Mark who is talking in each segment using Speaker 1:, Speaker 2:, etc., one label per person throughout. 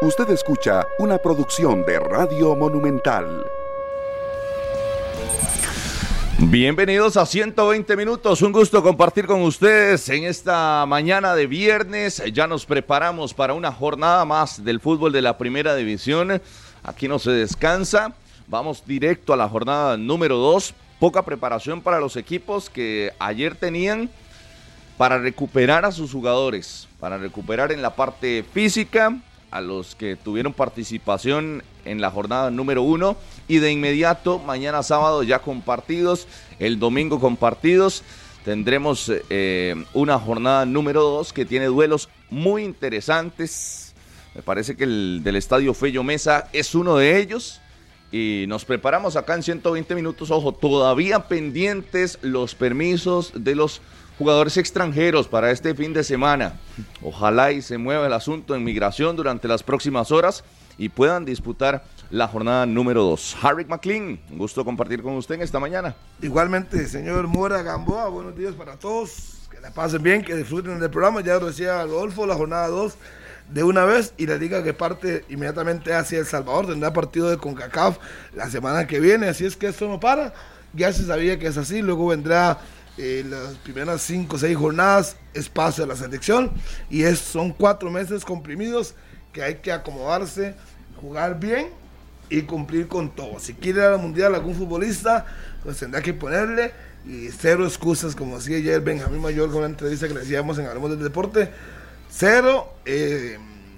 Speaker 1: Usted escucha una producción de Radio Monumental.
Speaker 2: Bienvenidos a 120 minutos, un gusto compartir con ustedes en esta mañana de viernes. Ya nos preparamos para una jornada más del fútbol de la primera división. Aquí no se descansa, vamos directo a la jornada número 2. Poca preparación para los equipos que ayer tenían para recuperar a sus jugadores, para recuperar en la parte física, a los que tuvieron participación en la jornada número uno y de inmediato mañana sábado ya compartidos, el domingo compartidos. Tendremos eh, una jornada número dos que tiene duelos muy interesantes. Me parece que el del estadio Fello Mesa es uno de ellos. Y nos preparamos acá en 120 minutos. Ojo, todavía pendientes los permisos de los jugadores extranjeros para este fin de semana. Ojalá y se mueva el asunto en migración durante las próximas horas y puedan disputar la jornada número 2. Harry McLean, un gusto compartir con usted en esta mañana.
Speaker 3: Igualmente, señor Mora Gamboa, buenos días para todos. Que la pasen bien, que disfruten del programa. Ya lo decía Rodolfo, la jornada 2 de una vez y la liga que parte inmediatamente hacia El Salvador tendrá partido de CONCACAF la semana que viene. Así es que esto no para. Ya se sabía que es así. Luego vendrá eh, las primeras 5 o 6 jornadas, espacio de la selección, y es, son cuatro meses comprimidos que hay que acomodarse, jugar bien y cumplir con todo. Si quiere ir al mundial algún futbolista, pues tendrá que ponerle y cero excusas, como decía ayer Benjamín Mayor con una entrevista que le hacíamos en Hablemos del Deporte, cero eh,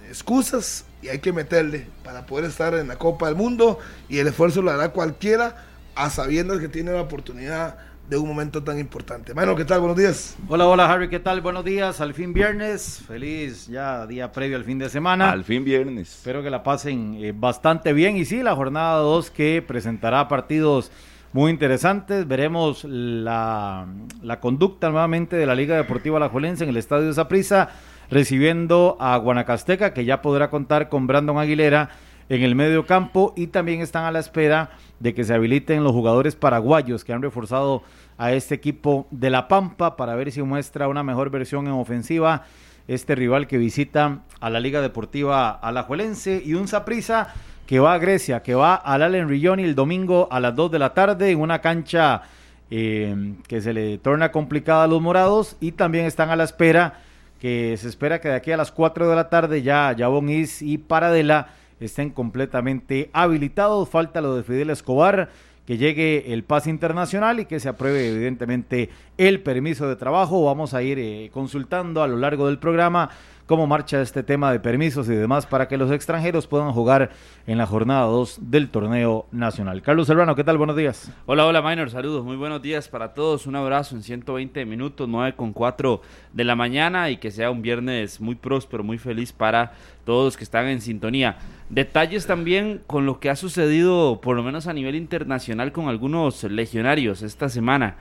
Speaker 3: excusas y hay que meterle para poder estar en la Copa del Mundo y el esfuerzo lo hará cualquiera a sabiendas que tiene la oportunidad de un momento tan importante. Mano, ¿qué tal? Buenos días.
Speaker 4: Hola, hola, Harry, ¿qué tal? Buenos días, al fin viernes, feliz ya día previo al fin de semana.
Speaker 2: Al fin viernes.
Speaker 4: Espero que la pasen eh, bastante bien y sí, la jornada 2 que presentará partidos muy interesantes. Veremos la, la conducta nuevamente de la Liga Deportiva Alajuelense en el Estadio de Zaprisa, recibiendo a Guanacasteca, que ya podrá contar con Brandon Aguilera en el medio campo y también están a la espera de que se habiliten los jugadores paraguayos que han reforzado a este equipo de La Pampa para ver si muestra una mejor versión en ofensiva este rival que visita a la Liga Deportiva Alajuelense y un Saprisa que va a Grecia, que va al Allen Rigioni el domingo a las 2 de la tarde en una cancha eh, que se le torna complicada a los morados y también están a la espera que se espera que de aquí a las 4 de la tarde ya Jabón Is y Paradela estén completamente habilitados. Falta lo de Fidel Escobar, que llegue el pase internacional y que se apruebe evidentemente el permiso de trabajo. Vamos a ir eh, consultando a lo largo del programa cómo marcha este tema de permisos y demás para que los extranjeros puedan jugar en la jornada 2 del torneo nacional. Carlos Serrano, ¿qué tal? Buenos días.
Speaker 5: Hola, hola, Minor. Saludos. Muy buenos días para todos. Un abrazo en 120 minutos, 9 con 4 de la mañana y que sea un viernes muy próspero, muy feliz para todos los que están en sintonía. Detalles también con lo que ha sucedido, por lo menos a nivel internacional, con algunos legionarios esta semana.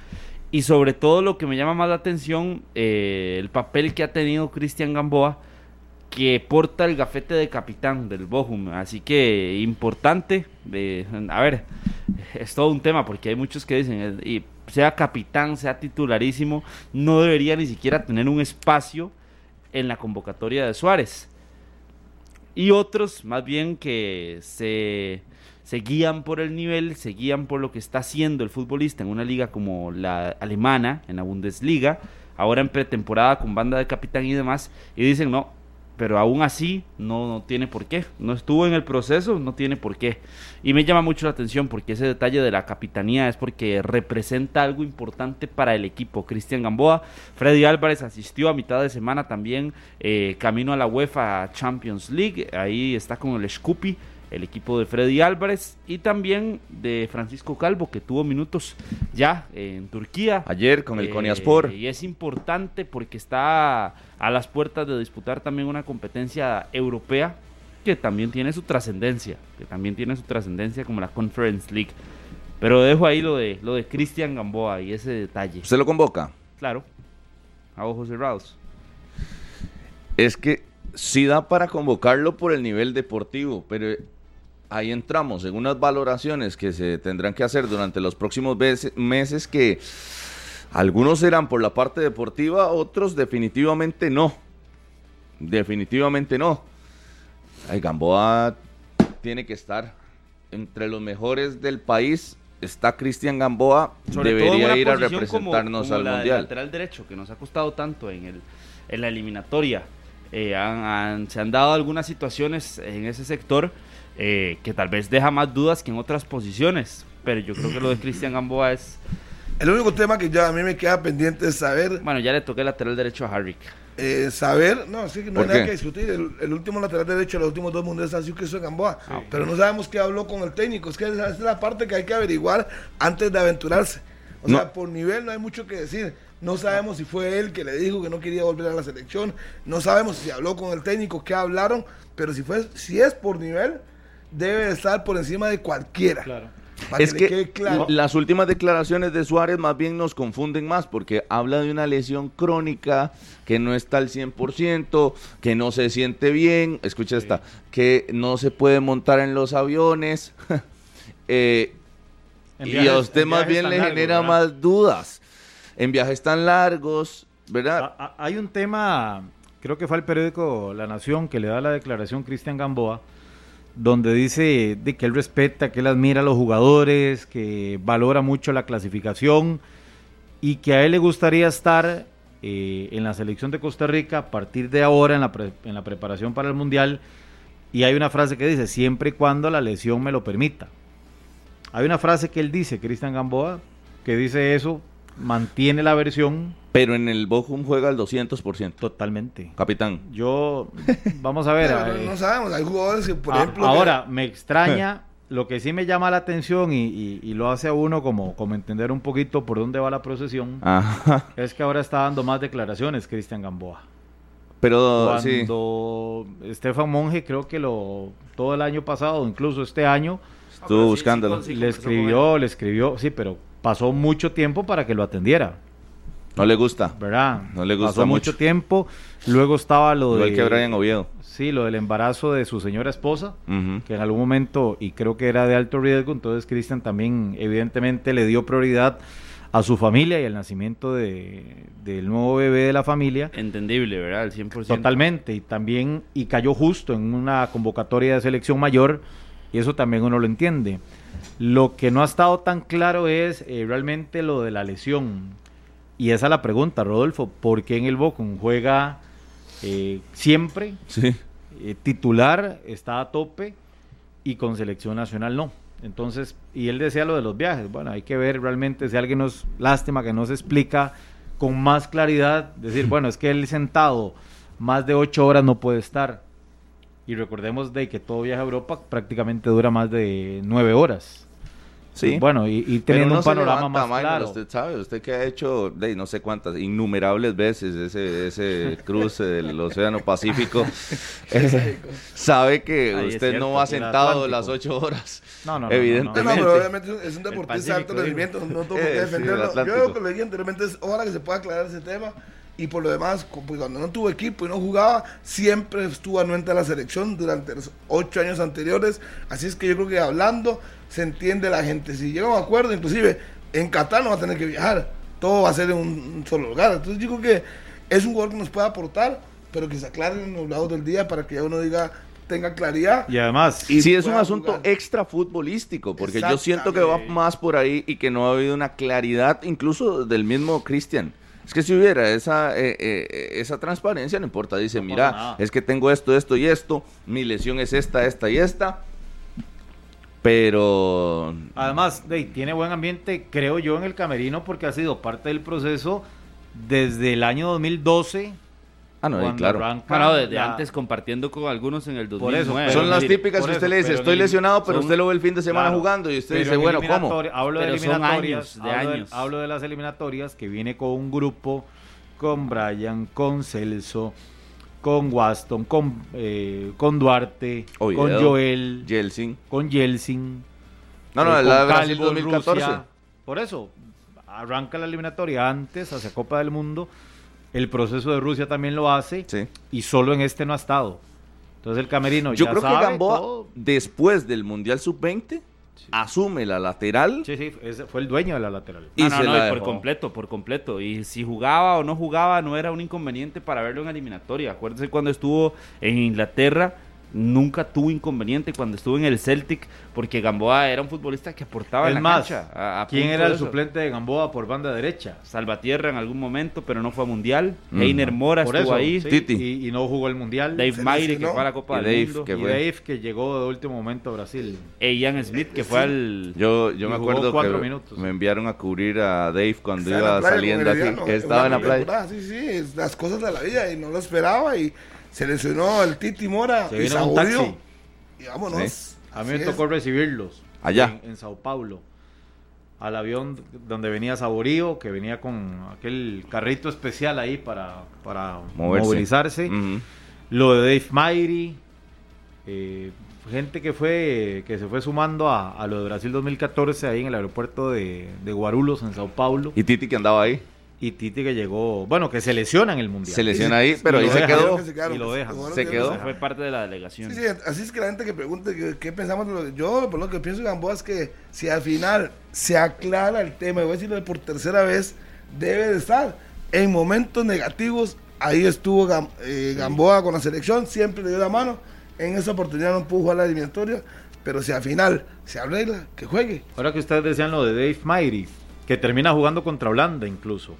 Speaker 5: Y sobre todo lo que me llama más la atención, eh, el papel que ha tenido Cristian Gamboa, que porta el gafete de capitán del Bochum. Así que importante, eh, a ver, es todo un tema porque hay muchos que dicen, eh, y sea capitán, sea titularísimo, no debería ni siquiera tener un espacio en la convocatoria de Suárez. Y otros, más bien, que se se guían por el nivel, se guían por lo que está haciendo el futbolista en una liga como la alemana, en la Bundesliga, ahora en pretemporada con banda de capitán y demás, y dicen no, pero aún así no, no, tiene por qué, no estuvo en el proceso, no tiene por qué. Y me llama mucho la atención porque ese detalle de la capitanía es porque representa algo importante para el equipo. Cristian Gamboa, Freddy Álvarez asistió a mitad de semana también, eh, camino a la UEFA Champions League, ahí está con el Scoopy el equipo de Freddy Álvarez y también de Francisco Calvo, que tuvo minutos ya en Turquía.
Speaker 2: Ayer con el eh, Coniaspor.
Speaker 5: Y es importante porque está a las puertas de disputar también una competencia europea que también tiene su trascendencia, que también tiene su trascendencia como la Conference League. Pero dejo ahí lo de, lo de Cristian Gamboa y ese detalle.
Speaker 2: ¿Usted lo convoca?
Speaker 5: Claro, a ojos cerrados.
Speaker 2: Es que sí da para convocarlo por el nivel deportivo, pero ahí entramos en unas valoraciones que se tendrán que hacer durante los próximos meses que algunos serán por la parte deportiva, otros definitivamente no. Definitivamente no. Ay, Gamboa tiene que estar entre los mejores del país. Está Cristian Gamboa,
Speaker 5: Sobre todo en
Speaker 2: debería
Speaker 5: una
Speaker 2: ir a
Speaker 5: posición como-
Speaker 2: representarnos
Speaker 5: como
Speaker 2: al
Speaker 5: la de
Speaker 2: Mundial.
Speaker 5: lateral derecho, que nos ha costado tanto en, el, en la eliminatoria. Eh, han- han- se han dado algunas situaciones en ese sector eh, que tal vez deja más dudas que en otras posiciones. Pero yo creo que lo de Cristian Gamboa es.
Speaker 3: El único tema que ya a mí me queda pendiente es saber,
Speaker 5: Bueno, ya le toqué el lateral derecho a Harrick.
Speaker 3: eh, saber, no, sí que no
Speaker 2: ¿Por
Speaker 3: hay nada
Speaker 2: qué?
Speaker 3: que discutir. El, el último lateral derecho de los últimos dos mundiales ha sido Cristian Gamboa,
Speaker 2: Ah,
Speaker 3: pero no sabemos qué habló con el técnico. Es que esa es la parte que hay que averiguar antes de aventurarse. O
Speaker 2: No.
Speaker 3: sea, por nivel no hay mucho que decir. No sabemos si fue él que le dijo que no quería volver a la selección. No sabemos si habló con el técnico, qué hablaron. Pero si fue, si es por nivel, debe estar por encima de cualquiera.
Speaker 4: Claro.
Speaker 3: Para
Speaker 2: es
Speaker 3: que,
Speaker 2: que
Speaker 3: le quede claro.
Speaker 2: las últimas declaraciones de Suárez más bien nos confunden más porque habla de una lesión crónica que no está al 100%, que no se siente bien, escucha esta, que no se puede montar en los aviones eh,
Speaker 4: En
Speaker 2: y
Speaker 4: viajes-
Speaker 2: a usted
Speaker 4: en
Speaker 2: más
Speaker 4: viajes
Speaker 2: bien
Speaker 4: tan
Speaker 2: le
Speaker 4: largos,
Speaker 2: genera
Speaker 4: ¿verdad?
Speaker 2: más dudas en viajes tan largos, ¿verdad?
Speaker 4: A- a- Ah, Hay un tema, creo que fue el periódico La Nación que le da la declaración Cristian Gamboa, donde dice de que él respeta, que él admira a los jugadores, que valora mucho la clasificación y que a él le gustaría estar eh, en la selección de Costa Rica a partir de ahora en la, pre- en la preparación para el Mundial. Y hay una frase que dice, siempre y cuando la lesión me lo permita. Hay una frase que él dice, Cristian Gamboa, que dice eso, mantiene la versión
Speaker 2: Pero en el Bochum juega al 200%.
Speaker 4: Totalmente.
Speaker 2: Capitán.
Speaker 4: Yo, vamos a ver.
Speaker 3: Pero
Speaker 4: eh,
Speaker 3: no, no sabemos, hay jugadores que, por
Speaker 4: a-
Speaker 3: ejemplo. que-
Speaker 4: Ah, ahora, me extraña, lo que sí me llama la atención y, y- y lo hace a uno como, como entender un poquito por dónde va la procesión,
Speaker 2: Ah. Ajá.
Speaker 4: es que ahora está dando más declaraciones Cristian Gamboa.
Speaker 2: Pero Ah, sí.
Speaker 4: Cuando Estefan Monge, creo que lo todo el año pasado, incluso este año,
Speaker 2: Estuvo buscándolo.
Speaker 5: Sí,
Speaker 4: le
Speaker 5: conversó con él.
Speaker 4: escribió, le escribió, sí, pero pasó mucho tiempo para que lo atendiera.
Speaker 2: No le gusta.
Speaker 4: ¿Verdad?
Speaker 2: No le gusta
Speaker 4: Pasó mucho
Speaker 2: mucho.
Speaker 4: tiempo. Luego estaba lo
Speaker 2: Igual
Speaker 4: de.
Speaker 2: que Brian Oviedo.
Speaker 4: Sí, lo del embarazo de su señora esposa,
Speaker 2: Ujú.
Speaker 4: que en algún momento, y creo que era de alto riesgo, entonces Cristian también evidentemente le dio prioridad a su familia y al nacimiento de, del nuevo bebé de la familia.
Speaker 5: Entendible, ¿verdad? Al 100%.
Speaker 4: Totalmente, y también, y cayó justo en una convocatoria de selección mayor, y eso también uno lo entiende. Lo que no ha estado tan claro es eh, realmente lo de la lesión. Y esa es la pregunta, Rodolfo, ¿por qué en el Bocum juega eh, siempre?
Speaker 2: Sí.
Speaker 4: eh, titular está a tope y con selección nacional no. Entonces, y él decía lo de los viajes. Bueno, hay que ver realmente si alguien nos, lástima que no se explica con más claridad, decir, bueno, es que él sentado más de ocho horas no puede estar. Y recordemos de que todo viaje a Europa prácticamente dura más de nueve horas.
Speaker 2: Sí.
Speaker 4: Bueno, y, y
Speaker 2: Pero
Speaker 4: teniendo
Speaker 2: uno
Speaker 4: un
Speaker 2: se
Speaker 4: panorama
Speaker 2: levanta,
Speaker 4: más
Speaker 2: Michael,
Speaker 4: claro.
Speaker 2: Usted sabe, usted que ha hecho de no sé cuántas, innumerables veces ese, ese cruce del Océano Pacífico, eh, sabe que
Speaker 5: Ay, es
Speaker 2: usted
Speaker 5: cierto,
Speaker 2: no va
Speaker 5: el
Speaker 2: sentado
Speaker 4: Atlántico.
Speaker 2: las ocho horas.
Speaker 4: No, no, no, no, no.
Speaker 3: No,
Speaker 2: evidentemente.
Speaker 3: no, pero obviamente es un deportista de
Speaker 5: Pacífico,
Speaker 3: alto
Speaker 5: digo.
Speaker 3: rendimiento, no tengo por
Speaker 2: Eh,
Speaker 3: qué
Speaker 2: sí, el
Speaker 3: defenderlo. Yo
Speaker 2: Atlántico.
Speaker 3: creo que lo dije anteriormente es, ojalá que se pueda aclarar ese tema. Y por lo demás, cu- porque cuando no tuvo equipo y no jugaba, siempre estuvo anuente a la selección durante los ocho años anteriores. Así es que yo creo que hablando se entiende la gente. Si llega a un acuerdo, inclusive en Qatar no va a tener que viajar. Todo va a ser en un, un solo lugar. Entonces yo creo que es un jugador que nos puede aportar, pero que se aclaren en los lados del día para que ya uno diga, tenga claridad.
Speaker 4: Y además,
Speaker 2: Si
Speaker 3: y
Speaker 2: sí, es un
Speaker 3: pueda
Speaker 2: asunto
Speaker 3: jugar.
Speaker 2: extra futbolístico, porque yo siento que va
Speaker 3: Exactamente.
Speaker 2: más por ahí y que no ha habido una claridad, incluso del mismo Cristian. Es que si hubiera esa, eh, eh, esa transparencia, no importa, dice, mira,
Speaker 4: nada".
Speaker 2: es que tengo esto, esto y esto, mi lesión es esta, esta y esta, pero...
Speaker 4: Además, de ahí, tiene buen ambiente, creo yo, en el camerino porque ha sido parte del proceso desde el año 2012.
Speaker 2: Ah, no, y
Speaker 4: cuando
Speaker 2: claro.
Speaker 4: arranca
Speaker 5: Bueno, desde
Speaker 4: la-
Speaker 5: antes compartiendo con algunos en el
Speaker 4: Por eso,
Speaker 5: 2009.
Speaker 4: pero
Speaker 2: Son las
Speaker 4: mire,
Speaker 2: típicas
Speaker 4: por
Speaker 2: que usted
Speaker 4: eso,
Speaker 2: le dice,
Speaker 4: pero en
Speaker 2: estoy
Speaker 4: elim-
Speaker 2: lesionado, pero
Speaker 4: son-
Speaker 2: usted lo ve el fin de semana
Speaker 4: Claro,
Speaker 2: jugando y usted
Speaker 4: pero
Speaker 2: dice,
Speaker 4: en
Speaker 2: bueno, ¿cómo?
Speaker 4: eliminatori- Hablo de
Speaker 5: Pero son
Speaker 4: eliminatorias,
Speaker 5: años, de
Speaker 4: hablo,
Speaker 5: años.
Speaker 4: De, hablo de las eliminatorias que viene con un grupo, con Brian, con Celso, con Waston, con, eh, con Duarte,
Speaker 2: Oviedo,
Speaker 4: con Joel,
Speaker 2: Yeltsin.
Speaker 4: con Yeltsin.
Speaker 2: No, no,
Speaker 4: eh,
Speaker 2: la de
Speaker 4: con
Speaker 2: Brasil
Speaker 4: Calvo,
Speaker 2: 2014.
Speaker 4: Rusia. Por eso, arranca la eliminatoria antes, hacia Copa del Mundo. El proceso de Rusia también lo hace
Speaker 2: Sí.
Speaker 4: y solo en este no ha estado. Entonces el camerino
Speaker 2: Yo
Speaker 4: ya
Speaker 2: creo que
Speaker 4: sabe
Speaker 2: Gamboa,
Speaker 4: todo.
Speaker 2: después del Mundial Sub-20, asume la lateral
Speaker 4: Sí, sí, ese fue el dueño de la lateral.
Speaker 2: y
Speaker 5: no, no,
Speaker 2: se
Speaker 5: no,
Speaker 2: la
Speaker 5: y por
Speaker 2: dejó.
Speaker 5: completo, por completo. Y si jugaba o no jugaba, no era un inconveniente para verlo en eliminatoria. Acuérdense cuando estuvo en Inglaterra, nunca tuvo inconveniente cuando estuvo en el Celtic, porque Gamboa era un futbolista que aportaba
Speaker 4: Es
Speaker 5: en la
Speaker 4: más,
Speaker 5: cancha. a- a
Speaker 4: ¿quién
Speaker 5: punto
Speaker 4: era
Speaker 5: de
Speaker 4: el
Speaker 5: eso.
Speaker 4: suplente de Gamboa por banda derecha?
Speaker 5: Salvatierra en algún momento, pero no fue a Mundial.
Speaker 2: Mm.
Speaker 5: Heiner Mora
Speaker 4: por
Speaker 5: estuvo
Speaker 4: eso,
Speaker 5: ahí.
Speaker 4: sí,
Speaker 2: Titi.
Speaker 4: Y, y no jugó el Mundial.
Speaker 5: Dave
Speaker 3: Se
Speaker 5: Maire, que
Speaker 3: lesionó.
Speaker 5: fue a la Copa
Speaker 2: Y
Speaker 5: del
Speaker 2: Dave,
Speaker 5: Mundo.
Speaker 2: que
Speaker 4: y
Speaker 2: fue.
Speaker 4: Dave, que llegó de último momento a Brasil.
Speaker 5: E Ian Smith, que fue al...
Speaker 2: Yo, yo me
Speaker 4: jugó
Speaker 2: acuerdo que
Speaker 4: cuatro minutos.
Speaker 2: me enviaron a cubrir a Dave cuando
Speaker 3: Estaba en
Speaker 2: iba
Speaker 3: la playa con
Speaker 2: saliendo aquí.
Speaker 3: Herediano,
Speaker 2: Estaba en la
Speaker 3: una
Speaker 2: playa.
Speaker 3: temporada, Sí, sí, es las cosas de la vida y no lo esperaba y se lesionó el Titi Mora
Speaker 4: Se
Speaker 3: y
Speaker 4: vino en un
Speaker 3: aburrió.
Speaker 4: taxi.
Speaker 3: Y vámonos.
Speaker 4: A
Speaker 3: Así
Speaker 4: mí me
Speaker 3: es.
Speaker 4: tocó recibirlos.
Speaker 2: Allá.
Speaker 4: En, en Sao Paulo. Al avión donde venía Saborío, que venía con aquel carrito especial ahí para, para
Speaker 2: Moverse. Mm.
Speaker 4: movilizarse.
Speaker 2: Ujú.
Speaker 4: Lo de Dave Mairi. eh, gente que fue que se fue sumando a, a lo de Brasil 2014 ahí en el aeropuerto de, de Guarulhos, en Sao Paulo.
Speaker 2: Y Titi que andaba ahí.
Speaker 4: Y Titi que llegó, bueno, que se lesiona en el Mundial.
Speaker 2: Se lesiona ahí, pero
Speaker 4: y
Speaker 2: ahí
Speaker 4: lo
Speaker 2: se
Speaker 4: dejan.
Speaker 2: quedó.
Speaker 3: quedaron,
Speaker 4: Y lo
Speaker 3: pues,
Speaker 4: dejan.
Speaker 3: jugadores
Speaker 2: Se
Speaker 3: que
Speaker 2: quedó.
Speaker 3: dejaron.
Speaker 5: Fue parte de la delegación.
Speaker 3: Sí, sí, así es que la gente que pregunte qué, qué pensamos de lo que- yo, por lo que pienso Gamboa es que si al final se aclara el tema, y voy a decirlo por tercera vez, debe de estar en momentos negativos. Ahí estuvo Gam- eh, Gamboa con la selección, siempre le dio la mano. En esa oportunidad no pudo jugar la eliminatoria, pero si al final se arregla, que juegue.
Speaker 4: Ahora que ustedes decían lo de Dave Mairi, que termina jugando contra Holanda incluso.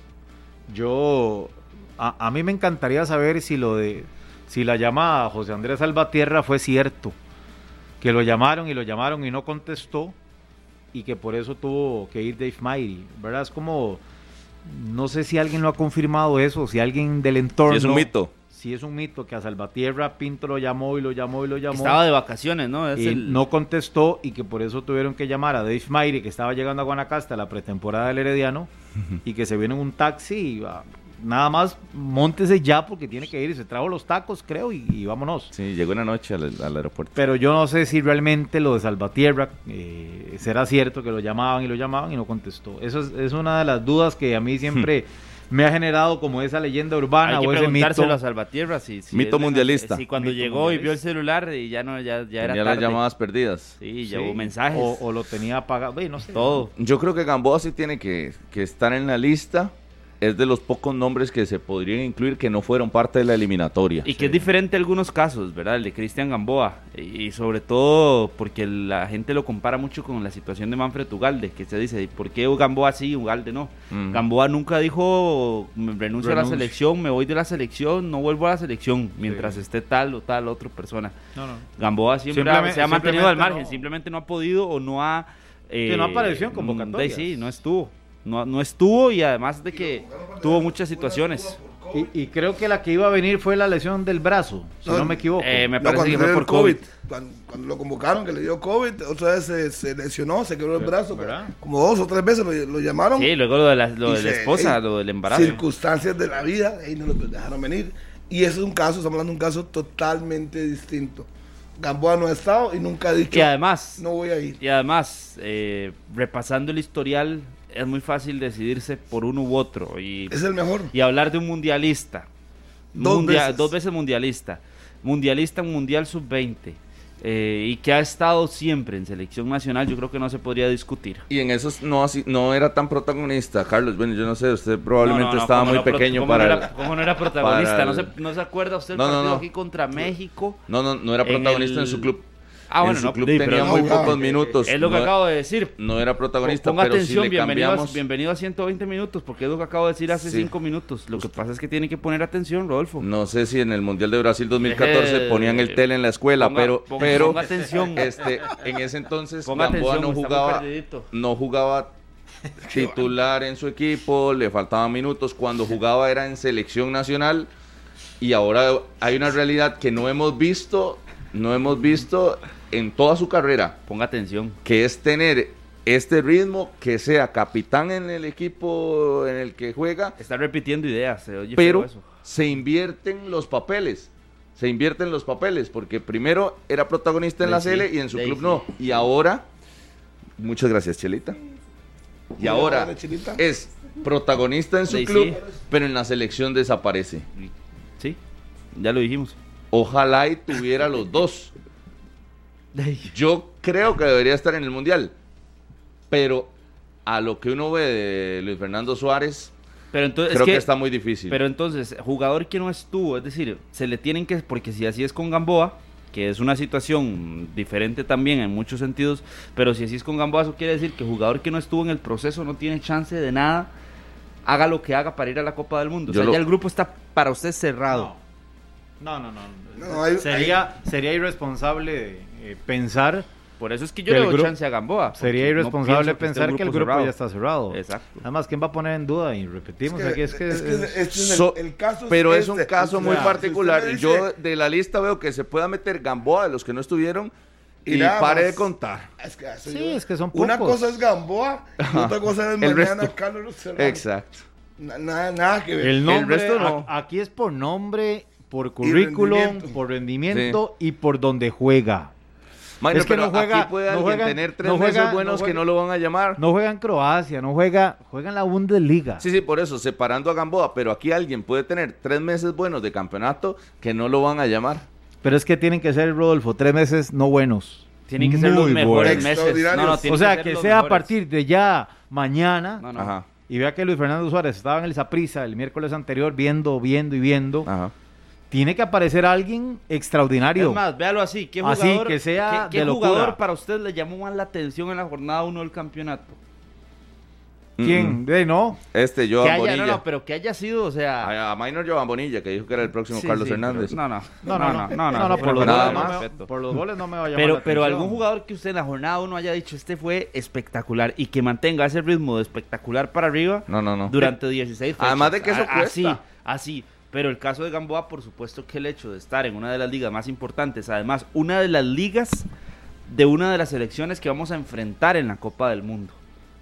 Speaker 4: Yo, a, a mí me encantaría saber si lo de, si la llamada a José Andrés Salvatierra fue cierto, que lo llamaron y lo llamaron y no contestó y que por eso tuvo que ir Dave Mairi, ¿verdad? Es como, no sé si alguien lo ha confirmado eso, si alguien del
Speaker 3: Oh,
Speaker 4: entorno.
Speaker 2: Sí, es un mito.
Speaker 4: Si es un mito que a Salvatierra Pinto lo llamó y lo llamó y lo llamó
Speaker 5: Estaba de vacaciones, ¿no? Es
Speaker 4: y
Speaker 5: el-
Speaker 4: no contestó y que por eso tuvieron que llamar a Dave Maire, que estaba llegando a Guanacaste a la pretemporada del Herediano, y que se vino en un taxi y ah, nada más montese ya porque tiene que ir y se trajo los tacos, creo, y, y vámonos.
Speaker 2: Sí, llegó una noche al, al aeropuerto.
Speaker 4: Pero yo no sé si realmente lo de Salvatierra eh, será cierto que lo llamaban y lo llamaban y no contestó. Eso es, es una de las dudas que a mí siempre me ha generado como esa leyenda urbana
Speaker 5: Hmm. Hay que
Speaker 4: o ese
Speaker 5: preguntárselo
Speaker 4: mito.
Speaker 5: a Salvatierra si, si
Speaker 2: Mito
Speaker 5: él-
Speaker 2: mundialista.
Speaker 5: Si cuando
Speaker 4: Mito
Speaker 5: llegó y vio el celular y ya no ya, ya era
Speaker 2: Tenía las
Speaker 5: tarde.
Speaker 2: llamadas perdidas.
Speaker 5: Sí,
Speaker 4: Sí,
Speaker 5: ya hubo mensajes.
Speaker 4: O, o lo tenía apagado. y no sé.
Speaker 5: todo.
Speaker 2: Yo creo que Gamboa sí tiene que, que estar en la lista. Es de los pocos nombres que se podrían incluir que no fueron parte de la eliminatoria.
Speaker 5: Y que es diferente a algunos casos, ¿verdad? El de Cristian Gamboa. Y, y sobre todo porque la gente lo compara mucho con la situación de Manfred Ugalde, que se dice, ¿por qué Gamboa sí y Ugalde no?
Speaker 2: Ujú.
Speaker 5: Gamboa nunca dijo, "Me renuncio a la
Speaker 4: Renuncio.
Speaker 5: selección, me voy de la selección, no vuelvo a la selección, mientras
Speaker 4: Sí.
Speaker 5: esté tal o tal otra persona.
Speaker 4: No, no.
Speaker 5: Gamboa siempre
Speaker 4: Simplemente-
Speaker 5: ha- se ha mantenido al
Speaker 4: simplemente
Speaker 5: margen,
Speaker 4: no.
Speaker 5: simplemente no ha podido o no ha...
Speaker 4: Que no apareció en
Speaker 5: mm,
Speaker 4: convocatorias.
Speaker 5: Sí, no estuvo. No, no estuvo y además de que tuvo muchas situaciones.
Speaker 4: Y, y creo que la que iba a venir fue la lesión del brazo, si no,
Speaker 3: No,
Speaker 4: me equivoco.
Speaker 5: eh, me
Speaker 3: No,
Speaker 5: parece
Speaker 3: cuando
Speaker 5: que
Speaker 3: le
Speaker 5: fue
Speaker 3: dio
Speaker 5: por
Speaker 3: el COVID.
Speaker 5: COVID.
Speaker 3: Cuando, cuando lo convocaron, que le dio COVID, otra vez se, se lesionó, se quebró el brazo.
Speaker 4: ¿Verdad?
Speaker 3: Como dos o tres veces lo, lo llamaron.
Speaker 5: Sí, luego lo de la, lo
Speaker 3: Y
Speaker 5: de la
Speaker 3: se-
Speaker 5: esposa,
Speaker 3: eh,
Speaker 5: lo del embarazo.
Speaker 3: Circunstancias de la vida, ahí no lo dejaron venir. Y ese es un caso, estamos hablando de un caso totalmente distinto. Gamboa no ha estado y nunca ha dicho,
Speaker 5: Y además,
Speaker 3: no voy a ir.
Speaker 5: y además eh, repasando el historial, es muy fácil decidirse por uno u otro. Y,
Speaker 3: Es el mejor.
Speaker 5: y hablar de un mundialista.
Speaker 3: Dos
Speaker 5: Mundia-
Speaker 3: veces.
Speaker 5: dos veces mundialista. Mundialista en Mundial Sub-20. eh, y que ha estado siempre en selección nacional, yo creo que no se podría discutir.
Speaker 2: Y en esos no, así- no era tan protagonista, Carlos. Bueno, yo no sé, usted probablemente
Speaker 5: No, no, no,
Speaker 2: estaba
Speaker 5: ¿cómo
Speaker 2: muy
Speaker 5: no pro-
Speaker 2: pequeño
Speaker 5: cómo no
Speaker 2: para...
Speaker 5: era- cómo no era protagonista?
Speaker 2: para
Speaker 5: no, se,
Speaker 2: el-
Speaker 5: ¿No se acuerda usted el
Speaker 2: No, no,
Speaker 5: partido
Speaker 2: no.
Speaker 5: aquí contra México?
Speaker 2: No, no, no era
Speaker 5: en
Speaker 2: protagonista en,
Speaker 5: el-
Speaker 2: su club.
Speaker 5: Ah, bueno,
Speaker 2: en su
Speaker 5: no,
Speaker 2: club
Speaker 5: sí,
Speaker 2: tenía
Speaker 5: pero no
Speaker 2: muy
Speaker 3: jugaba.
Speaker 2: pocos minutos.
Speaker 5: Es lo que
Speaker 2: no,
Speaker 5: acabo de decir.
Speaker 2: no era protagonista,
Speaker 5: Ponga
Speaker 2: pero si
Speaker 5: atención,
Speaker 2: le
Speaker 5: bienvenido, a,
Speaker 2: cambiamos...
Speaker 5: bienvenido a 120 minutos, porque es lo que acabo de decir hace
Speaker 2: Sí.
Speaker 5: 5 minutos. Lo que pasa es que tiene que poner atención, Rodolfo.
Speaker 2: No sé si en el Mundial de Brasil 2014
Speaker 5: Eh,
Speaker 2: ponían el tele en la escuela,
Speaker 5: ponga-
Speaker 2: pero,
Speaker 5: ponga-
Speaker 2: pero
Speaker 5: ponga atención.
Speaker 2: este, en ese entonces
Speaker 5: Ponga
Speaker 2: Gamboa
Speaker 5: atención,
Speaker 2: no
Speaker 5: está muy
Speaker 2: jugaba,
Speaker 5: perdidito.
Speaker 2: no jugaba titular en su equipo, le faltaban minutos, cuando jugaba era en selección nacional y ahora hay una realidad que no hemos visto, no hemos visto en toda su carrera
Speaker 5: Ponga atención.
Speaker 2: que es tener este ritmo, que sea capitán en el equipo en el que juega,
Speaker 5: Está repitiendo ideas, se oye
Speaker 2: pero
Speaker 5: feo eso.
Speaker 2: se invierten los papeles. Se invierten los papeles, porque primero era protagonista en la
Speaker 5: Sí,
Speaker 2: CL y en su
Speaker 5: sí,
Speaker 2: club
Speaker 5: sí.
Speaker 2: no. Y ahora, muchas gracias, Chelita. Y
Speaker 3: Muy
Speaker 2: ahora
Speaker 3: amable, Chelita.
Speaker 2: es protagonista en su
Speaker 5: Sí,
Speaker 2: club,
Speaker 5: sí.
Speaker 2: pero en la selección desaparece.
Speaker 5: Y- Sí, ya lo dijimos.
Speaker 2: Ojalá y tuviera los dos. Yo creo que debería estar en el Mundial. Pero a lo que uno ve de Luis Fernando Suárez,
Speaker 5: Pero entonces,
Speaker 2: creo
Speaker 5: es
Speaker 2: que,
Speaker 5: que,
Speaker 2: está muy difícil.
Speaker 5: pero entonces, jugador que no estuvo, es decir, se le tienen que, porque si así es con Gamboa, que es una situación diferente también en muchos sentidos, pero si así es con Gamboa, eso quiere decir que jugador que no estuvo en el proceso no tiene chance de nada, haga lo que haga para ir a la Copa del Mundo.
Speaker 2: Yo
Speaker 5: o sea,
Speaker 2: lo-
Speaker 5: ya el grupo está para usted cerrado.
Speaker 4: No, no, no.
Speaker 3: No, hay-
Speaker 4: sería, sería irresponsable eh, pensar,
Speaker 5: Por eso es que yo
Speaker 4: Que
Speaker 5: le
Speaker 4: el
Speaker 5: doy
Speaker 4: gru-
Speaker 5: chance a Gamboa. porque
Speaker 4: sería
Speaker 5: no
Speaker 4: irresponsable
Speaker 5: pienso esté
Speaker 4: pensar que el grupo
Speaker 5: cerrado.
Speaker 4: ya está cerrado.
Speaker 5: Exacto.
Speaker 4: Además, ¿quién va a poner en duda? Y repetimos, aquí es que...
Speaker 3: es que este es el-
Speaker 2: So-
Speaker 3: el caso
Speaker 2: pero es un
Speaker 3: este.
Speaker 2: caso muy
Speaker 3: Si usted
Speaker 2: particular.
Speaker 3: me dice,
Speaker 2: Yo de la lista veo que se pueda meter Gamboa de los que no estuvieron y,
Speaker 3: Y nada
Speaker 2: pare
Speaker 3: más.
Speaker 2: de contar.
Speaker 3: Es que, eso
Speaker 4: Sí,
Speaker 3: yo-
Speaker 4: es que son
Speaker 3: Una
Speaker 4: pocos.
Speaker 3: cosa es Gamboa, y otra cosa es
Speaker 2: El
Speaker 3: mañana
Speaker 2: resto.
Speaker 3: Carlos Serrano.
Speaker 2: Exacto.
Speaker 3: Na- nada, nada que ver.
Speaker 4: El nombre,
Speaker 2: resto no.
Speaker 4: a- aquí es por nombre, por currículum,
Speaker 3: rendimiento.
Speaker 4: por rendimiento y por donde juega.
Speaker 2: Bueno,
Speaker 4: Es que
Speaker 2: pero
Speaker 4: no juega-
Speaker 2: aquí puede
Speaker 4: no
Speaker 2: alguien
Speaker 4: juega-
Speaker 2: tener tres
Speaker 4: no juega-
Speaker 2: meses buenos
Speaker 4: no
Speaker 2: que
Speaker 4: juega-
Speaker 2: no lo van a llamar.
Speaker 4: No juega en Croacia, no juega, juega en la Bundesliga.
Speaker 2: Sí, sí, por eso, separando a Gamboa, pero aquí alguien puede tener tres meses buenos de campeonato que no lo van a llamar.
Speaker 4: Pero es que tienen que ser, Rodolfo, tres meses no buenos.
Speaker 5: Tienen que ser los
Speaker 4: Muy
Speaker 5: mejores
Speaker 4: buenos.
Speaker 5: meses. No, no,
Speaker 3: Extraordinarios.
Speaker 5: tienen
Speaker 4: O sea,
Speaker 5: ser
Speaker 4: que,
Speaker 5: los
Speaker 4: sea a
Speaker 5: mejores.
Speaker 4: partir de ya mañana
Speaker 5: No, no.
Speaker 2: Ajá,
Speaker 4: y vea que Luis Fernando Suárez estaba en el Saprisa el miércoles anterior viendo, viendo y viendo.
Speaker 2: ajá.
Speaker 4: Tiene que aparecer alguien extraordinario.
Speaker 5: Es más, véalo así. ¿Qué
Speaker 4: Así,
Speaker 5: jugador,
Speaker 4: que sea
Speaker 5: qué- qué
Speaker 4: de locura.
Speaker 5: jugador para usted le llamó más la atención en la jornada 1 del campeonato?
Speaker 4: ¿Quién? De no.
Speaker 2: Este, yo
Speaker 5: Que
Speaker 2: a
Speaker 5: haya,
Speaker 2: Bonilla.
Speaker 5: no, no, pero que haya sido, o sea...
Speaker 2: A, a Minor Joan Bonilla, que dijo que era el próximo
Speaker 5: sí,
Speaker 2: Carlos
Speaker 5: sí,
Speaker 2: Hernández.
Speaker 5: pero- No, no,
Speaker 4: No, no, no. No, no, por
Speaker 5: Pero
Speaker 4: los
Speaker 2: nada
Speaker 4: goles no
Speaker 5: nada
Speaker 2: más.
Speaker 4: me va-
Speaker 5: más.
Speaker 4: por los goles no me va a llamar
Speaker 5: Pero,
Speaker 4: la
Speaker 5: pero
Speaker 4: atención.
Speaker 5: algún jugador que usted en la jornada 1 haya dicho, este fue espectacular y que mantenga ese ritmo de espectacular para arriba
Speaker 2: No, no, no.
Speaker 5: durante 16 fechas.
Speaker 2: Además de que eso
Speaker 5: A- Así,
Speaker 2: cuesta.
Speaker 5: así. Pero el caso de Gamboa, por supuesto que el hecho de estar en una de las ligas más importantes, además una de las ligas de una de las selecciones que vamos a enfrentar en la Copa del Mundo,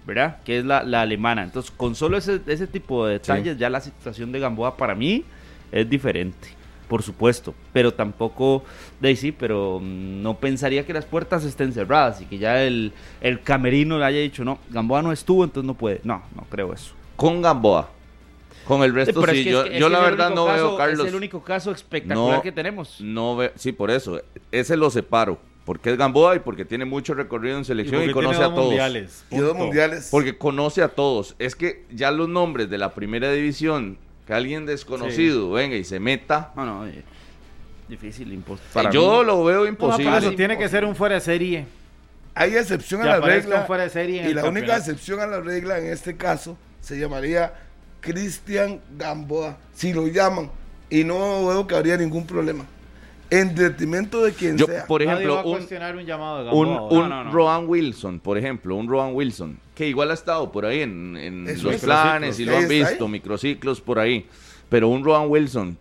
Speaker 5: ¿verdad? Que es la, la alemana. Entonces, con solo ese, ese tipo de detalles, ya la situación de Gamboa para mí es diferente. Por supuesto, pero tampoco, de ahí sí, pero mm, no pensaría que las puertas estén cerradas y que ya el, el camerino le haya dicho, no, Gamboa no estuvo, entonces no puede. No, no creo eso.
Speaker 2: Con Gamboa. Con el resto
Speaker 5: Sí, pero
Speaker 2: sí.
Speaker 5: es que-
Speaker 2: yo
Speaker 5: es que- es
Speaker 2: yo
Speaker 5: que
Speaker 2: la
Speaker 5: es el
Speaker 2: verdad
Speaker 5: único
Speaker 2: no
Speaker 5: caso-
Speaker 2: veo, Carlos.
Speaker 5: Es el único caso espectacular
Speaker 2: No.
Speaker 5: que tenemos.
Speaker 2: No veo, sí, por eso. Ese lo separo. Porque es Gamboa y porque tiene mucho recorrido en selección y,
Speaker 4: porque
Speaker 2: conoce
Speaker 4: tiene
Speaker 2: a
Speaker 4: dos
Speaker 2: todos.
Speaker 4: mundiales,
Speaker 3: Y dos
Speaker 4: punto.
Speaker 3: mundiales.
Speaker 2: Porque conoce a todos. Es que ya los nombres de la primera división, que alguien desconocido venga y se meta.
Speaker 5: No, no, eh, difícil, imposible.
Speaker 2: yo lo veo
Speaker 4: No,
Speaker 2: imposible.
Speaker 4: por eso tiene que ser un fuera de serie.
Speaker 3: Hay excepción a
Speaker 4: Que
Speaker 3: la
Speaker 4: aparezca
Speaker 3: regla.
Speaker 4: un fuera de serie en
Speaker 3: y
Speaker 4: el
Speaker 3: la única
Speaker 4: campeonato.
Speaker 3: excepción a la regla en este caso se llamaría Cristian Gamboa, si lo llaman. Y no veo que habría ningún problema. En detrimento de quien
Speaker 2: Yo,
Speaker 3: sea.
Speaker 2: por
Speaker 4: Nadie va
Speaker 2: ejemplo,
Speaker 4: a
Speaker 2: un,
Speaker 4: cuestionar un llamado de Gamboa
Speaker 2: un,
Speaker 4: ahora.
Speaker 2: un
Speaker 5: no, no.
Speaker 2: Roan Wilson, por ejemplo, un Roan Wilson, que igual ha estado por ahí en, en
Speaker 3: Eso
Speaker 2: los
Speaker 3: es.
Speaker 2: planes y lo han
Speaker 3: Microciclos. Ahí está,
Speaker 2: visto,
Speaker 3: ahí.
Speaker 2: microciclos por ahí. Pero un Roan Wilson,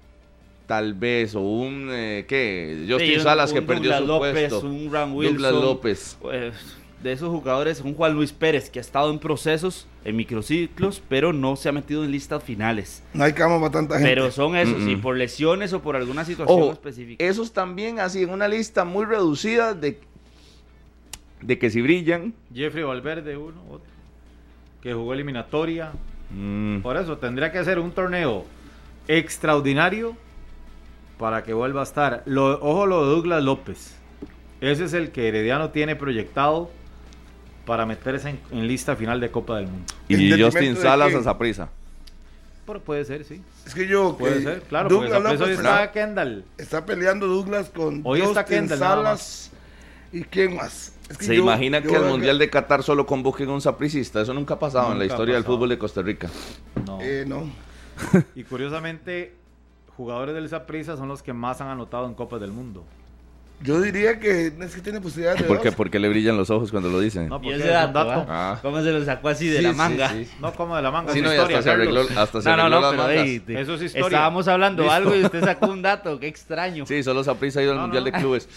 Speaker 2: tal vez, o un, eh, ¿qué? Justin Salas que perdió su
Speaker 5: López,
Speaker 2: puesto.
Speaker 5: Un Ram Wilson.
Speaker 2: Douglas López.
Speaker 5: eh, de esos jugadores, un Juan Luis Pérez que ha estado en procesos, en microciclos, pero no se ha metido en listas finales.
Speaker 3: no hay cama para tanta gente.
Speaker 5: Pero son esos,
Speaker 2: Mm,
Speaker 5: y
Speaker 2: mm.
Speaker 5: por lesiones o por alguna situación
Speaker 2: Ojo, eh,
Speaker 5: específica.
Speaker 2: esos también así en una lista muy reducida de, de que si brillan.
Speaker 4: Jeffrey Valverde, uno, otro, que jugó eliminatoria.
Speaker 2: mm,
Speaker 4: Por eso tendría que ser un torneo extraordinario para que vuelva a estar. Lo, ojo lo de Douglas López. Ese es el que Herediano tiene proyectado para meterse en, en lista final de Copa del Mundo.
Speaker 3: ¿En
Speaker 2: y
Speaker 3: detrimento
Speaker 2: Justin
Speaker 3: de
Speaker 2: Salas
Speaker 3: quién?
Speaker 2: a esa prisa.
Speaker 4: Pero puede ser, sí.
Speaker 3: es que yo. que
Speaker 4: Puede ser, claro. Porque
Speaker 3: Douglas
Speaker 4: esa presa hoy
Speaker 3: López
Speaker 4: está
Speaker 3: está,
Speaker 4: Kendall.
Speaker 3: está peleando Douglas con
Speaker 4: Hoy está Kendall, nada
Speaker 3: Salas. ¿Y quién más? Es que
Speaker 2: ¿Se
Speaker 3: yo-
Speaker 2: imagina
Speaker 3: yo
Speaker 2: que al
Speaker 3: veo
Speaker 2: Mundial de Qatar solo convoquen un sapricista? Eso nunca ha pasado en la
Speaker 4: Nunca ha
Speaker 2: historia del
Speaker 4: pasado.
Speaker 2: fútbol de Costa Rica.
Speaker 4: No.
Speaker 3: Eh, no.
Speaker 4: Y curiosamente, jugadores del Saprissa son los que más han anotado en Copas del Mundo.
Speaker 3: Yo diría que es que tiene posibilidades de.
Speaker 2: ¿Por qué?
Speaker 3: dos.
Speaker 2: Porque le brillan los ojos cuando lo dicen.
Speaker 4: No,
Speaker 5: Y
Speaker 4: porque
Speaker 5: ese
Speaker 4: es un
Speaker 5: dato,
Speaker 4: dato.
Speaker 5: ¿ah?
Speaker 2: Ah.
Speaker 5: ¿Cómo se lo sacó así de
Speaker 2: Sí,
Speaker 5: la
Speaker 2: sí,
Speaker 5: manga?
Speaker 2: sí.
Speaker 4: No como de la manga.
Speaker 2: Sí,
Speaker 4: es
Speaker 2: no, y
Speaker 4: historia,
Speaker 2: hasta se arregló,
Speaker 4: Carlos.
Speaker 2: hasta se
Speaker 5: No, no,
Speaker 2: arregló
Speaker 5: no,
Speaker 2: las
Speaker 5: pero
Speaker 2: mangas.
Speaker 5: ey, te-
Speaker 4: Eso es historia.
Speaker 5: Estábamos hablando
Speaker 4: Listo.
Speaker 5: algo y usted sacó un dato, qué extraño.
Speaker 2: Sí, solo Saprissa ha ido al
Speaker 4: No,
Speaker 2: Mundial de
Speaker 4: no.
Speaker 2: Clubes.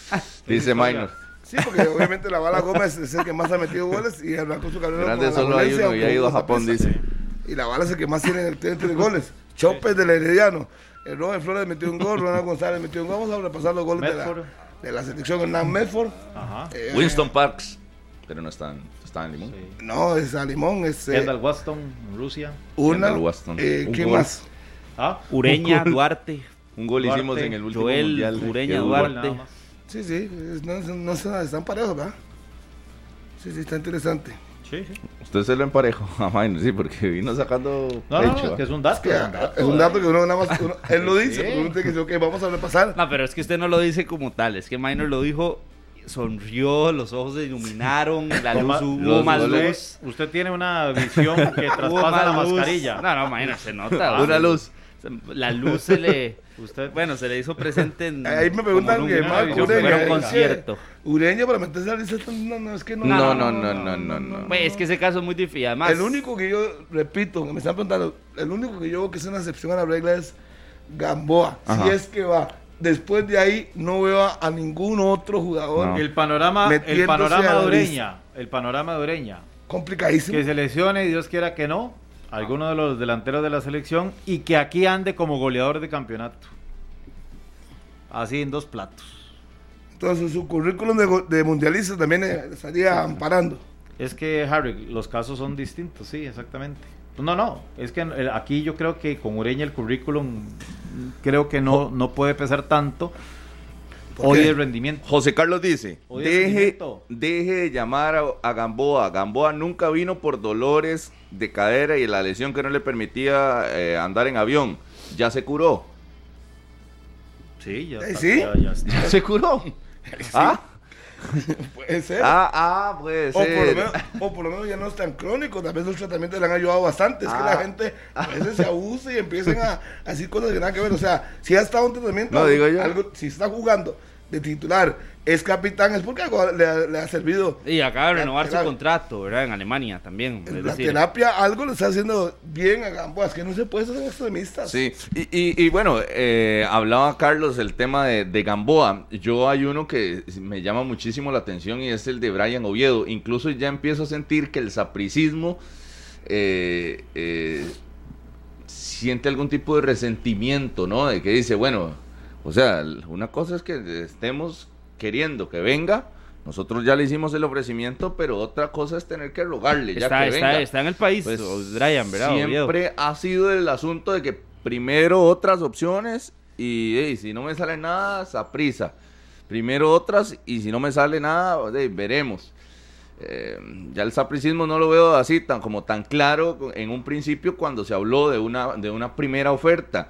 Speaker 2: Dice
Speaker 4: historia.
Speaker 2: Minor.
Speaker 3: Sí, porque obviamente la bala Gómez es el que más ha metido goles y arrancó su carrera.
Speaker 2: Grande
Speaker 3: con la
Speaker 2: solo hay
Speaker 3: Alajuelense,
Speaker 2: uno y ha
Speaker 3: con
Speaker 2: ido a
Speaker 3: esa
Speaker 2: Japón,
Speaker 4: pues,
Speaker 3: prisa.
Speaker 2: dice.
Speaker 3: Y la bala es el que más tiene, tiene tres goles. Chopes del Herediano. El Robert Flores metió un gol, Ronald González metió un gol. Vamos a repasar los goles de
Speaker 4: Medford.
Speaker 3: la, de la selección. Hernán Medford.
Speaker 4: Ajá.
Speaker 3: eh,
Speaker 2: Winston Parks. Pero no está en, está en Limón.
Speaker 4: Sí.
Speaker 3: No, es a Limón, es eh,
Speaker 4: Kendall Waston, en Rusia.
Speaker 3: una.
Speaker 2: Kendall Waston.
Speaker 3: Eh,
Speaker 2: Un
Speaker 3: ¿Qué
Speaker 2: gol.
Speaker 3: más?
Speaker 4: Ah,
Speaker 5: Ureña, Duarte,
Speaker 2: Un gol
Speaker 4: Duarte,
Speaker 2: hicimos en el último
Speaker 5: Joel,
Speaker 2: Mundial. de-
Speaker 5: Ureña,
Speaker 2: que hubo.
Speaker 5: Duarte.
Speaker 4: nada más.
Speaker 3: Sí, sí, es- no, no, no- están parejos, ¿verdad? Sí, sí, está interesante.
Speaker 4: Sí, sí.
Speaker 2: Usted se lo emparejó a Maino, sí, porque vino sacando
Speaker 4: No, no,
Speaker 2: pecho,
Speaker 4: es que
Speaker 2: ¿ah?
Speaker 4: es un dato.
Speaker 3: Que,
Speaker 4: es un dato. eh.
Speaker 3: es un dato que uno nada más. uno- él lo dice, porque uno tiene que decir, ok, vamos a repasar.
Speaker 5: No, pero es que usted no lo dice como tal. Es que Minor lo dijo, sonrió, los ojos se iluminaron, la
Speaker 4: Toma-
Speaker 5: luz hubo
Speaker 4: los
Speaker 5: más luz.
Speaker 4: goles- Usted tiene una visión que
Speaker 5: hubo
Speaker 4: traspasa la
Speaker 5: más luz.
Speaker 4: mascarilla. Ah.
Speaker 5: No, no, Minor se nota.
Speaker 2: Una
Speaker 5: se-
Speaker 2: luz.
Speaker 5: se- La luz se le.
Speaker 4: Usted,
Speaker 5: Bueno, se le hizo presente en.
Speaker 3: Ahí me preguntan
Speaker 5: como en
Speaker 3: que
Speaker 5: un-
Speaker 4: más,
Speaker 5: como
Speaker 4: yo
Speaker 5: si
Speaker 4: te-
Speaker 5: fuera un
Speaker 4: yo-
Speaker 5: concierto.
Speaker 3: Ureña para meterse a la lista, no, no, es que no.
Speaker 2: No, no, no, no, no, no.
Speaker 5: Pues es que ese caso es muy difícil. Además,
Speaker 3: El único que yo, repito, que me están preguntando, el único que yo veo que es una excepción a la regla es Gamboa.
Speaker 2: Ajá.
Speaker 3: Si es que va. Después de ahí no veo a, a ningún otro jugador.
Speaker 2: No.
Speaker 4: El panorama, el
Speaker 3: Metiéndose
Speaker 4: panorama
Speaker 3: a la
Speaker 4: de Ureña, el panorama de Ureña,
Speaker 3: Complicadísimo.
Speaker 4: que se lesione y Dios quiera que no, alguno de los delanteros de la selección y que aquí ande como goleador de campeonato. Así en dos platos.
Speaker 3: Entonces su currículum de, go- de mundialista también eh, estaría amparando.
Speaker 4: Es que Harry, los casos son distintos, sí, exactamente. No, no, es que eh, aquí yo creo que con Ureña el currículum mm, creo que no, no puede pesar tanto.
Speaker 3: ¿Por
Speaker 4: Hoy
Speaker 3: qué?
Speaker 4: el rendimiento.
Speaker 2: José Carlos dice,
Speaker 4: Oye,
Speaker 2: deje,
Speaker 4: Benito.
Speaker 2: deje de llamar a, a Gamboa. Gamboa nunca vino por dolores de cadera y la lesión que no le permitía eh, andar en avión. Ya se curó.
Speaker 4: Sí, ya.
Speaker 3: Eh,
Speaker 4: está-
Speaker 3: sí.
Speaker 4: ya- ya está.
Speaker 2: ¿Ya se curó? ¿Ah?
Speaker 3: Puede ser.
Speaker 2: ah, ah, puede
Speaker 3: o, por lo
Speaker 2: ser.
Speaker 3: menos, o por lo menos ya no es tan crónico. Tal vez los tratamientos le han ayudado bastante. Es que
Speaker 2: Ah.
Speaker 3: la gente a veces se abusa y empiezan a, a decir cosas que nada que ver. O sea, si ha estado un tratamiento,
Speaker 2: No, digo yo.
Speaker 3: algo- si está jugando de titular, es capitán, es porque algo le, ha- le ha servido.
Speaker 5: Y acaba de
Speaker 3: La
Speaker 5: renovar su
Speaker 3: terapia.
Speaker 5: contrato, ¿verdad? En Alemania también. es
Speaker 3: la
Speaker 5: decir,
Speaker 3: terapia algo le está haciendo bien a Gamboa. Es que no se puede ser extremistas.
Speaker 2: Sí, y, y- y bueno, eh, hablaba Carlos el tema de, de Gamboa. Yo hay uno que me llama muchísimo la atención y es el de Brian Oviedo. Incluso ya empiezo a sentir que el sapricismo eh, siente algún tipo de resentimiento, ¿no? De que dice, bueno, o sea, l- una cosa es que estemos queriendo que venga. Nosotros ya le hicimos el ofrecimiento, pero otra cosa es tener que rogarle. Ya
Speaker 5: está,
Speaker 2: que venga.
Speaker 5: está, está en el país,
Speaker 2: Pues,
Speaker 5: o Brian, ¿verdad? Oviedo.
Speaker 2: Siempre ha sido el asunto de que primero otras opciones y ey, si no me sale nada, prisa. Primero otras y si no me sale nada, ey, veremos. Eh, ya el sapricismo no lo veo así tan como tan claro en un principio cuando se habló de una, de una primera oferta.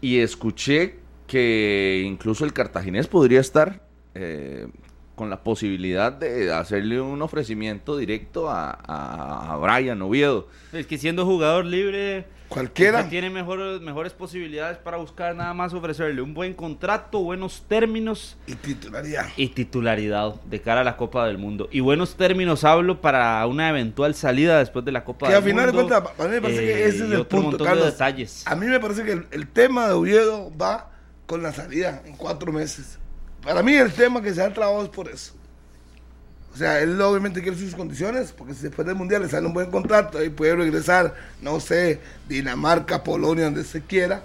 Speaker 2: Y escuché que incluso el cartaginés podría estar eh, con la posibilidad de hacerle un ofrecimiento directo a, a- a Brian Oviedo.
Speaker 5: Es que siendo jugador libre,
Speaker 3: Cualquiera.
Speaker 5: usted tiene mejor- mejores posibilidades para buscar nada más ofrecerle un buen contrato, buenos términos
Speaker 3: Y titularidad.
Speaker 5: y titularidad de cara a la Copa del Mundo. Y buenos términos hablo para una eventual salida después de la Copa
Speaker 3: Que
Speaker 5: del
Speaker 3: al final de
Speaker 5: Mundo. eh,
Speaker 3: cuentas, pa- para mí me parece que ese es
Speaker 5: y
Speaker 3: el
Speaker 5: otro
Speaker 3: punto,
Speaker 5: montón
Speaker 3: Carlos.
Speaker 5: de detalles.
Speaker 3: A mí me parece que el, el tema de Oviedo va con la salida en cuatro meses. Para mí el tema que se ha trabado es por eso. O sea, él obviamente quiere sus condiciones, porque si después del Mundial le sale un buen contrato, ahí puede regresar, no sé, Dinamarca, Polonia, donde se quiera.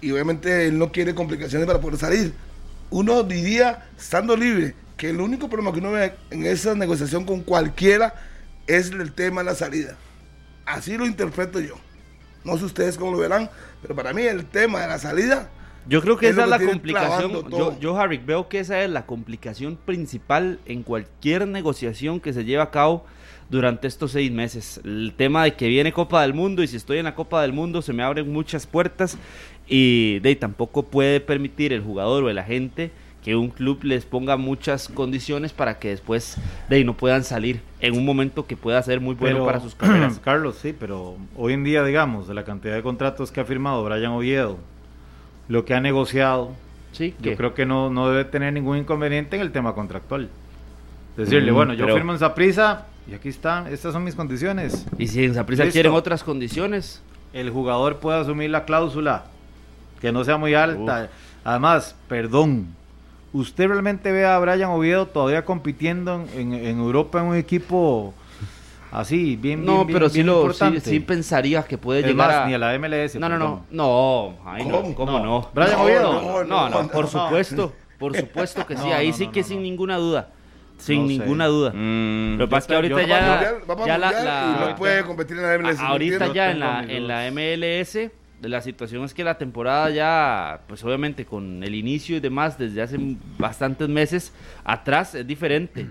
Speaker 3: Y obviamente él no quiere complicaciones para poder salir. Uno diría, estando libre, que el único problema que uno ve en esa negociación con cualquiera es el tema de la salida. Así lo interpreto yo. No sé ustedes cómo lo verán, pero para mí el tema de la salida,
Speaker 5: Yo creo que
Speaker 3: Es lo
Speaker 5: esa es
Speaker 3: que
Speaker 5: la
Speaker 3: tienen
Speaker 5: complicación.
Speaker 3: clavando
Speaker 5: Yo,
Speaker 3: todo.
Speaker 5: yo, Harry, veo que esa es la complicación principal en cualquier negociación que se lleve a cabo durante estos seis meses. El tema de que viene Copa del Mundo y si estoy en la Copa del Mundo se me abren muchas puertas y de, ahí, tampoco puede permitir el jugador o el agente que un club les ponga muchas condiciones para que después de ahí no puedan salir en un momento que pueda ser muy bueno
Speaker 4: Pero-
Speaker 5: para sus carreras.
Speaker 4: Carlos, sí, pero hoy en día, digamos, de la cantidad de contratos que ha firmado Brian Oviedo, lo que ha negociado,
Speaker 5: Sí,
Speaker 4: yo
Speaker 5: que-
Speaker 4: creo que no, no debe tener ningún inconveniente en el tema contractual. Decirle,
Speaker 5: Mm,
Speaker 4: bueno, yo
Speaker 5: pero-
Speaker 4: firmo en Saprisa y aquí están, estas son mis condiciones.
Speaker 5: Y si en Saprissa
Speaker 4: Listo.
Speaker 5: quieren otras condiciones,
Speaker 4: El jugador puede asumir la cláusula, que no sea muy alta. Además, perdón, ¿usted realmente ve a Brian Oviedo todavía compitiendo en, en- en Europa en un equipo así, bien,
Speaker 5: no,
Speaker 4: bien, bien-
Speaker 5: pero sí
Speaker 4: bien
Speaker 5: lo sí,
Speaker 4: importante?
Speaker 5: sí pensaría que puede
Speaker 4: Es
Speaker 5: llegar
Speaker 4: más,
Speaker 5: a...
Speaker 4: ni a la MLS.
Speaker 5: No, no, no,
Speaker 4: perdón.
Speaker 5: no, ay, no,
Speaker 3: ¿Cómo?
Speaker 5: ¿cómo no?
Speaker 4: Brian
Speaker 3: No,
Speaker 4: Oviedo.
Speaker 5: No,
Speaker 3: no,
Speaker 5: no,
Speaker 3: no,
Speaker 5: por
Speaker 4: no.
Speaker 5: supuesto, por supuesto que sí,
Speaker 4: No,
Speaker 5: ahí
Speaker 4: no,
Speaker 5: sí
Speaker 4: no,
Speaker 5: que
Speaker 4: no,
Speaker 5: sin
Speaker 4: no.
Speaker 5: ninguna duda, sin
Speaker 4: No sé.
Speaker 5: ninguna duda.
Speaker 2: Mm,
Speaker 5: Lo que pasa es que
Speaker 4: yo-
Speaker 5: ahorita
Speaker 4: yo-
Speaker 5: ya,
Speaker 3: mundial, vamos
Speaker 5: ya
Speaker 3: al
Speaker 5: la,
Speaker 3: mundial
Speaker 5: la-
Speaker 3: y no puede competir en la MLS.
Speaker 5: a-
Speaker 3: ¿me
Speaker 5: ahorita
Speaker 3: entiendes?
Speaker 5: ya
Speaker 4: No
Speaker 5: en
Speaker 4: tengo
Speaker 5: la,
Speaker 4: mis
Speaker 5: en
Speaker 4: dudas.
Speaker 5: la MLS, la situación es que la temporada ya, pues obviamente
Speaker 4: Mm.
Speaker 5: con el inicio y demás, desde hace bastantes meses atrás, es diferente.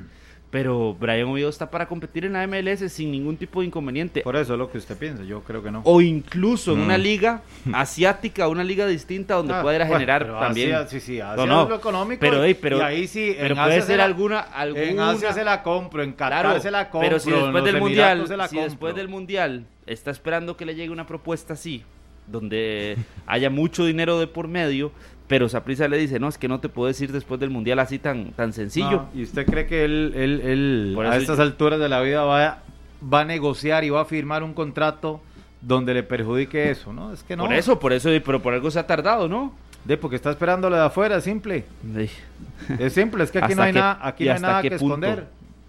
Speaker 5: Pero Brian Oviedo está para competir en la MLS sin ningún tipo de inconveniente.
Speaker 4: Por eso es lo que usted piensa, yo creo que no.
Speaker 5: Eh, O incluso en una liga asiática, una liga distinta donde
Speaker 4: Ah,
Speaker 5: pueda ir a
Speaker 4: bueno,
Speaker 5: generar
Speaker 4: pero
Speaker 5: también.
Speaker 4: Asia, sí, sí, Asia
Speaker 5: No, no,
Speaker 4: es lo económico.
Speaker 5: pero,
Speaker 4: y-
Speaker 5: ey, pero-
Speaker 4: y ahí sí,
Speaker 5: pero
Speaker 4: en
Speaker 5: puede
Speaker 4: Asia se
Speaker 5: ser
Speaker 4: la-
Speaker 5: alguna-
Speaker 4: En
Speaker 5: alguna-
Speaker 4: Asia se la compro, en Qatar
Speaker 5: Claro,
Speaker 4: se la compro.
Speaker 5: pero si
Speaker 4: en
Speaker 5: después
Speaker 4: los
Speaker 5: del
Speaker 4: Emiratos
Speaker 5: mundial,
Speaker 4: se la
Speaker 5: si después
Speaker 4: compro.
Speaker 5: del mundial está esperando que le llegue una propuesta así, donde haya mucho dinero de por medio, pero Saprisa le dice, no, es que no te puedes ir después del mundial así tan, tan sencillo.
Speaker 4: No, ¿Y usted cree que él, él- él
Speaker 5: Por
Speaker 4: a
Speaker 5: eso
Speaker 4: estas
Speaker 5: yo-
Speaker 4: alturas de la vida va, va a negociar y va a firmar un contrato donde le perjudique eso? ¿no? Es que no.
Speaker 5: Por eso, por eso, pero por algo se ha tardado, ¿no?
Speaker 4: De, porque está esperándole de afuera, es simple.
Speaker 5: Sí.
Speaker 4: Es simple, es que aquí
Speaker 5: Hasta
Speaker 4: no hay
Speaker 5: qué-
Speaker 4: nada, aquí
Speaker 5: y
Speaker 4: no hay
Speaker 5: hasta
Speaker 4: nada
Speaker 5: qué
Speaker 4: que
Speaker 5: punto.
Speaker 4: esconder.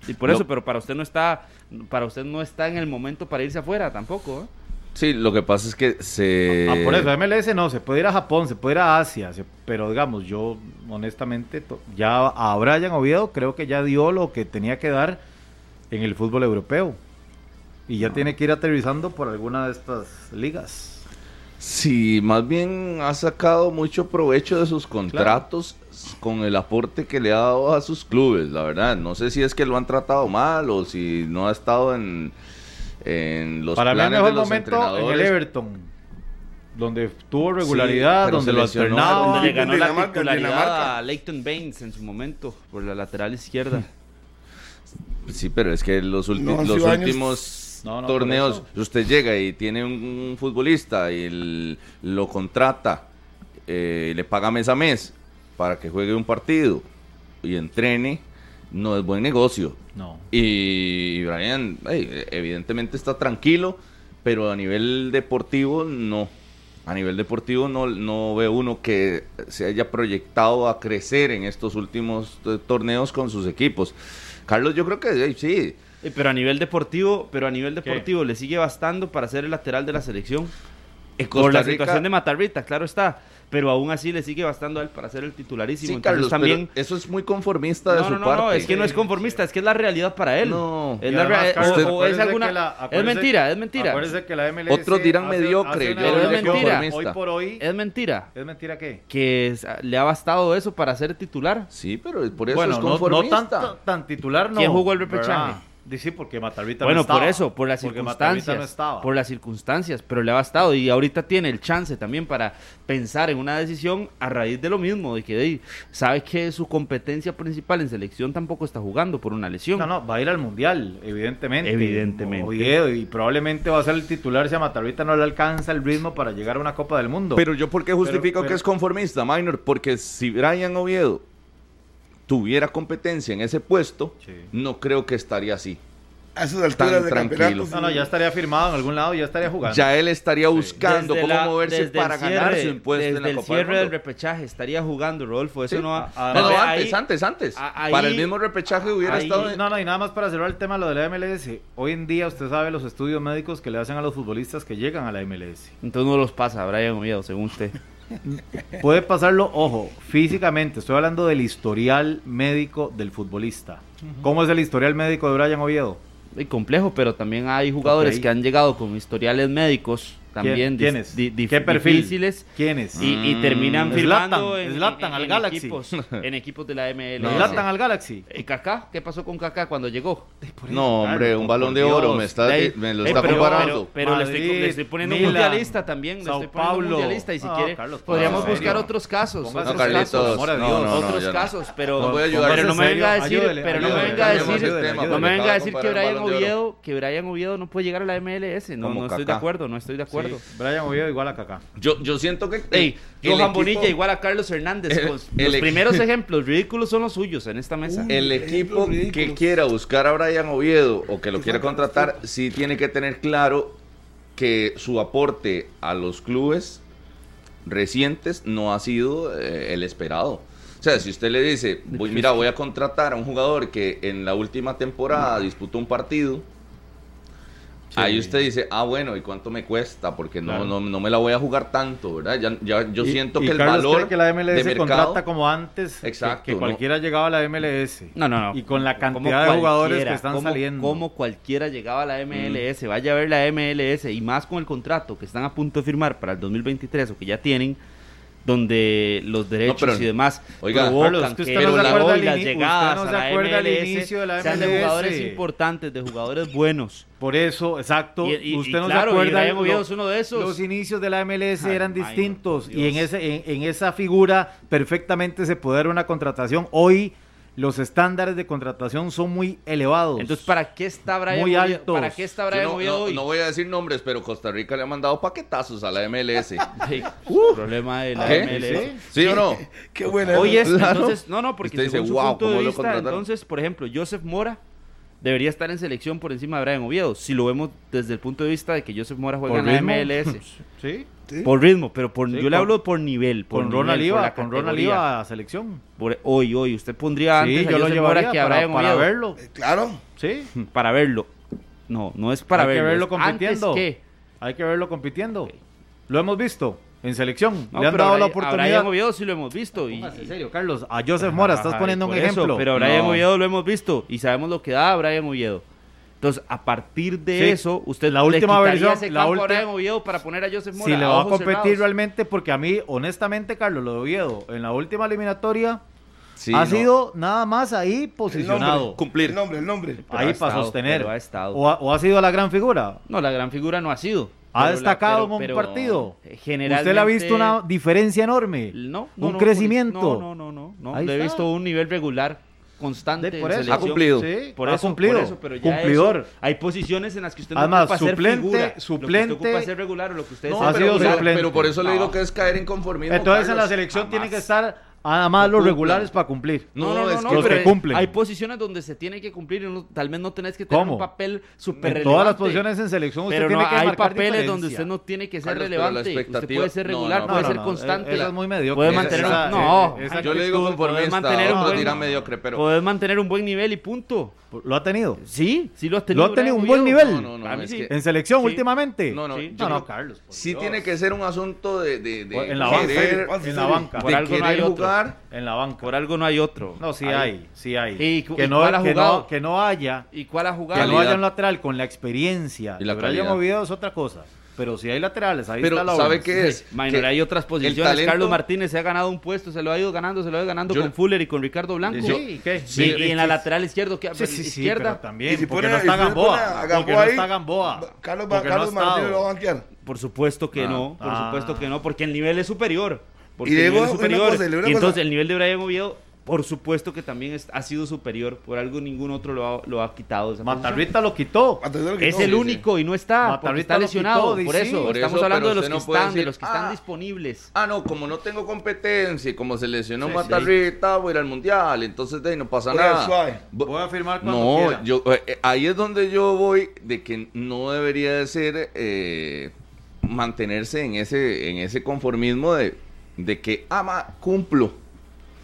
Speaker 5: Y por
Speaker 2: No.
Speaker 5: eso, pero para usted no está, para usted no está en el momento para irse afuera tampoco, ¿eh?
Speaker 2: Sí, lo que pasa es que se...
Speaker 4: Ah, por eso, MLS no, se puede ir a Japón, se puede ir a Asia, se- pero digamos, yo honestamente, to- ya a Brian Oviedo creo que ya dio lo que tenía que dar en el fútbol europeo. Y ya tiene que ir aterrizando por alguna de estas ligas.
Speaker 2: Sí, más bien ha sacado mucho provecho de sus contratos con el aporte que le ha dado a sus clubes, la verdad. No sé si es que lo han tratado mal o si no ha estado en, en los
Speaker 4: Para mí el
Speaker 2: planes
Speaker 4: mejor
Speaker 2: de los
Speaker 4: momento en el
Speaker 2: entrenadores.
Speaker 4: Everton, donde tuvo regularidad,
Speaker 2: pero
Speaker 4: donde
Speaker 2: se
Speaker 4: lo
Speaker 2: lesionó,
Speaker 4: alternaba.
Speaker 5: Donde le
Speaker 2: pues,
Speaker 3: en
Speaker 5: ganó la
Speaker 3: Dinamarca, en
Speaker 5: titularidad
Speaker 3: Dinamarca.
Speaker 5: a Leighton Baines en su momento por la lateral izquierda.
Speaker 2: Sí, pero es que los, ulti-
Speaker 3: No, han
Speaker 2: los
Speaker 3: sido años-
Speaker 2: últimos
Speaker 4: No, no, por
Speaker 2: torneos, usted llega y tiene un, un futbolista y el- lo contrata, eh, le paga mes a mes para que juegue un partido y entrene, no es buen negocio.
Speaker 4: No.
Speaker 2: Y Brian, ey, evidentemente está tranquilo, pero a nivel deportivo no. A nivel deportivo no, no ve uno que se haya proyectado a crecer en estos últimos eh, torneos con sus equipos. Carlos, yo creo que ey, sí.
Speaker 5: Eh, Pero a nivel deportivo, pero a nivel deportivo le sigue bastando para ser el lateral de la selección.
Speaker 2: En Eh, Costa
Speaker 5: Por la
Speaker 2: Rica-
Speaker 5: situación de Matarrita, claro está. Pero aún así le sigue bastando a él para ser el titularísimo.
Speaker 2: Sí,
Speaker 5: Entonces
Speaker 2: Carlos,
Speaker 5: también.
Speaker 2: pero eso es muy conformista de
Speaker 5: No,
Speaker 2: su
Speaker 5: no, no,
Speaker 2: parte.
Speaker 5: no, es que no es conformista, es que eh, es la realidad para él.
Speaker 2: No.
Speaker 5: Es
Speaker 4: Y
Speaker 5: la
Speaker 4: además,
Speaker 5: rea-
Speaker 4: Carlos,
Speaker 5: o- o es
Speaker 4: acuérdese
Speaker 5: alguna-
Speaker 4: que la-
Speaker 5: es
Speaker 4: acuérdese-
Speaker 5: mentira, es mentira.
Speaker 4: acuérdese que la MLS
Speaker 2: Otros dirán
Speaker 4: hace-
Speaker 2: mediocre,
Speaker 4: hace una
Speaker 2: yo
Speaker 5: digo
Speaker 4: evaluación
Speaker 5: conformista.
Speaker 4: Hoy por hoy,
Speaker 5: Es mentira.
Speaker 4: ¿es mentira qué?
Speaker 5: Que es- le ha bastado eso para ser titular.
Speaker 2: Sí, pero por eso
Speaker 4: bueno,
Speaker 2: es
Speaker 4: no, no
Speaker 2: conformista.
Speaker 4: tan, tan- tan titular, no.
Speaker 5: ¿Quién jugó el
Speaker 4: ¿verdad?
Speaker 5: repechaje?
Speaker 4: Di- Sí, porque Matarrita
Speaker 5: bueno,
Speaker 4: no estaba.
Speaker 5: por eso, por las
Speaker 4: Porque Matarrita
Speaker 5: circunstancias.
Speaker 4: no estaba.
Speaker 5: Por las circunstancias, pero le ha bastado. Y ahorita tiene el chance también para pensar en una decisión a raíz de lo mismo, de que de, sabe que su competencia principal en selección tampoco está jugando por una lesión.
Speaker 4: No, no, va a ir al Mundial, evidentemente.
Speaker 5: Evidentemente.
Speaker 4: Oviedo, y probablemente va a ser el titular si a Matarrita no le alcanza el ritmo para llegar a una Copa del Mundo.
Speaker 2: Pero yo por qué justifico
Speaker 4: Pero-
Speaker 2: que
Speaker 4: pero-
Speaker 2: es conformista, Minor, porque si Brian Oviedo tuviera competencia en ese puesto,
Speaker 4: Sí.
Speaker 2: no creo que estaría así.
Speaker 3: A esas alturas de
Speaker 2: tranquilo.
Speaker 3: campeonato.
Speaker 4: No, no, ya estaría firmado en algún lado, ya estaría jugando.
Speaker 2: Ya él estaría buscando
Speaker 5: Desde
Speaker 2: cómo
Speaker 5: la-
Speaker 2: moverse
Speaker 5: desde
Speaker 2: para
Speaker 5: el cierre-
Speaker 2: ganar su impuesto
Speaker 5: Desde
Speaker 2: en la
Speaker 5: el
Speaker 2: Copa del
Speaker 5: cierre del
Speaker 2: Mundo.
Speaker 5: repechaje estaría jugando, Rodolfo. Eso
Speaker 2: Sí.
Speaker 5: no va-
Speaker 4: Ah,
Speaker 2: No, no,
Speaker 5: ve, ahí-
Speaker 2: antes, antes, antes.
Speaker 5: a- ahí-
Speaker 2: para el mismo repechaje hubiera
Speaker 5: ahí-
Speaker 2: estado... en-
Speaker 4: No, no, y nada más para cerrar el tema lo de la MLS. Hoy en día usted sabe los estudios médicos que le hacen a los futbolistas que llegan a la MLS.
Speaker 5: Entonces no los pasa, Brian Oviedo, según usted.
Speaker 4: Puede pasarlo, ojo, físicamente. Estoy hablando del historial médico del futbolista. ¿Cómo es el historial médico de Brian Oviedo?
Speaker 5: Muy complejo, pero también hay jugadores
Speaker 4: Ok.
Speaker 5: que han llegado con historiales médicos también
Speaker 4: ¿Quién-
Speaker 5: dis-
Speaker 4: ¿Quiénes?
Speaker 5: di- dif-
Speaker 4: ¿Qué perfil?
Speaker 5: difíciles
Speaker 4: ¿Quiénes?
Speaker 5: y, y terminan
Speaker 4: Mm.
Speaker 5: firmando
Speaker 4: Zlatan,
Speaker 5: en,
Speaker 4: Zlatan
Speaker 5: en-
Speaker 4: al
Speaker 5: en
Speaker 4: Galaxy.
Speaker 5: equipos, en equipos de la MLS.
Speaker 2: No,
Speaker 4: ¿Y latan al Galaxy?
Speaker 5: ¿Y Kaká? ¿Qué pasó con Kaká cuando llegó?
Speaker 2: No, hombre,
Speaker 4: Claro,
Speaker 2: un
Speaker 4: por
Speaker 2: balón de
Speaker 4: Dios.
Speaker 2: oro me, está,
Speaker 5: Ey,
Speaker 2: me lo
Speaker 5: ey,
Speaker 2: está
Speaker 5: eh, pero-
Speaker 2: comparando.
Speaker 5: Pero, pero le, estoy,
Speaker 4: Madrid,
Speaker 5: le estoy poniendo un
Speaker 4: Milan,
Speaker 5: mundialista también. Le
Speaker 4: Sao
Speaker 5: estoy poniendo un
Speaker 4: Paulo.
Speaker 5: mundialista. Y si
Speaker 4: No,
Speaker 5: quiere,
Speaker 4: Carlos,
Speaker 5: podríamos
Speaker 2: ¿en serio?
Speaker 5: buscar otros casos.
Speaker 4: Póngase
Speaker 5: Otros
Speaker 2: No, Carlitos,
Speaker 5: casos.
Speaker 4: por amor de
Speaker 2: no,
Speaker 4: Dios.
Speaker 2: no, no,
Speaker 5: otros
Speaker 2: yo no.
Speaker 5: casos, pero,
Speaker 2: No voy a ayudar.
Speaker 5: pero no me
Speaker 4: Serio,
Speaker 5: venga a decir,
Speaker 4: ayúdele,
Speaker 5: pero no me
Speaker 4: ayúdele,
Speaker 5: venga a
Speaker 4: ayúdele,
Speaker 5: decir,
Speaker 4: ayúdele,
Speaker 5: no me
Speaker 4: ayúdele.
Speaker 5: venga a decir
Speaker 2: Acaba
Speaker 5: que
Speaker 2: de comparar
Speaker 5: Brian
Speaker 2: el Balón de Oro.
Speaker 5: Oviedo, que Brian Oviedo no puede llegar a la MLS, no,
Speaker 2: Como
Speaker 5: no estoy de
Speaker 2: Kaká.
Speaker 5: acuerdo, no estoy de acuerdo.
Speaker 4: Sí, Brian Oviedo igual a Kaká.
Speaker 2: Yo, yo siento que...
Speaker 5: Ey,
Speaker 2: el
Speaker 5: Johan
Speaker 2: equipo-
Speaker 5: Bonilla igual a Carlos Hernández.
Speaker 2: El-
Speaker 5: los
Speaker 2: el
Speaker 5: los
Speaker 2: equi-
Speaker 5: primeros ejemplos ridículos son los suyos en esta mesa.
Speaker 2: El equipo que quiera buscar a Brian Oviedo o que lo quiera contratar, sí tiene que tener claro que su aporte a los clubes recientes no ha sido eh, el esperado. O sea, si usted le dice, voy, mira, voy a contratar a un jugador que en la última temporada disputó un partido, ahí usted dice, ah, bueno, ¿y cuánto me cuesta? Porque no,
Speaker 4: Claro.
Speaker 2: no, no me la voy a jugar tanto, ¿verdad? Ya, ya- yo
Speaker 4: Y-
Speaker 2: siento
Speaker 4: y
Speaker 2: que el
Speaker 4: Carlos
Speaker 2: valor
Speaker 4: cree que la
Speaker 2: de
Speaker 4: MLS
Speaker 2: mercado...
Speaker 4: contrata como antes que-
Speaker 2: Exacto,
Speaker 4: que,
Speaker 2: no.
Speaker 4: cualquiera llegaba a la MLS.
Speaker 5: No, no, no.
Speaker 4: Y con la
Speaker 5: Como
Speaker 4: cantidad de jugadores
Speaker 5: cualquiera,
Speaker 4: que están
Speaker 5: como-
Speaker 4: saliendo. Mm.
Speaker 5: Como cualquiera llegaba a la MLS, vaya a ver la MLS y más con el contrato que están a punto de firmar para el 2023 o que ya tienen, donde los derechos
Speaker 2: pero-
Speaker 5: y demás
Speaker 2: oiga,
Speaker 5: provocan
Speaker 4: Carlos, que usted
Speaker 5: que
Speaker 4: no se
Speaker 5: la-
Speaker 4: acuerda al
Speaker 5: las
Speaker 4: ini- usted
Speaker 5: llegadas
Speaker 4: no se
Speaker 5: a la
Speaker 4: acuerda al
Speaker 5: MLS
Speaker 4: inicio de la
Speaker 5: sean de
Speaker 4: MLS.
Speaker 5: jugadores importantes, de jugadores buenos.
Speaker 4: Por eso, exacto.
Speaker 5: Y- y- y
Speaker 4: usted no
Speaker 5: claro, y
Speaker 4: se acuerda.
Speaker 5: Brian Oviedo
Speaker 4: lo-
Speaker 5: es uno de esos.
Speaker 4: Los inicios de la MLS
Speaker 5: Ay,
Speaker 4: eran
Speaker 5: Mayo,
Speaker 4: distintos. y
Speaker 5: Dios.
Speaker 4: en, ese, en, en esa figura perfectamente se puede dar una contratación. Hoy los estándares de contratación son muy elevados.
Speaker 5: Entonces, ¿para qué está Brian
Speaker 4: Muy
Speaker 5: Oviedo?
Speaker 4: altos.
Speaker 5: ¿Para qué está
Speaker 2: Yo
Speaker 5: Brian
Speaker 2: no,
Speaker 5: Oviedo
Speaker 2: no-
Speaker 5: hoy?
Speaker 2: no voy a decir nombres, pero Costa Rica le ha mandado paquetazos a la MLS.
Speaker 5: Sí,
Speaker 4: Uh.
Speaker 5: problema de la
Speaker 2: ¿Qué?
Speaker 5: MLS.
Speaker 2: ¿Sí o no?
Speaker 3: Qué buena.
Speaker 5: Hoy es,
Speaker 2: Claro.
Speaker 5: este, entonces, no, no, porque
Speaker 2: Usted dice,
Speaker 5: según su
Speaker 2: "Wow,
Speaker 5: punto
Speaker 2: ¿cómo
Speaker 5: de
Speaker 2: lo
Speaker 5: vista,
Speaker 2: contrataron?"
Speaker 5: entonces, por ejemplo, Joseph Mora debería estar en selección por encima de Brian Oviedo, si lo vemos desde el punto de vista de que Joseph Mora juega
Speaker 4: Por
Speaker 5: en la
Speaker 4: ritmo.
Speaker 5: MLS.
Speaker 4: Sí.
Speaker 3: Sí.
Speaker 5: Por ritmo, pero por,
Speaker 4: Sí,
Speaker 5: yo
Speaker 4: con-
Speaker 5: le hablo por nivel. Por
Speaker 4: Con
Speaker 5: nivel,
Speaker 4: Ronald
Speaker 5: por
Speaker 4: Iba,
Speaker 5: la
Speaker 4: con Ronald
Speaker 5: categoría.
Speaker 4: Iba a selección.
Speaker 5: Por- hoy, hoy, usted pondría antes
Speaker 4: Sí, yo
Speaker 5: a
Speaker 4: lo
Speaker 5: Joseph
Speaker 4: llevaría
Speaker 5: Mora que a
Speaker 4: para,
Speaker 5: Brian
Speaker 4: para
Speaker 5: Oviedo.
Speaker 4: verlo.
Speaker 3: Eh, Claro.
Speaker 4: Sí.
Speaker 5: Para verlo. No, no es para
Speaker 4: Hay que
Speaker 5: verlo.
Speaker 4: verlo
Speaker 5: es antes
Speaker 4: compitiendo.
Speaker 5: que-
Speaker 4: Hay que verlo compitiendo. Lo hemos visto en selección.
Speaker 5: No,
Speaker 4: Le han
Speaker 5: pero
Speaker 4: dado
Speaker 5: a
Speaker 4: la
Speaker 5: Brian- A Brian
Speaker 4: oportunidad.
Speaker 5: Oviedo sí lo hemos visto. Y,
Speaker 4: Póngase serio, Carlos. A Joseph Mora estás poniendo un
Speaker 5: Por eso,
Speaker 4: ejemplo.
Speaker 5: pero a Brian
Speaker 2: No.
Speaker 5: Oviedo lo hemos visto y sabemos lo que da a Brian Oviedo. Entonces, a partir de
Speaker 4: Sí.
Speaker 5: eso, usted
Speaker 4: La
Speaker 5: le
Speaker 4: última
Speaker 5: quitaría
Speaker 4: versión,
Speaker 5: ese
Speaker 4: la
Speaker 5: campo a
Speaker 4: última-
Speaker 5: Brian Oviedo para poner a Joseph Mora.
Speaker 4: si le
Speaker 5: a
Speaker 4: va a
Speaker 5: ojos
Speaker 4: competir
Speaker 5: cerrados.
Speaker 4: realmente, porque a mí, honestamente, Carlos, lo de Oviedo, en la última eliminatoria,
Speaker 2: Sí,
Speaker 4: ha
Speaker 2: no.
Speaker 4: sido nada más ahí posicionado.
Speaker 2: Cumplir.
Speaker 3: El nombre, el nombre.
Speaker 5: Pero ha
Speaker 4: Ahí para
Speaker 5: estado,
Speaker 4: sostener.
Speaker 5: pero ha estado.
Speaker 4: O ha, o ha sido la gran figura.
Speaker 5: No, la gran figura no ha sido.
Speaker 4: Ha
Speaker 5: Pero la-
Speaker 4: destacado
Speaker 5: pero-
Speaker 4: en
Speaker 5: pero
Speaker 4: un partido.
Speaker 5: Generalmente,
Speaker 4: Usted le ha visto una diferencia enorme.
Speaker 5: No, no,
Speaker 4: un
Speaker 5: no,
Speaker 4: crecimiento.
Speaker 5: No, no, no, no. no.
Speaker 4: Ahí
Speaker 5: Le he
Speaker 4: está.
Speaker 5: visto un nivel regular constante.
Speaker 4: De-
Speaker 5: en
Speaker 4: por eso.
Speaker 5: selección.
Speaker 2: Ha cumplido.
Speaker 4: Sí,
Speaker 5: Por
Speaker 4: ha
Speaker 5: eso,
Speaker 4: cumplido.
Speaker 5: por eso, pero ya
Speaker 4: Cumplidor.
Speaker 5: eso- hay posiciones en las que usted no
Speaker 4: Además,
Speaker 5: ocupa ser
Speaker 4: suplente,
Speaker 5: figura. Lo que usted
Speaker 4: suplente.
Speaker 5: ocupa es ser regular o lo que usted
Speaker 2: No,
Speaker 5: es-
Speaker 4: Ha
Speaker 2: pero,
Speaker 4: sido
Speaker 2: pero-
Speaker 4: suplente.
Speaker 2: pero por eso le digo
Speaker 5: No.
Speaker 2: que es caer en conformismo.
Speaker 4: Entonces en la
Speaker 2: Carlos.
Speaker 4: selección
Speaker 5: jamás.
Speaker 4: tienen que estar nada más los
Speaker 2: Cumplan.
Speaker 4: regulares para cumplir.
Speaker 5: No, no, no,
Speaker 2: es
Speaker 5: no,
Speaker 2: que-
Speaker 4: los
Speaker 5: pero
Speaker 4: que cumplen.
Speaker 5: Hay posiciones donde se tiene que cumplir, y no- tal vez no tenés que tener
Speaker 4: ¿Cómo?
Speaker 5: un papel súper
Speaker 4: En todas las
Speaker 5: relevante,
Speaker 4: posiciones en selección usted
Speaker 5: Pero
Speaker 4: tiene
Speaker 5: no,
Speaker 4: que
Speaker 5: hay
Speaker 4: marcar
Speaker 5: papeles donde
Speaker 4: diferencia.
Speaker 5: usted no tiene que ser
Speaker 2: Carlos, pero la
Speaker 5: relevante. Usted
Speaker 2: expectativa-
Speaker 5: puede ser
Speaker 2: no,
Speaker 5: regular,
Speaker 2: no,
Speaker 5: puede
Speaker 2: no,
Speaker 5: ser
Speaker 2: no,
Speaker 5: constante.
Speaker 4: esa es muy mediocre.
Speaker 5: Puede
Speaker 2: Esa-
Speaker 5: mantener
Speaker 2: esa-
Speaker 5: un, no,
Speaker 4: esa-
Speaker 2: Yo le
Speaker 4: actitud,
Speaker 2: digo
Speaker 4: poder
Speaker 2: conformista,
Speaker 5: mantener un
Speaker 2: otros
Speaker 5: buen-
Speaker 2: dirán mediocre, pero...
Speaker 5: poder mantener un buen nivel y punto.
Speaker 4: Lo ha tenido.
Speaker 5: Sí, sí lo has
Speaker 4: Lo
Speaker 5: tenido.
Speaker 4: ha tenido
Speaker 5: Brian
Speaker 4: un buen
Speaker 5: Oviedo.
Speaker 4: nivel.
Speaker 2: No, no, no,
Speaker 5: Para mí
Speaker 2: es
Speaker 5: sí.
Speaker 2: que-
Speaker 4: En selección
Speaker 5: Sí.
Speaker 4: últimamente.
Speaker 2: No, no,
Speaker 5: Sí.
Speaker 2: yo
Speaker 4: No, no,
Speaker 2: creo-
Speaker 4: Carlos. por
Speaker 2: Sí
Speaker 4: Dios.
Speaker 2: tiene que ser un asunto de... de- de-
Speaker 4: Pues, En la
Speaker 2: de
Speaker 4: banca.
Speaker 2: querer-
Speaker 4: En la banca.
Speaker 5: Por
Speaker 2: de
Speaker 5: algo no
Speaker 2: querer
Speaker 5: hay otro.
Speaker 2: jugar.
Speaker 4: En la banca.
Speaker 5: Por algo no hay otro.
Speaker 4: No, sí
Speaker 5: Ahí.
Speaker 4: hay, sí hay.
Speaker 5: ¿Y cu-
Speaker 4: que,
Speaker 5: y
Speaker 4: no,
Speaker 5: cuál ha
Speaker 4: que,
Speaker 5: jugado?
Speaker 4: no, que no haya,
Speaker 5: ¿Y cuál ha
Speaker 4: que
Speaker 5: jugado?
Speaker 4: no
Speaker 2: Calidad.
Speaker 4: haya un lateral con la experiencia.
Speaker 2: Y la
Speaker 4: que lo hayan
Speaker 2: calidad.
Speaker 4: movido es otra cosa. Pero si hay laterales, ahí
Speaker 2: Pero,
Speaker 4: está la
Speaker 2: ¿sabe
Speaker 4: buena.
Speaker 2: qué es?
Speaker 5: Minor,
Speaker 2: Que
Speaker 5: hay otras posiciones.
Speaker 2: talento-
Speaker 5: Carlos Martínez se ha ganado un puesto, se lo ha ido ganando, se lo ha ido ganando
Speaker 2: Yo-
Speaker 5: con Fuller y con Ricardo Blanco.
Speaker 4: Sí, ¿y ¿qué?
Speaker 5: Y- y, en la lateral izquierda, ¿qué?
Speaker 4: Sí, sí, sí, pero
Speaker 5: izquierda,
Speaker 4: también,
Speaker 3: Y si
Speaker 4: porque
Speaker 3: pone-
Speaker 4: no
Speaker 3: y
Speaker 4: está
Speaker 3: si le pone
Speaker 4: Gamboa,
Speaker 3: a
Speaker 4: porque no
Speaker 3: Gamboa ahí,
Speaker 4: está Gamboa,
Speaker 3: Carlos,
Speaker 4: porque no ha
Speaker 3: Carlos Martínez
Speaker 4: estado.
Speaker 3: lo va a banquear.
Speaker 5: por supuesto que
Speaker 2: Ah.
Speaker 5: no, por
Speaker 4: Ah.
Speaker 5: supuesto que no, porque el nivel es superior. Porque
Speaker 3: Y le
Speaker 5: el nivel
Speaker 3: digo
Speaker 5: es
Speaker 3: una
Speaker 5: superior.
Speaker 3: cosa, y le digo una
Speaker 5: y entonces
Speaker 3: cosa.
Speaker 5: el nivel de Brian Oviedo, por supuesto que también es- ha sido superior. Por algo ningún otro lo ha, lo ha quitado. de esa posición.
Speaker 4: Matarrita lo quitó.
Speaker 3: Atención que
Speaker 5: Es
Speaker 3: no.
Speaker 5: el
Speaker 2: sí.
Speaker 5: único y no está,
Speaker 4: Matarrita
Speaker 5: porque está
Speaker 4: lo
Speaker 5: lesionado.
Speaker 4: quitó,
Speaker 5: por
Speaker 4: sí.
Speaker 5: eso,
Speaker 4: Por
Speaker 5: estamos
Speaker 2: eso,
Speaker 5: hablando
Speaker 2: pero
Speaker 5: de los que
Speaker 2: usted no puede
Speaker 5: están, de
Speaker 2: decir,
Speaker 5: los que
Speaker 2: "Ah".
Speaker 5: están disponibles.
Speaker 2: Ah, no, como no tengo competencia y como se lesionó
Speaker 4: Sí,
Speaker 2: Matarrita, voy a ir al mundial, entonces de ahí no pasa
Speaker 3: Oiga,
Speaker 2: nada.
Speaker 3: suave.
Speaker 2: Bo-
Speaker 4: a firmar
Speaker 2: No, yo, eh, eh, ahí es donde yo voy de que no debería de ser eh, mantenerse en ese, en ese conformismo de, de que, ah, ma, cumplo.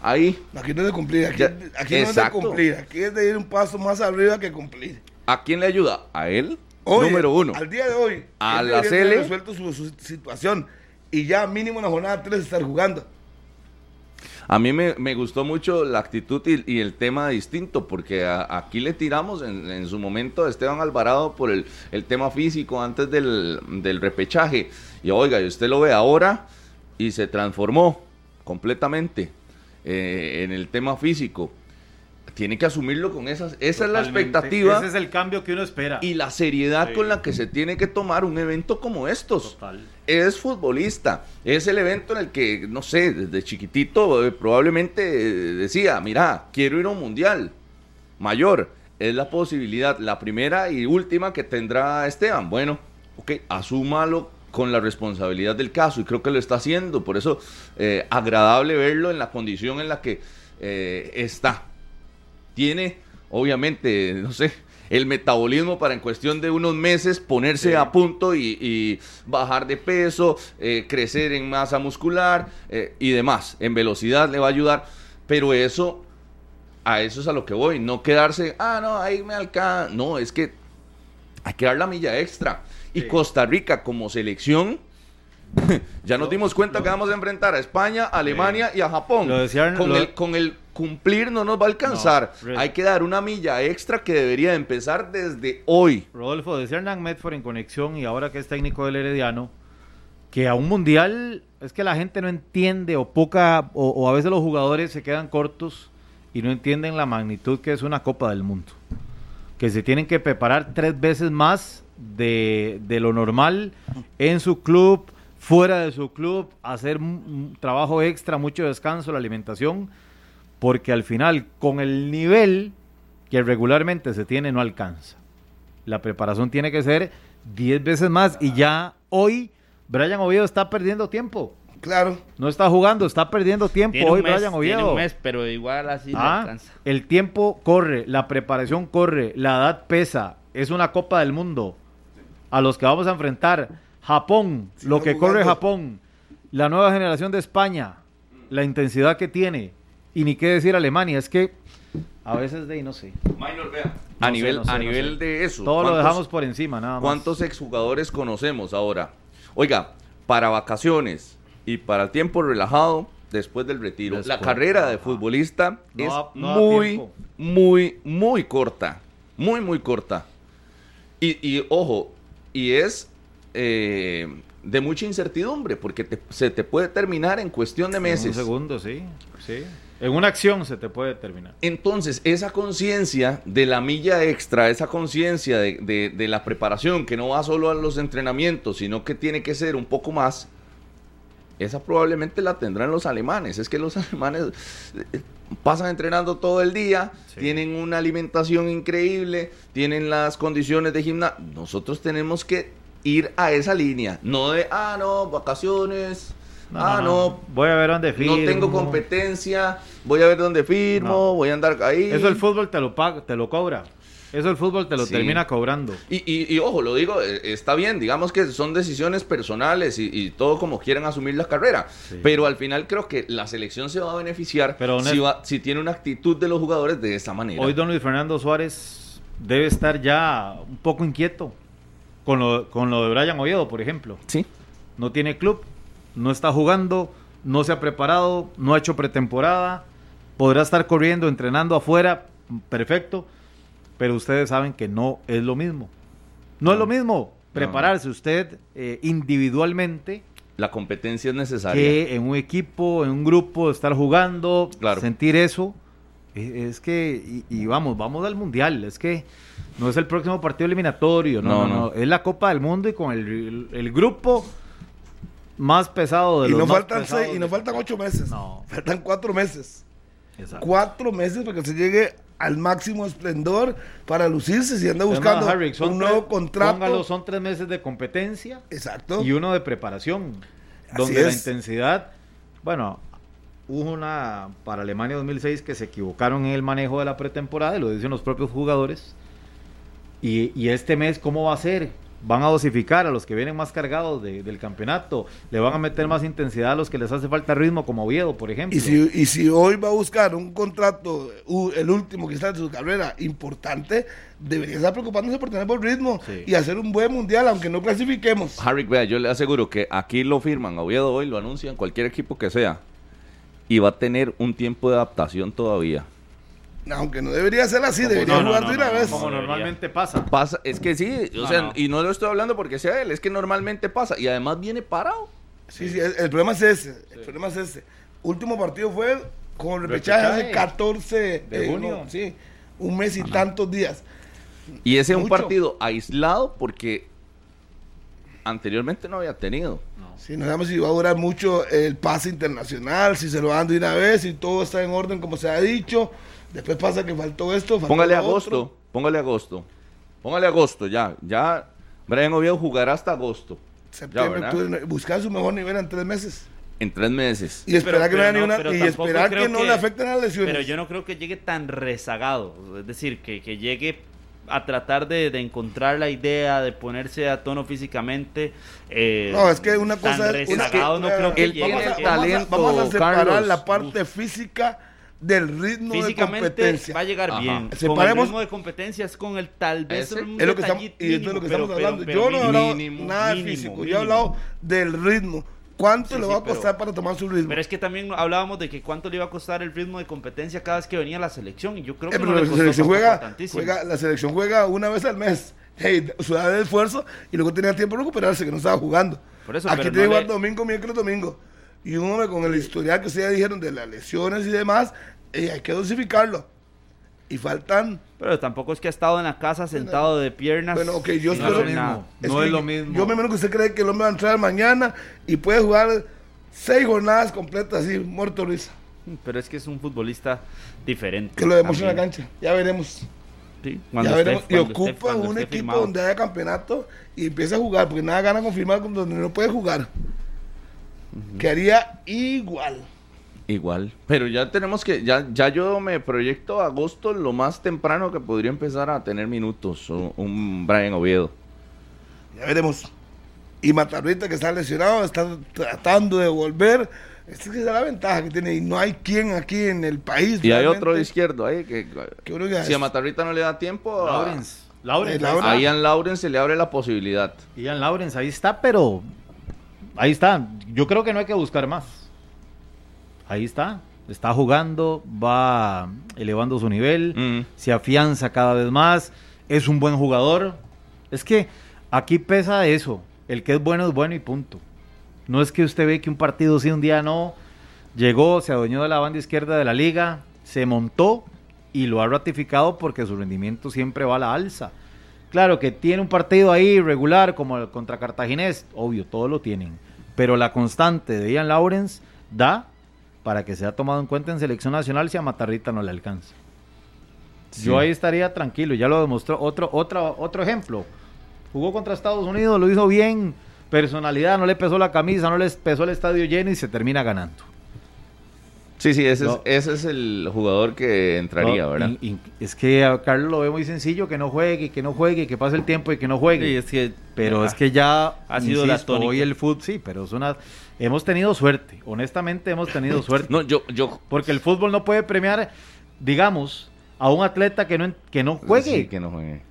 Speaker 2: Ahí,
Speaker 3: Aquí no es de cumplir, aquí,
Speaker 2: Ya,
Speaker 3: aquí no es de
Speaker 2: exacto.
Speaker 3: cumplir, aquí es de ir un paso más arriba que cumplir.
Speaker 2: ¿a quién le ayuda? A él,
Speaker 3: Hoy,
Speaker 2: número uno.
Speaker 3: Al día de hoy,
Speaker 2: A
Speaker 3: él
Speaker 2: la
Speaker 3: debería tener
Speaker 2: Sele.
Speaker 3: resuelto su, su situación y ya mínimo en la jornada 3 estar jugando.
Speaker 2: A mí me, me gustó mucho la actitud y, y el tema distinto, porque a- aquí le tiramos en, en su momento a Esteban Alvarado por el, el tema físico antes del, del repechaje. Y oiga, y usted lo ve ahora y se transformó completamente eh, en el tema físico. Tiene que asumirlo con esas. Esa es la expectativa
Speaker 4: Ese es el cambio que uno espera.
Speaker 2: y la seriedad
Speaker 4: Sí.
Speaker 2: con la que se tiene que tomar un evento como estos
Speaker 4: Total.
Speaker 2: es futbolista. Es el evento en el que, no sé, desde chiquitito eh, probablemente eh, decía, mira, quiero ir a un mundial mayor. Es la posibilidad, la primera y última que tendrá Esteban. Bueno, ok, asúmalo con la responsabilidad del caso y creo que lo está haciendo. Por eso, eh, agradable verlo en la condición en la que eh, está. Tiene, obviamente, no sé, el metabolismo para en cuestión de unos meses ponerse a punto y, y bajar de peso, eh, crecer en masa muscular eh, y demás. En velocidad le va a ayudar, pero eso, a eso es a lo que voy, no quedarse, ah, no, ahí me alcanza. No, es que hay que dar la milla extra. Y
Speaker 4: Sí.
Speaker 2: Costa Rica como selección... Ya nos
Speaker 4: Lo-
Speaker 2: dimos cuenta
Speaker 4: lo-
Speaker 2: que vamos a enfrentar a España, Alemania y a Japón.
Speaker 4: Lo decía-
Speaker 2: con,
Speaker 4: lo-
Speaker 2: el, con el cumplir no nos va a alcanzar.
Speaker 4: No, re-
Speaker 2: Hay que dar una milla extra que debería empezar desde hoy.
Speaker 4: Rodolfo, decía Hernán Medford en conexión y ahora que es técnico del Herediano, que a un mundial es que la gente no entiende o poca o, o a veces los jugadores se quedan cortos y no entienden la magnitud que es una Copa del Mundo. Que se tienen que preparar tres veces más de, de lo normal en su club, fuera de su club, hacer un un trabajo extra, mucho descanso, la alimentación, porque al final con el nivel que regularmente se tiene no alcanza. La preparación tiene que ser 10 veces más y ya hoy Brian Oviedo está perdiendo tiempo.
Speaker 3: Claro.
Speaker 4: No está jugando, está perdiendo tiempo
Speaker 5: Tiene
Speaker 4: hoy
Speaker 5: un, mes,
Speaker 4: Brian Oviedo.
Speaker 5: tiene un mes, pero igual así no
Speaker 4: Ah,
Speaker 5: alcanza.
Speaker 4: el tiempo corre, la preparación corre, la edad pesa, es una Copa del Mundo. A los que vamos a enfrentar, Japón,
Speaker 3: Sí,
Speaker 4: lo
Speaker 3: no
Speaker 4: que
Speaker 3: jugando.
Speaker 4: corre Japón, la nueva generación de España, la intensidad que tiene, y ni qué decir Alemania, es que a veces de ahí no sé.
Speaker 2: A
Speaker 4: No sé,
Speaker 2: nivel,
Speaker 4: no sé,
Speaker 2: a
Speaker 4: no
Speaker 2: nivel
Speaker 4: sé.
Speaker 2: de eso.
Speaker 4: Todo lo
Speaker 2: ¿cuántos-
Speaker 4: dejamos por encima, nada más.
Speaker 2: ¿Cuántos exjugadores conocemos ahora? Oiga, para vacaciones y para tiempo relajado después del retiro.
Speaker 4: Después.
Speaker 2: La carrera de futbolista
Speaker 4: No
Speaker 2: es
Speaker 4: da- no da
Speaker 2: muy,
Speaker 4: tiempo.
Speaker 2: muy, muy corta. Muy, muy corta. Y, y, ojo, y es eh, de mucha incertidumbre porque te- se te puede terminar en cuestión de
Speaker 4: En un
Speaker 2: meses.
Speaker 4: segundo, sí, sí. En una acción se te puede terminar.
Speaker 2: Entonces, esa conciencia de la milla extra, esa conciencia de, de- de la preparación, que no va solo a los entrenamientos, sino que tiene que ser un poco más, esa probablemente la tendrán los alemanes. Es que los alemanes eh, pasan entrenando todo el día,
Speaker 4: Sí.
Speaker 2: tienen una alimentación increíble, tienen las condiciones de gimnasio. Nosotros tenemos que ir a esa línea, no de, ah, no, vacaciones, ah, no,
Speaker 4: Voy a ver dónde
Speaker 2: no
Speaker 4: firmo.
Speaker 2: tengo competencia, voy a ver dónde firmo,
Speaker 4: No.
Speaker 2: voy a andar ahí.
Speaker 4: Eso el fútbol te lo paga, te lo cobra. Eso el fútbol te lo
Speaker 2: Sí.
Speaker 4: termina cobrando.
Speaker 2: y, y- y ojo, lo digo, eh, está bien, digamos que son decisiones personales y, y todo como quieran asumir la carrera,
Speaker 4: Sí.
Speaker 2: pero al final creo que la selección se va a beneficiar
Speaker 4: Pero,
Speaker 2: si,
Speaker 4: Nel-
Speaker 2: va- si tiene una actitud de los jugadores de esa manera.
Speaker 4: Hoy don Luis Fernando Suárez debe estar ya un poco inquieto con lo, con lo de Brian Oviedo, por ejemplo.
Speaker 2: Sí.
Speaker 4: No tiene club, no está jugando, no se ha preparado, no ha hecho pretemporada, podrá estar corriendo, entrenando afuera, perfecto, pero ustedes saben que no es lo mismo. No, es lo mismo prepararse usted eh, individualmente
Speaker 2: La competencia es necesaria.
Speaker 4: que en un equipo, en un grupo, estar jugando,
Speaker 2: Claro.
Speaker 4: sentir eso. e- Es que, y, y vamos, vamos al mundial. Es que no es el próximo partido eliminatorio, no,
Speaker 2: No,
Speaker 4: no,
Speaker 2: no.
Speaker 4: no, Es la Copa del Mundo y con el, el grupo más pesado de
Speaker 3: Y
Speaker 4: los
Speaker 3: no
Speaker 4: más
Speaker 3: faltan
Speaker 4: pesados
Speaker 3: seis, y
Speaker 4: de-
Speaker 3: no faltan ocho meses.
Speaker 4: No.
Speaker 3: Faltan cuatro meses.
Speaker 4: Exacto.
Speaker 3: Cuatro meses para que se llegue al máximo esplendor para lucirse si anda
Speaker 4: Además,
Speaker 3: buscando
Speaker 4: Harry, son
Speaker 3: un
Speaker 4: tres-
Speaker 3: nuevo contrato.
Speaker 4: póngalo, son tres meses de competencia
Speaker 3: Exacto.
Speaker 4: y uno de preparación,
Speaker 3: Así
Speaker 4: donde la
Speaker 3: es.
Speaker 4: intensidad, bueno, hubo una para Alemania 2006 que se equivocaron en el manejo de la pretemporada, y lo dicen los propios jugadores, y, y este mes, ¿cómo va a ser? Van a dosificar a los que vienen más cargados de- del campeonato, le van a meter más intensidad a los que les hace falta ritmo, como Oviedo, por ejemplo.
Speaker 3: Y si, y si hoy va a buscar un contrato, u- el último quizás de su carrera, importante, debería estar preocupándose por tener buen ritmo
Speaker 4: Sí.
Speaker 3: y hacer un buen mundial, aunque no clasifiquemos.
Speaker 2: Harry, vea, yo le aseguro que aquí lo firman, a Oviedo hoy lo anuncian, cualquier equipo que sea, y va a tener un tiempo de adaptación todavía.
Speaker 3: Aunque no debería ser así, debería
Speaker 5: no, no,
Speaker 3: jugar de
Speaker 5: no,
Speaker 3: una
Speaker 5: no,
Speaker 3: vez.
Speaker 4: como
Speaker 5: Debería.
Speaker 4: normalmente pasa.
Speaker 2: Pasa, es que sí, o
Speaker 5: No,
Speaker 2: sea,
Speaker 5: no.
Speaker 2: y no lo estoy hablando porque sea él, es que normalmente pasa, y además viene parado.
Speaker 3: Sí, sí, el, el problema es ese. El problema es ese. Último partido fue con el repechaje hace
Speaker 4: Repechaje.
Speaker 3: 14
Speaker 4: De
Speaker 3: eh,
Speaker 4: junio.
Speaker 3: no, sí, un mes y tantos días.
Speaker 2: Y ese es un
Speaker 3: Mucho.
Speaker 2: partido aislado porque anteriormente no había tenido.
Speaker 3: Sí, no sabemos si va a durar mucho el pase internacional, si se lo dan de una vez, si todo está en orden como se ha dicho. Después pasa que faltó esto. Faltó
Speaker 2: Póngale
Speaker 3: lo otro.
Speaker 2: agosto, póngale agosto. Póngale agosto ya, ya Brian Oviedo jugará hasta agosto. Ya,
Speaker 3: Septiembre,
Speaker 2: ¿verdad?
Speaker 3: octubre, no- buscar su mejor nivel en tres meses.
Speaker 2: En tres meses.
Speaker 3: Y esperar
Speaker 5: Pero-
Speaker 3: que no haya ni
Speaker 5: pero no,
Speaker 3: una-
Speaker 5: pero
Speaker 3: y
Speaker 5: tampoco
Speaker 3: esperar
Speaker 5: creo
Speaker 3: que no
Speaker 5: que-
Speaker 3: le afecten las lesiones.
Speaker 5: Pero yo no creo que llegue tan rezagado. Es decir, que, que llegue a tratar de, de encontrar la idea, de ponerse a tono físicamente. eh,
Speaker 3: No, es que una
Speaker 5: tan
Speaker 3: cosa es. una-
Speaker 5: rezagado no creo que
Speaker 2: él
Speaker 5: llegue.
Speaker 2: tiene
Speaker 3: vamos, a,
Speaker 2: el
Speaker 5: que-
Speaker 3: vamos a-
Speaker 2: talento,
Speaker 3: vamos a separar
Speaker 2: Carlos.
Speaker 3: la parte física del ritmo de
Speaker 5: Físicamente
Speaker 3: competencia.
Speaker 5: va a llegar
Speaker 2: Ajá.
Speaker 5: bien. Con el
Speaker 3: Separemos-
Speaker 5: ritmo de competencias, con el tal vez
Speaker 2: Ese-
Speaker 5: un
Speaker 3: es lo que estamos,
Speaker 5: detallito
Speaker 3: y esto es lo que
Speaker 5: mínimo,
Speaker 3: estamos
Speaker 5: pero-
Speaker 3: hablando.
Speaker 5: pero-
Speaker 3: yo
Speaker 5: pero
Speaker 3: no he hablado
Speaker 5: mínimo,
Speaker 3: nada de
Speaker 5: mínimo,
Speaker 3: físico, yo he
Speaker 5: mínimo.
Speaker 3: hablado del ritmo. ¿Cuánto
Speaker 5: Sí,
Speaker 3: le
Speaker 5: sí,
Speaker 3: va a costar
Speaker 5: pero-
Speaker 3: para tomar su ritmo?
Speaker 5: Pero es que también hablábamos de que cuánto le iba a costar el ritmo de competencia cada vez que venía la selección. Y yo creo que
Speaker 3: Eh, pero
Speaker 5: no le
Speaker 3: la
Speaker 5: costó
Speaker 3: selección
Speaker 5: tampoco
Speaker 3: juega,
Speaker 5: tantísimo.
Speaker 3: juega- la selección juega una vez al mes. Hey, su edad de esfuerzo y luego tenía tiempo de recuperarse, que no estaba jugando.
Speaker 5: Por eso,
Speaker 3: Aquí
Speaker 5: pero
Speaker 3: te
Speaker 5: no
Speaker 3: digo
Speaker 5: le-
Speaker 3: al domingo, miércoles, domingo. Y un hombre con el historial que ustedes dijeron de las lesiones y demás, eh, hay que dosificarlo. Y faltan.
Speaker 5: Pero tampoco es que ha estado en la casa sentado de piernas.
Speaker 3: Bueno, ok, yo
Speaker 5: sin
Speaker 4: No es lo
Speaker 5: hacer
Speaker 3: espero-
Speaker 5: nada.
Speaker 4: mismo. No
Speaker 3: que
Speaker 4: es lo mismo.
Speaker 3: Yo me imagino que usted cree que el hombre va a entrar mañana y puede jugar seis jornadas completas así, muerto Luis.
Speaker 5: Mm, Pero es que es un futbolista diferente.
Speaker 3: Que lo demuestre en la
Speaker 5: también.
Speaker 3: cancha. Ya veremos.
Speaker 5: Sí,
Speaker 3: ya
Speaker 5: esté-
Speaker 3: veremos. y
Speaker 5: cuando esté-
Speaker 3: ocupa
Speaker 5: cuando
Speaker 3: un
Speaker 5: esté
Speaker 3: equipo
Speaker 5: firmado.
Speaker 3: donde haya campeonato y empieza a jugar, porque nada gana confirmar con donde no puede jugar. Quedaría igual.
Speaker 2: Igual. Pero ya tenemos que, ya, ya yo me proyecto a agosto lo más temprano que podría empezar a tener minutos o- un Brian Oviedo.
Speaker 3: Ya veremos. Y Matarrita que está lesionado, está tratando de volver. Esta es la ventaja que tiene. Y no hay quien aquí en el país.
Speaker 2: Y hay
Speaker 3: realmente,
Speaker 2: otro izquierdo ahí que,
Speaker 3: que uno diga,
Speaker 2: si a Matarrita no le da tiempo, a-
Speaker 4: Lawrence. Lawrence.
Speaker 3: Eh,
Speaker 4: ahí
Speaker 2: a
Speaker 4: está.
Speaker 2: Ian Lawrence se le abre la posibilidad.
Speaker 4: Ian Lawrence, ahí está, pero ahí está. Yo creo que no hay que buscar más. Ahí está. Está jugando, va elevando su nivel,
Speaker 2: Mm.
Speaker 4: se afianza cada vez más, es un buen jugador. Es que aquí pesa eso. El que es bueno es bueno y punto. No es que usted ve que un partido sí, un día no. Llegó, se adueñó de la banda izquierda de la liga, se montó y lo ha ratificado porque su rendimiento siempre va a la alza. Claro que tiene un partido ahí regular como el contra Cartaginés, obvio, todos lo tienen. Pero la constante de Ian Lawrence da para que sea tomado en cuenta en selección nacional si a Matarrita no le alcanza. Yo ahí estaría tranquilo, ya lo demostró. Otro, otro, otro ejemplo. Jugó contra Estados Unidos, lo hizo bien, personalidad, no le pesó la camisa, no le pesó el estadio lleno y se termina ganando.
Speaker 2: Sí, sí, ese,
Speaker 4: No.
Speaker 2: es, ese es el jugador que entraría,
Speaker 4: No,
Speaker 2: ¿verdad?
Speaker 4: y- y es que a Carlos lo ve muy sencillo, que no juegue, que no juegue, que pase el tiempo y que no juegue.
Speaker 5: Sí, es que-
Speaker 4: Pero
Speaker 5: ah,
Speaker 4: es que ya
Speaker 5: ha sido la tónica.
Speaker 4: hoy el fútbol, sí, pero es una hemos tenido suerte, honestamente hemos tenido suerte,
Speaker 2: No, yo, yo
Speaker 4: porque el fútbol no puede premiar, digamos, a un atleta que no en- que no juegue.
Speaker 2: Sí, que no juegue.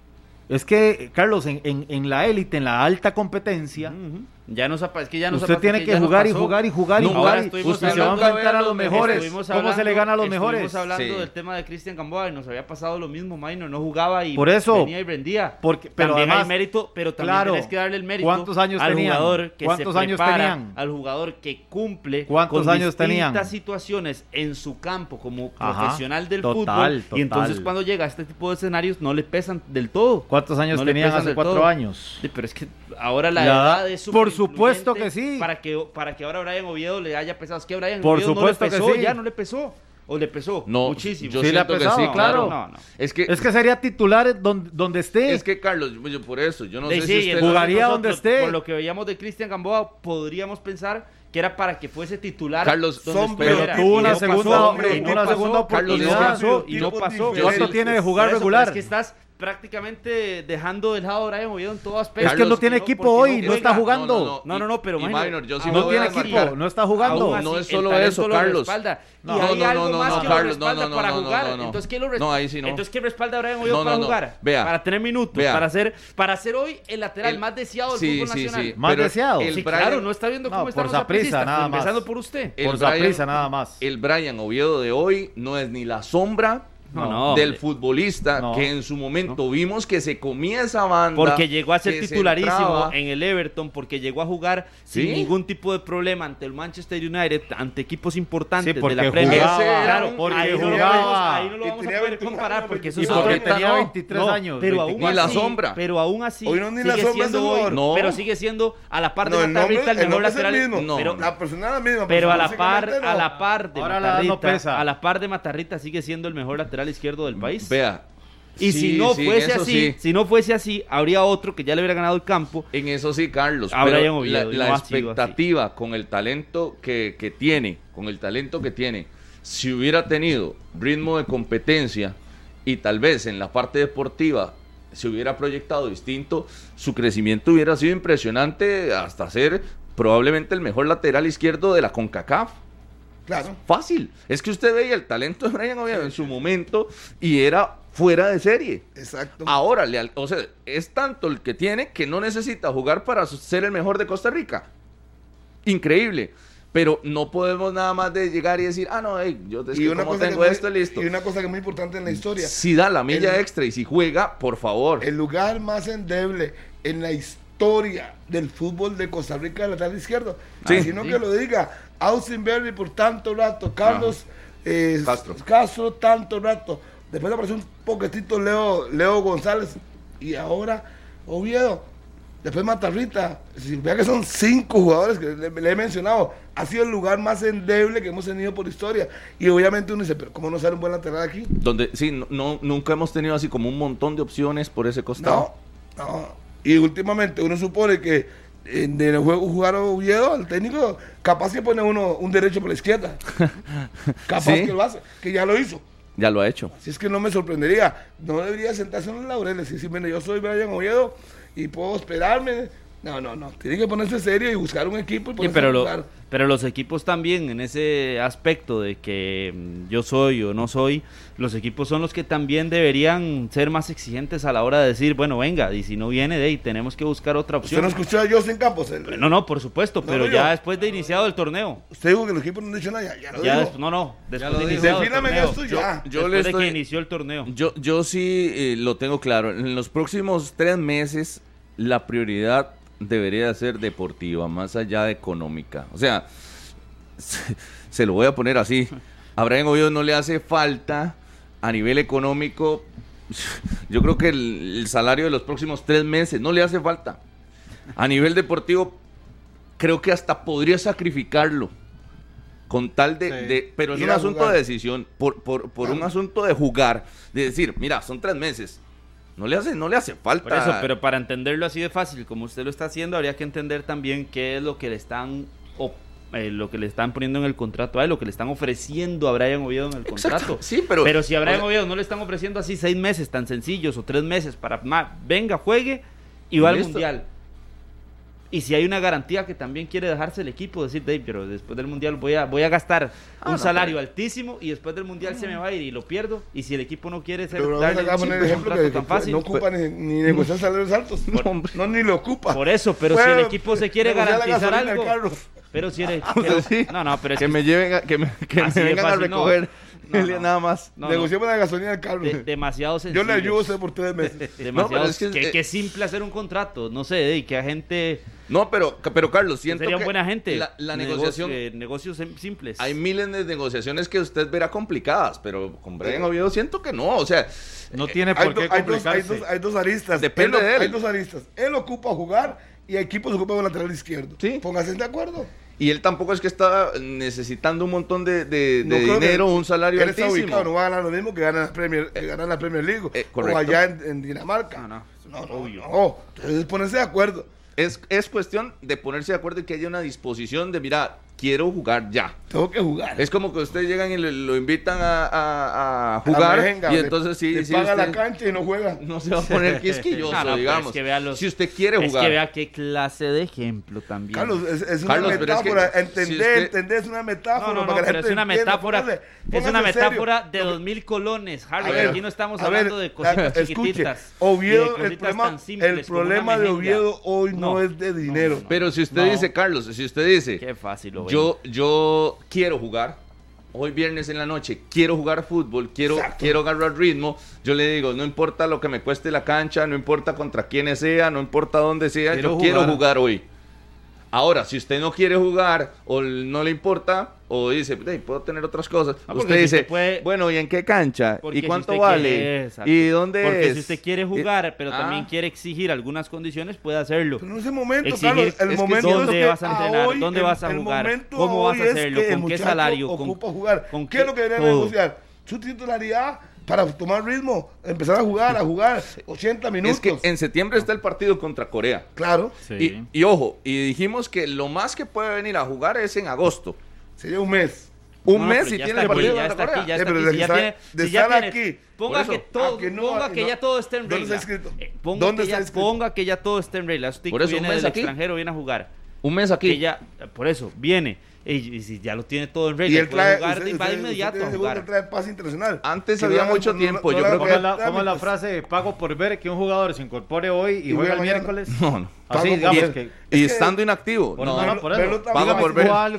Speaker 4: Es que Carlos en, en- en la élite, en la alta competencia,
Speaker 5: Ujú. Ya nos ha pa- es que Mm, ya nos ha
Speaker 4: usted
Speaker 5: pasado
Speaker 4: tiene
Speaker 5: que
Speaker 4: que
Speaker 5: ya nos
Speaker 4: jugar y
Speaker 5: pasó.
Speaker 4: jugar y jugar y
Speaker 5: No, ahora
Speaker 4: jugar. y
Speaker 5: estuvimos
Speaker 4: usted se va a
Speaker 5: hablando de
Speaker 4: enfrentar a los mejores.
Speaker 5: Estuvimos
Speaker 4: ¿Cómo se le
Speaker 5: hablando-
Speaker 4: gana a los
Speaker 5: estuvimos
Speaker 4: mejores?
Speaker 5: hablando
Speaker 2: Sí.
Speaker 5: del tema de Cristian Gamboa y nos había pasado lo mismo, Maino, no jugaba y
Speaker 4: Por eso.
Speaker 5: venía y rendía.
Speaker 4: Porque- pero
Speaker 5: también
Speaker 4: además-
Speaker 5: hay mérito, pero también
Speaker 4: claro.
Speaker 5: tenés que darle el mérito
Speaker 4: ¿Cuántos años
Speaker 5: al
Speaker 4: tenían?
Speaker 5: jugador que
Speaker 4: ¿Cuántos
Speaker 5: se
Speaker 4: años
Speaker 5: prepara,
Speaker 4: tenían?
Speaker 5: al jugador que cumple
Speaker 4: ¿Cuántos
Speaker 5: con
Speaker 4: años tenían?
Speaker 5: distintas situaciones en su campo como
Speaker 4: Ajá,
Speaker 5: profesional del
Speaker 4: total,
Speaker 5: fútbol y entonces
Speaker 4: total.
Speaker 5: cuando llega a este tipo de escenarios no le pesan del todo.
Speaker 4: ¿Cuántos años
Speaker 5: No le
Speaker 4: tenían
Speaker 5: pesan
Speaker 4: hace
Speaker 5: del
Speaker 4: cuatro
Speaker 5: todo.
Speaker 4: años?
Speaker 5: Sí, pero es que ahora la,
Speaker 4: La edad-
Speaker 5: edad es
Speaker 4: por
Speaker 5: superinfluyente
Speaker 4: supuesto que sí.
Speaker 5: Para que, para que ahora Brian Oviedo le haya pesado. Es que a Brian
Speaker 4: Por
Speaker 5: Oviedo
Speaker 4: supuesto
Speaker 5: no
Speaker 4: que
Speaker 5: le pesó,
Speaker 4: sí.
Speaker 5: ya no le pesó. O le pesó
Speaker 2: No,
Speaker 5: muchísimo.
Speaker 2: Yo
Speaker 4: Sí, le ha
Speaker 2: siento que
Speaker 4: pesado,
Speaker 2: sí, claro.
Speaker 5: No, no.
Speaker 2: Es que,
Speaker 4: Es que sería titular donde, donde esté.
Speaker 2: es que, Carlos, yo- yo por eso, yo no sé
Speaker 5: De- sí,
Speaker 2: si usted...
Speaker 5: entonces
Speaker 4: Jugaría donde esté.
Speaker 5: Por lo que veíamos de Cristian Gamboa, podríamos pensar que era para que fuese titular.
Speaker 2: Carlos,
Speaker 5: donde
Speaker 3: son-
Speaker 5: estuviera.
Speaker 4: pero tuvo
Speaker 5: Y
Speaker 4: una
Speaker 5: no
Speaker 4: segunda-
Speaker 5: pasó,
Speaker 4: hombre,
Speaker 5: y no
Speaker 4: una
Speaker 5: pasó,
Speaker 4: segunda
Speaker 5: Carlos, y no
Speaker 4: oportunidad.
Speaker 5: pasó, y no pasó.
Speaker 4: ¿Cuánto tiene de jugar
Speaker 5: Por eso,
Speaker 4: regular?
Speaker 5: pero Es que estás prácticamente dejando de lado a Brian Oviedo en todo aspecto.
Speaker 4: Es que no tiene
Speaker 5: porque
Speaker 4: equipo hoy,
Speaker 5: porque
Speaker 4: no está
Speaker 5: juega.
Speaker 4: jugando.
Speaker 5: No, no, no, pero
Speaker 2: y
Speaker 5: Minor,
Speaker 2: Minor, yo sí
Speaker 5: aún
Speaker 2: me
Speaker 4: no
Speaker 2: voy
Speaker 4: tiene
Speaker 2: a
Speaker 4: equipo,
Speaker 2: desmarcar.
Speaker 4: no está jugando.
Speaker 5: Aún así,
Speaker 2: no es
Speaker 5: el
Speaker 2: solo
Speaker 5: talento
Speaker 2: eso,
Speaker 5: lo
Speaker 2: Carlos.
Speaker 5: respalda. Y
Speaker 2: No,
Speaker 5: hay
Speaker 2: no, no,
Speaker 5: algo
Speaker 2: no,
Speaker 5: más
Speaker 2: no,
Speaker 5: que
Speaker 2: Carlos,
Speaker 5: lo respalda
Speaker 2: no, no,
Speaker 5: para
Speaker 2: no, no,
Speaker 5: jugar.
Speaker 2: no, no.
Speaker 5: Entonces, ¿qué lo res-
Speaker 2: No, ahí sí no.
Speaker 5: Entonces, ¿qué respalda Brian Oviedo
Speaker 2: No, no,
Speaker 5: para
Speaker 2: no.
Speaker 5: jugar?
Speaker 2: Vea.
Speaker 5: Para tener minutos,
Speaker 2: Vea.
Speaker 5: para ser, para ser hoy el lateral
Speaker 2: El-
Speaker 5: más deseado del
Speaker 2: sí,
Speaker 5: fútbol
Speaker 2: sí,
Speaker 5: nacional.
Speaker 2: sí.
Speaker 4: Más
Speaker 2: Pero
Speaker 4: deseado.
Speaker 2: el
Speaker 5: Sí,
Speaker 2: Brian-
Speaker 5: claro, no está viendo cómo
Speaker 4: No,
Speaker 5: están
Speaker 4: por
Speaker 5: los
Speaker 4: Saprissa,
Speaker 5: zapricistas,
Speaker 4: nada más.
Speaker 5: Empezando por usted.
Speaker 2: el
Speaker 4: por
Speaker 2: Brian-
Speaker 4: Saprissa nada más.
Speaker 2: El Brian Oviedo de hoy no es ni la sombra
Speaker 5: No, no,
Speaker 2: del
Speaker 5: hombre.
Speaker 2: futbolista
Speaker 4: No.
Speaker 2: que en su momento vimos que se comía esa banda.
Speaker 5: Porque llegó a ser
Speaker 2: que se
Speaker 5: titularísimo
Speaker 2: entraba.
Speaker 5: en el Everton, porque llegó a jugar
Speaker 2: Sí.
Speaker 5: sin ningún tipo de problema ante el Manchester United, ante equipos importantes
Speaker 4: Sí,
Speaker 5: de
Speaker 4: porque
Speaker 5: la Premier.
Speaker 2: jugaba, Ese era
Speaker 5: claro,
Speaker 2: un-
Speaker 4: porque
Speaker 5: ahí No lo
Speaker 4: jugaba.
Speaker 5: vamos, ahí no lo
Speaker 3: Y
Speaker 5: vamos a
Speaker 3: tenía
Speaker 5: poder
Speaker 3: 21
Speaker 5: comparar
Speaker 3: años,
Speaker 5: porque eso
Speaker 4: y
Speaker 5: es
Speaker 2: porque
Speaker 5: otro
Speaker 4: porque
Speaker 2: ahorita
Speaker 4: tenía
Speaker 5: tema.
Speaker 4: 23
Speaker 5: No,
Speaker 4: años.
Speaker 5: Pero
Speaker 4: 24.
Speaker 5: aún
Speaker 2: Ni la
Speaker 5: así-
Speaker 2: sombra.
Speaker 5: Pero aún así.
Speaker 3: Hoy no, ni la
Speaker 5: sigue
Speaker 3: sombra es
Speaker 5: siendo
Speaker 3: un
Speaker 5: hoy,
Speaker 3: jugador.
Speaker 2: No.
Speaker 5: Pero sigue siendo a la par de
Speaker 3: No, el
Speaker 5: Matarrita,
Speaker 3: nombre,
Speaker 5: el
Speaker 3: el
Speaker 5: mejor
Speaker 3: nombre es
Speaker 5: lateral.
Speaker 3: el mismo.
Speaker 2: No.
Speaker 5: pero,
Speaker 3: La persona es la misma.
Speaker 5: pero a la par,
Speaker 3: básicamente no.
Speaker 5: a la par de
Speaker 4: Ahora la edad
Speaker 5: Matarrita,
Speaker 4: no pesa.
Speaker 5: a la par de Matarrita sigue siendo el mejor lateral izquierdo del país.
Speaker 2: Mm, Vea.
Speaker 5: Y
Speaker 2: Sí,
Speaker 5: si no
Speaker 2: sí,
Speaker 5: fuese
Speaker 2: eso
Speaker 5: así,
Speaker 2: sí.
Speaker 5: si no fuese así, habría otro que ya le hubiera ganado el campo.
Speaker 2: En eso sí, Carlos.
Speaker 5: A Brian
Speaker 2: pero la,
Speaker 5: Oviedo, y
Speaker 2: la
Speaker 5: no ha sido así.
Speaker 2: expectativa con el talento que, que tiene, con el talento que tiene, si hubiera tenido ritmo de competencia y tal vez en la parte deportiva se hubiera proyectado distinto, su crecimiento hubiera sido impresionante hasta ser probablemente el mejor lateral izquierdo de la CONCACAF.
Speaker 3: Claro.
Speaker 2: Fácil. Es que usted veía el talento de Brian Oviedo en su momento y era fuera de serie.
Speaker 3: Exacto.
Speaker 2: Ahora, le al- o sea, es tanto el que tiene que no necesita jugar para su- ser el mejor de Costa Rica. Increíble. Pero no podemos nada más de llegar y decir, ah, no, hey, yo es que como
Speaker 3: que
Speaker 2: tengo
Speaker 3: es muy-
Speaker 2: esto, listo.
Speaker 3: y una cosa que es muy importante en la historia.
Speaker 2: Si da la milla
Speaker 3: el-
Speaker 2: extra y si juega, por favor.
Speaker 3: El lugar más endeble en la historia historia del fútbol de Costa Rica del lateral izquierdo.
Speaker 2: Sí.
Speaker 3: sino
Speaker 5: Sí.
Speaker 3: que lo diga Austin Berry por tanto rato, Carlos eh,
Speaker 2: Castro.
Speaker 3: Castro tanto rato. Después apareció un poquitito Leo, Leo González y ahora Oviedo. Después Matarrita. Si vea que son cinco jugadores que le, le he mencionado. Ha sido el lugar más endeble que hemos tenido por historia. Y obviamente uno dice, pero ¿cómo no sale un buen lateral aquí?
Speaker 2: Donde, sí, no, no- nunca hemos tenido así como un montón de opciones por ese
Speaker 3: No,
Speaker 2: costado.
Speaker 3: no. Y últimamente uno supone que eh, en el juego jugar a Oviedo, al técnico, capaz que pone uno un derecho por la izquierda. capaz
Speaker 2: Sí.
Speaker 3: que lo hace, que ya lo hizo.
Speaker 2: Ya lo ha hecho.
Speaker 3: Así es que no me sorprendería. No debería sentarse en los laureles y decir, mire, yo soy Brian Oviedo y puedo esperarme. No, no, no. Tiene que ponerse serio y buscar un equipo. Y
Speaker 5: Sí,
Speaker 3: ponerse a
Speaker 5: pero, lo-
Speaker 3: jugar.
Speaker 5: pero los equipos también, en ese aspecto de que mm, yo soy o no soy, los equipos son los que también deberían ser más exigentes a la hora de decir, bueno, venga, y si no viene, de ahí tenemos que buscar otra
Speaker 3: Usted
Speaker 5: opción.
Speaker 3: no escuchó a José en Campos. El-
Speaker 5: No, no, por supuesto,
Speaker 3: No,
Speaker 5: pero
Speaker 3: no,
Speaker 5: ya
Speaker 3: yo-
Speaker 5: después de iniciado el torneo.
Speaker 3: Usted dijo que los equipos no han dicho nada. Ya, ya lo
Speaker 5: Ya
Speaker 3: dijo.
Speaker 5: después- no, no, después
Speaker 6: lo
Speaker 5: de
Speaker 6: dijo.
Speaker 5: iniciado el
Speaker 3: Defíname
Speaker 5: torneo.
Speaker 3: esto ya.
Speaker 2: Yo
Speaker 5: después
Speaker 2: le
Speaker 5: de que
Speaker 2: estoy-
Speaker 5: inició el torneo.
Speaker 2: Yo, yo sí eh, lo tengo claro. En los próximos tres meses, la prioridad debería ser deportiva, más allá de económica. O sea, se, se lo voy a poner así. A Brian Oviedo no le hace falta a nivel económico. Yo creo que el, el salario de los próximos tres meses no le hace falta. A nivel deportivo, creo que hasta podría sacrificarlo. Con tal de.
Speaker 6: Sí.
Speaker 2: de- pero es
Speaker 3: Ir
Speaker 2: un
Speaker 3: a
Speaker 2: asunto
Speaker 3: jugar.
Speaker 2: de decisión. Por, por, por un asunto de jugar. De decir, mira, son tres meses. No le hace, no le hace falta.
Speaker 5: Por eso, pero para entenderlo así de fácil, como usted lo está haciendo, habría que entender también qué es lo que le están o- eh, lo que le están poniendo en el contrato a él, lo que le están ofreciendo a Brian Oviedo en el
Speaker 2: Exacto,
Speaker 5: contrato.
Speaker 2: sí, pero-
Speaker 5: si a
Speaker 2: o
Speaker 5: Brian
Speaker 2: sea-
Speaker 5: Oviedo no le están ofreciendo así seis meses tan sencillos o tres meses para más, venga, juegue y va al
Speaker 2: Listo.
Speaker 5: mundial. Y si hay una garantía que también quiere dejarse el equipo, decir, Dave, pero después del mundial voy a, voy a gastar
Speaker 2: Ah,
Speaker 5: un
Speaker 2: no,
Speaker 5: salario
Speaker 2: pero-
Speaker 5: altísimo y después del mundial se me va a ir y lo pierdo. Y si el equipo no quiere ser,
Speaker 3: Pero vamos
Speaker 5: darle
Speaker 3: acá a
Speaker 5: un
Speaker 3: poner el
Speaker 5: simple
Speaker 3: ejemplo que,
Speaker 5: contrato
Speaker 3: que
Speaker 5: tan fácil. pues. Mm.
Speaker 3: no ocupa ni, ni negociar salarios altos. No, no, ni lo ocupa.
Speaker 5: Por eso, pero si el
Speaker 3: Bueno,
Speaker 5: equipo se quiere
Speaker 3: negociar la
Speaker 5: garantizar
Speaker 3: gasolina del
Speaker 5: algo.
Speaker 3: carro. Ah, pues
Speaker 5: Pero si el
Speaker 2: sea,
Speaker 5: pero-
Speaker 2: sí.
Speaker 5: No, no, pero es
Speaker 2: que
Speaker 5: que
Speaker 2: me lleven a, que me, que me
Speaker 5: Así de
Speaker 2: vengan a
Speaker 5: fácil, no.
Speaker 2: recoger.
Speaker 5: No,
Speaker 2: el día
Speaker 5: no.
Speaker 2: nada más.
Speaker 5: no, no,
Speaker 3: Negociemos la gasolina del carro.
Speaker 5: de- demasiado sencillo.
Speaker 3: Yo le ayudo a usted por tres meses.
Speaker 5: Demasiado,
Speaker 2: No, pero es que-
Speaker 5: que,
Speaker 3: eh.
Speaker 5: que simple hacer un contrato, no sé, y que a gente
Speaker 2: No, pero, pero Carlos,
Speaker 5: que
Speaker 2: siento
Speaker 5: sería
Speaker 2: que
Speaker 5: buena gente.
Speaker 2: La, la
Speaker 5: Negocio-
Speaker 2: negociación.
Speaker 5: eh, negocios sim- simples.
Speaker 2: Hay miles de negociaciones que usted verá complicadas, pero con Brian Oviedo siento que no. O sea,
Speaker 4: No tiene
Speaker 3: Hay,
Speaker 4: por
Speaker 3: do-
Speaker 4: qué
Speaker 3: hay dos, hay,
Speaker 4: complicarse.
Speaker 3: dos, hay dos aristas.
Speaker 2: Depende
Speaker 3: él,
Speaker 2: de él.
Speaker 3: Hay dos aristas. Él ocupa jugar y el equipo se ocupa de un lateral izquierdo.
Speaker 2: Sí.
Speaker 3: Pónganse de acuerdo.
Speaker 2: y él tampoco es que está necesitando un moón de, de- de
Speaker 3: No creo que
Speaker 2: dinero, un salario
Speaker 3: él está
Speaker 2: altísimo.
Speaker 3: ubicado, no va a ganar lo mismo que gana la Premier, que gana la Premier League
Speaker 2: eh,
Speaker 3: o
Speaker 2: correcto.
Speaker 3: allá en, en Dinamarca.
Speaker 5: No, no,
Speaker 3: no, no,
Speaker 5: obvio.
Speaker 3: no. Entonces ponerse de acuerdo.
Speaker 2: Es, es cuestión de ponerse de acuerdo y que haya una disposición de, mira, quiero jugar ya.
Speaker 3: Tengo que jugar.
Speaker 2: Es como que ustedes llegan y le- lo, invitan a, a- a
Speaker 3: A la
Speaker 2: jugar
Speaker 3: mejenga,
Speaker 2: y
Speaker 3: le-
Speaker 2: entonces sí,
Speaker 3: le
Speaker 2: sí este,
Speaker 3: paga la
Speaker 2: usted
Speaker 3: cancha y no juega.
Speaker 2: no se va a poner quisquilloso,
Speaker 5: Ah, No, no, pero
Speaker 2: digamos.
Speaker 5: es que vea los-
Speaker 2: si usted quiere
Speaker 5: Es
Speaker 2: jugar.
Speaker 5: que vea qué clase de ejemplo también.
Speaker 3: Carlos, es, es una
Speaker 2: Carlos, pero es que
Speaker 3: metáfora.
Speaker 2: si
Speaker 3: entender,
Speaker 2: usted-
Speaker 3: entender es una
Speaker 5: no,
Speaker 3: metáfora.
Speaker 5: no, no,
Speaker 3: para que la
Speaker 5: pero es
Speaker 3: gente
Speaker 5: una
Speaker 3: entienda.
Speaker 5: metáfora,
Speaker 3: Póngase-
Speaker 5: es una
Speaker 3: póngase serio.
Speaker 5: metáfora de dos mil colones, Harry.
Speaker 3: A ver,
Speaker 5: aquí no estamos
Speaker 3: a
Speaker 5: hablando
Speaker 3: ver,
Speaker 5: de cositas
Speaker 3: escuche,
Speaker 5: chiquititas. y de
Speaker 3: Oviedo, el
Speaker 5: cositas
Speaker 3: problema,
Speaker 5: tan simples
Speaker 3: el
Speaker 5: como una
Speaker 3: problema de
Speaker 5: mejenga.
Speaker 3: Oviedo hoy no,
Speaker 5: No,
Speaker 3: es de dinero.
Speaker 2: Pero si usted
Speaker 5: No.
Speaker 2: dice, Carlos, si usted dice,
Speaker 5: Qué fácil lo ven.
Speaker 2: yo, yo quiero jugar. Hoy viernes en la noche quiero jugar fútbol, quiero,
Speaker 3: Exacto.
Speaker 2: quiero agarrar ritmo. Yo le digo, no importa lo que me cueste la cancha, no importa contra quiénes sea, no importa dónde sea,
Speaker 6: Quiero
Speaker 2: yo
Speaker 6: jugar.
Speaker 2: quiero jugar hoy. Ahora, si usted no quiere jugar o l- no le importa, o dice, "Hey, puedo tener otras cosas,
Speaker 5: Ah, porque
Speaker 2: usted
Speaker 5: si
Speaker 2: dice,
Speaker 5: usted puede-
Speaker 2: bueno, ¿y en qué cancha?
Speaker 5: Porque
Speaker 2: ¿Y
Speaker 5: si
Speaker 2: cuánto
Speaker 5: usted
Speaker 2: vale?
Speaker 5: quiere- exacto.
Speaker 2: ¿Y dónde
Speaker 5: Porque
Speaker 2: es?
Speaker 5: si usted quiere
Speaker 2: Y-
Speaker 5: jugar, pero
Speaker 2: Ah.
Speaker 5: también quiere exigir algunas condiciones, puede hacerlo.
Speaker 3: Pero en ese momento,
Speaker 5: Exigir-
Speaker 3: Carlos, el
Speaker 5: es que
Speaker 3: momento
Speaker 5: ¿dónde
Speaker 3: es que
Speaker 5: vas a entrenar?
Speaker 3: hoy,
Speaker 5: ¿Dónde
Speaker 3: el-
Speaker 5: vas a
Speaker 3: el
Speaker 5: jugar?
Speaker 3: momento
Speaker 5: ¿Cómo vas a
Speaker 3: hoy es
Speaker 5: hacerlo?
Speaker 3: que el
Speaker 5: ¿Con qué
Speaker 3: muchacho
Speaker 5: salario? ¿Con-
Speaker 3: ocupa jugar?
Speaker 5: con
Speaker 3: ¿Qué es
Speaker 5: qué?
Speaker 3: lo que debería
Speaker 5: Todo.
Speaker 3: negociar? Su titularidad para tomar ritmo, empezar a jugar, a jugar 80 minutos.
Speaker 2: Es que en septiembre está el partido contra Corea.
Speaker 3: Claro,
Speaker 4: Sí.
Speaker 2: Y, y ojo, y dijimos que lo más que puede venir a jugar es en agosto.
Speaker 3: sería un mes.
Speaker 2: Un
Speaker 5: No,
Speaker 2: mes
Speaker 5: pero
Speaker 2: si
Speaker 5: ya
Speaker 2: tiene
Speaker 5: está
Speaker 2: el
Speaker 5: aquí,
Speaker 2: partido
Speaker 5: ya
Speaker 2: contra
Speaker 5: está
Speaker 2: Corea.
Speaker 5: aquí, ya
Speaker 3: Eh,
Speaker 5: está
Speaker 3: pero
Speaker 5: aquí,
Speaker 3: de
Speaker 5: si ya
Speaker 3: estar-
Speaker 5: tiene-
Speaker 3: de
Speaker 5: si ya
Speaker 3: estar
Speaker 5: tiene-
Speaker 3: aquí,
Speaker 5: Ponga
Speaker 2: por eso,
Speaker 5: que todo,
Speaker 3: a que no,
Speaker 5: ponga que
Speaker 3: no.
Speaker 5: ya todo esté en
Speaker 3: ¿Dónde
Speaker 5: regla.
Speaker 3: está escrito?
Speaker 5: Eh, ponga,
Speaker 3: ¿Dónde
Speaker 5: que
Speaker 3: está
Speaker 5: ya,
Speaker 3: escrito?
Speaker 5: ponga que ya todo esté en regla. Usted
Speaker 2: Por eso,
Speaker 5: viene
Speaker 2: un mes
Speaker 5: del
Speaker 2: aquí.
Speaker 5: extranjero, viene a jugar.
Speaker 2: Un mes aquí.
Speaker 5: Que ya, por eso, viene. y, y si ya lo tiene todo en
Speaker 3: Y
Speaker 5: regla,
Speaker 3: él
Speaker 5: puede
Speaker 3: trae.
Speaker 5: jugar,
Speaker 3: usted-
Speaker 5: y va
Speaker 3: usted-
Speaker 5: inmediato
Speaker 3: usted
Speaker 5: a
Speaker 3: seguro
Speaker 5: jugar.
Speaker 3: trae pase internacional.
Speaker 2: Antes
Speaker 3: Que
Speaker 2: había
Speaker 3: no-
Speaker 2: mucho
Speaker 3: no-
Speaker 2: tiempo,
Speaker 3: no
Speaker 2: yo
Speaker 3: le
Speaker 2: creo que-
Speaker 3: hagan
Speaker 4: ¿Cómo es la,
Speaker 3: trámites.
Speaker 4: cómo es la frase? Pago por ver que un jugador se incorpore hoy y,
Speaker 3: Y juega
Speaker 4: juega el
Speaker 3: mañana.
Speaker 4: miércoles.
Speaker 2: No, no.
Speaker 4: Así,
Speaker 3: Pago por
Speaker 4: digamos
Speaker 3: ver.
Speaker 4: que.
Speaker 2: Y estando inactivo.
Speaker 4: Por,
Speaker 2: no,
Speaker 4: no, no, por eso.
Speaker 3: verlo
Speaker 2: Pago
Speaker 3: también-
Speaker 2: por ver.
Speaker 4: ¿Cuál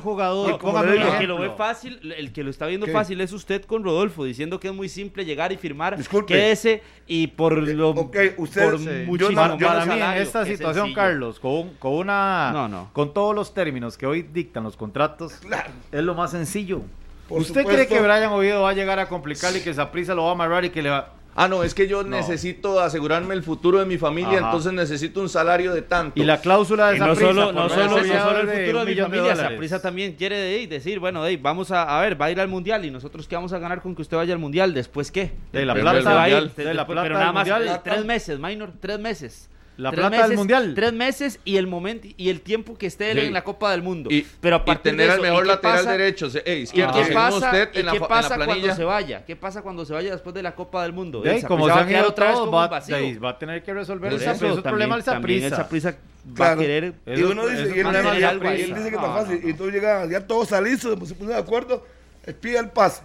Speaker 3: Sí,
Speaker 4: jugador?
Speaker 3: como
Speaker 4: Póngame
Speaker 3: le
Speaker 4: un
Speaker 5: El
Speaker 3: digo,
Speaker 5: que lo ve
Speaker 4: ejemplo.
Speaker 5: fácil, el que lo está viendo
Speaker 3: ¿Qué?
Speaker 5: fácil es usted con Rodolfo, diciendo que es muy simple llegar y firmar,
Speaker 3: Disculpe.
Speaker 5: quédese y por lo
Speaker 3: ok, usted-
Speaker 5: por
Speaker 3: sí. Yo
Speaker 5: muchísimo
Speaker 4: para,
Speaker 5: más
Speaker 4: para mí en
Speaker 5: salario,
Speaker 4: esta
Speaker 5: es
Speaker 4: situación,
Speaker 5: sencillo.
Speaker 4: Carlos, con, con una
Speaker 5: No, no.
Speaker 4: con todos los términos que hoy dictan los contratos,
Speaker 3: Claro.
Speaker 4: es lo más sencillo.
Speaker 3: Por
Speaker 4: ¿Usted cree
Speaker 3: supuesto.
Speaker 4: que Brian Oviedo va a llegar a complicarle y que Saprisa lo va a amarrar y que le va
Speaker 2: Ah, no, es que yo
Speaker 4: No.
Speaker 2: necesito asegurarme el futuro de mi familia,
Speaker 4: Ajá.
Speaker 2: entonces necesito un salario de tanto.
Speaker 4: y la cláusula de
Speaker 5: Y no
Speaker 4: Saprissa
Speaker 5: solo,
Speaker 4: por
Speaker 5: no
Speaker 4: menos
Speaker 5: solo, no
Speaker 4: sería
Speaker 5: solo el
Speaker 4: de
Speaker 5: futuro
Speaker 4: un
Speaker 5: de mi
Speaker 4: millón
Speaker 5: familia,
Speaker 4: dólares.
Speaker 5: Saprissa también quiere de- decir, bueno, de- vamos a, a ver, va a ir al mundial y nosotros qué vamos a ganar con que usted vaya al mundial, después qué?
Speaker 4: De la
Speaker 5: Pero
Speaker 2: plata
Speaker 5: él se va a ir,
Speaker 2: mundial.
Speaker 5: te-
Speaker 4: De la
Speaker 5: después-
Speaker 4: plata
Speaker 5: pero nada
Speaker 4: del
Speaker 5: más
Speaker 4: mundial.
Speaker 5: eh, tres meses, minor, tres meses.
Speaker 4: La
Speaker 5: Tres
Speaker 4: plata del
Speaker 5: meses,
Speaker 4: mundial.
Speaker 5: Tres meses y el momento y el tiempo que esté él
Speaker 2: Sí.
Speaker 5: en la Copa del Mundo.
Speaker 2: Y,
Speaker 5: pero a
Speaker 2: y
Speaker 5: partir de
Speaker 2: tener
Speaker 5: eso,
Speaker 2: el
Speaker 5: ¿y
Speaker 2: mejor
Speaker 5: qué
Speaker 2: lateral
Speaker 5: pasa?
Speaker 2: derecho, se- eh,
Speaker 5: ¿Y
Speaker 2: izquierdo,
Speaker 5: qué
Speaker 2: según
Speaker 5: pasa,
Speaker 2: usted
Speaker 5: y
Speaker 2: en la,
Speaker 5: qué
Speaker 2: fa- en la
Speaker 5: pasa cuando
Speaker 2: planilla.
Speaker 5: se vaya? ¿Qué pasa cuando se vaya después de la Copa del Mundo?
Speaker 4: De ahí,
Speaker 5: Esa
Speaker 4: como se
Speaker 5: prisa va a
Speaker 4: han
Speaker 5: quedar
Speaker 4: ido
Speaker 5: otra vez
Speaker 4: todos,
Speaker 5: como un
Speaker 4: va,
Speaker 5: vacío.
Speaker 4: de ahí va a tener que resolver
Speaker 5: Por
Speaker 4: el
Speaker 5: eso,
Speaker 4: Saprissa. Es un
Speaker 5: también-
Speaker 4: problema el
Speaker 5: también el
Speaker 4: Saprissa.
Speaker 5: Saprissa va a
Speaker 3: Claro.
Speaker 5: querer
Speaker 3: Y uno
Speaker 4: Es- es
Speaker 3: dice,
Speaker 4: un
Speaker 3: y él,
Speaker 4: problema
Speaker 3: dice-
Speaker 4: de
Speaker 3: y él
Speaker 4: Saprissa.
Speaker 3: dice que
Speaker 5: No,
Speaker 3: tan fácil.
Speaker 5: no, no.
Speaker 3: Y tú llegas, ya todo está listo, se puso de acuerdo, eh, pide el pase.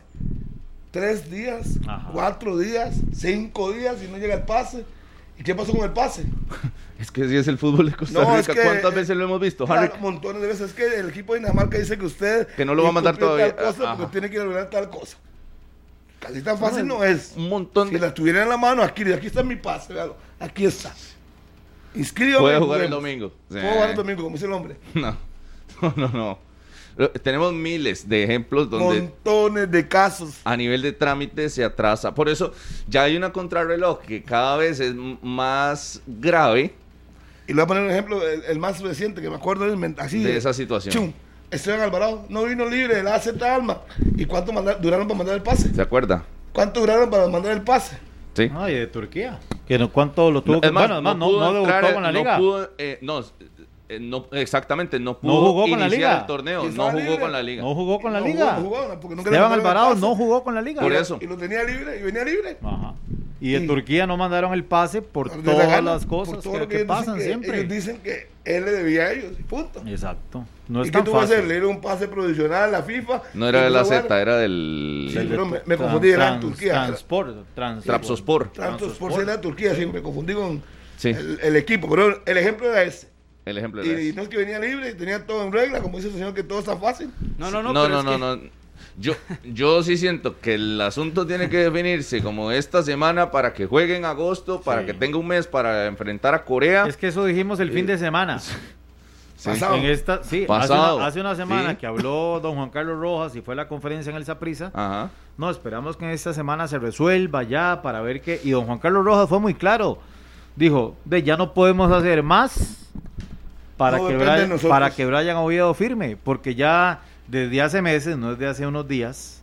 Speaker 3: Tres días,
Speaker 4: Ajá.
Speaker 3: cuatro días, cinco días y no llega el pase. ¿Y qué pasó con el pase?
Speaker 2: Es que si es el fútbol de Costa
Speaker 3: No, es
Speaker 2: Rica,
Speaker 3: que-
Speaker 2: ¿cuántas veces lo hemos visto,
Speaker 3: Claro,
Speaker 2: Harry?
Speaker 3: montones de veces que el equipo de Dinamarca dice que usted
Speaker 2: Que no lo va a mandar
Speaker 3: incumplió
Speaker 2: todavía. Ah,
Speaker 3: tal cosa
Speaker 2: Ajá.
Speaker 3: porque tiene que lograr tal cosa. Casi tan fácil no es.
Speaker 2: Un montón
Speaker 3: Si
Speaker 2: de...
Speaker 3: la tuviera en la mano, aquí, aquí está mi pase, véalo. Aquí está. Inscríbame.
Speaker 2: Puede
Speaker 3: y
Speaker 2: jugar el
Speaker 3: juguemos.
Speaker 2: domingo. Sí.
Speaker 3: Puedo jugar el domingo, como dice el hombre.
Speaker 2: No, no, no. no. Lo- Tenemos miles de ejemplos donde
Speaker 3: Montones de casos.
Speaker 2: a nivel de trámite se atrasa. Por eso ya hay una contrarreloj que cada vez es m- más grave
Speaker 3: Y le voy a poner un ejemplo, el, el más reciente que me acuerdo es men- así. eh,
Speaker 2: de esa situación.
Speaker 3: Chum, Esteban Alvarado no vino libre de la AZ Alma. ¿Y cuánto manda- duraron para mandar el pase?
Speaker 2: ¿Se acuerda?
Speaker 3: ¿Cuánto duraron para mandar el pase?
Speaker 2: Sí.
Speaker 4: Ay, de Turquía. Que no, ¿Cuánto lo Ah, tuvo?
Speaker 2: No,
Speaker 4: que-
Speaker 2: es más,
Speaker 4: bueno, además, no,
Speaker 2: pudo
Speaker 4: no
Speaker 2: entrar,
Speaker 4: debutó con la
Speaker 2: no
Speaker 4: liga.
Speaker 2: pudo, eh, no, eh, no, exactamente, no pudo
Speaker 4: jugó con la
Speaker 2: iniciar
Speaker 4: liga.
Speaker 2: el torneo,
Speaker 3: Y
Speaker 2: no
Speaker 3: estaba
Speaker 2: jugó
Speaker 3: libre.
Speaker 2: con la liga.
Speaker 4: No jugó con la
Speaker 3: No
Speaker 4: liga.
Speaker 3: jugó, no jugó, no, porque nunca le
Speaker 4: Esteban
Speaker 3: mandaron el
Speaker 4: Alvarado
Speaker 3: pase.
Speaker 4: no jugó con la liga.
Speaker 2: Por eso.
Speaker 3: Y lo tenía libre, y venía libre.
Speaker 4: Ajá. Y de
Speaker 3: Y-
Speaker 4: Turquía no mandaron el pase por
Speaker 3: Por
Speaker 4: todas
Speaker 3: desagano,
Speaker 4: las cosas
Speaker 3: por todo
Speaker 4: que,
Speaker 3: lo
Speaker 4: que
Speaker 3: ellos dicen
Speaker 4: pasan
Speaker 3: que-
Speaker 4: siempre.
Speaker 3: Ellos dicen que él le debía a ellos, y punto.
Speaker 4: Exacto. No es
Speaker 3: ¿Y qué
Speaker 4: tan
Speaker 3: tú vas a hacer?
Speaker 4: fácil.
Speaker 3: ¿Le dieron un pase provisional a la FIFA?
Speaker 2: No era
Speaker 3: ¿Y
Speaker 2: de
Speaker 3: tú
Speaker 2: la
Speaker 3: vas a
Speaker 2: Z, eh.
Speaker 3: jugar?
Speaker 2: era del
Speaker 3: Sí, pero me, me
Speaker 4: Trans-
Speaker 3: confundí, era en
Speaker 4: trans-
Speaker 3: Turquía. era-
Speaker 4: Transport, trans-
Speaker 2: Trabzonspor.
Speaker 3: Tantos por ser la Turquía, sí, me confundí con
Speaker 2: Sí.
Speaker 3: el, el equipo. Pero el ejemplo era ese.
Speaker 2: El ejemplo era
Speaker 3: Y,
Speaker 2: ese.
Speaker 3: no es que venía libre y tenía todo en regla, como dice el señor, que todo está fácil.
Speaker 5: No, no, no,
Speaker 2: no,
Speaker 5: pero
Speaker 2: no,
Speaker 5: es
Speaker 2: no,
Speaker 5: que-
Speaker 2: no. Yo, yo sí siento que el asunto tiene que definirse como esta semana para que juegue en agosto, para
Speaker 4: Sí.
Speaker 2: que tenga un mes para enfrentar a Corea.
Speaker 4: Es que eso dijimos el fin de semana.
Speaker 3: Pasado.
Speaker 4: En esta, sí, hace
Speaker 2: Pasado.
Speaker 4: una- hace una, semana
Speaker 2: Sí. Ah.
Speaker 4: que habló don Juan Carlos Rojas y fue la conferencia en el Saprisa.
Speaker 2: Ajá.
Speaker 4: No, esperamos que esta semana se resuelva ya para ver qué. Y don Juan Carlos Rojas fue muy claro. Dijo, de ya no podemos hacer más para,
Speaker 3: No
Speaker 4: que,
Speaker 3: depende de
Speaker 4: Brian,
Speaker 3: nosotros.
Speaker 4: para que Brian Oviedo firme. Porque ya desde hace meses, no desde hace unos días,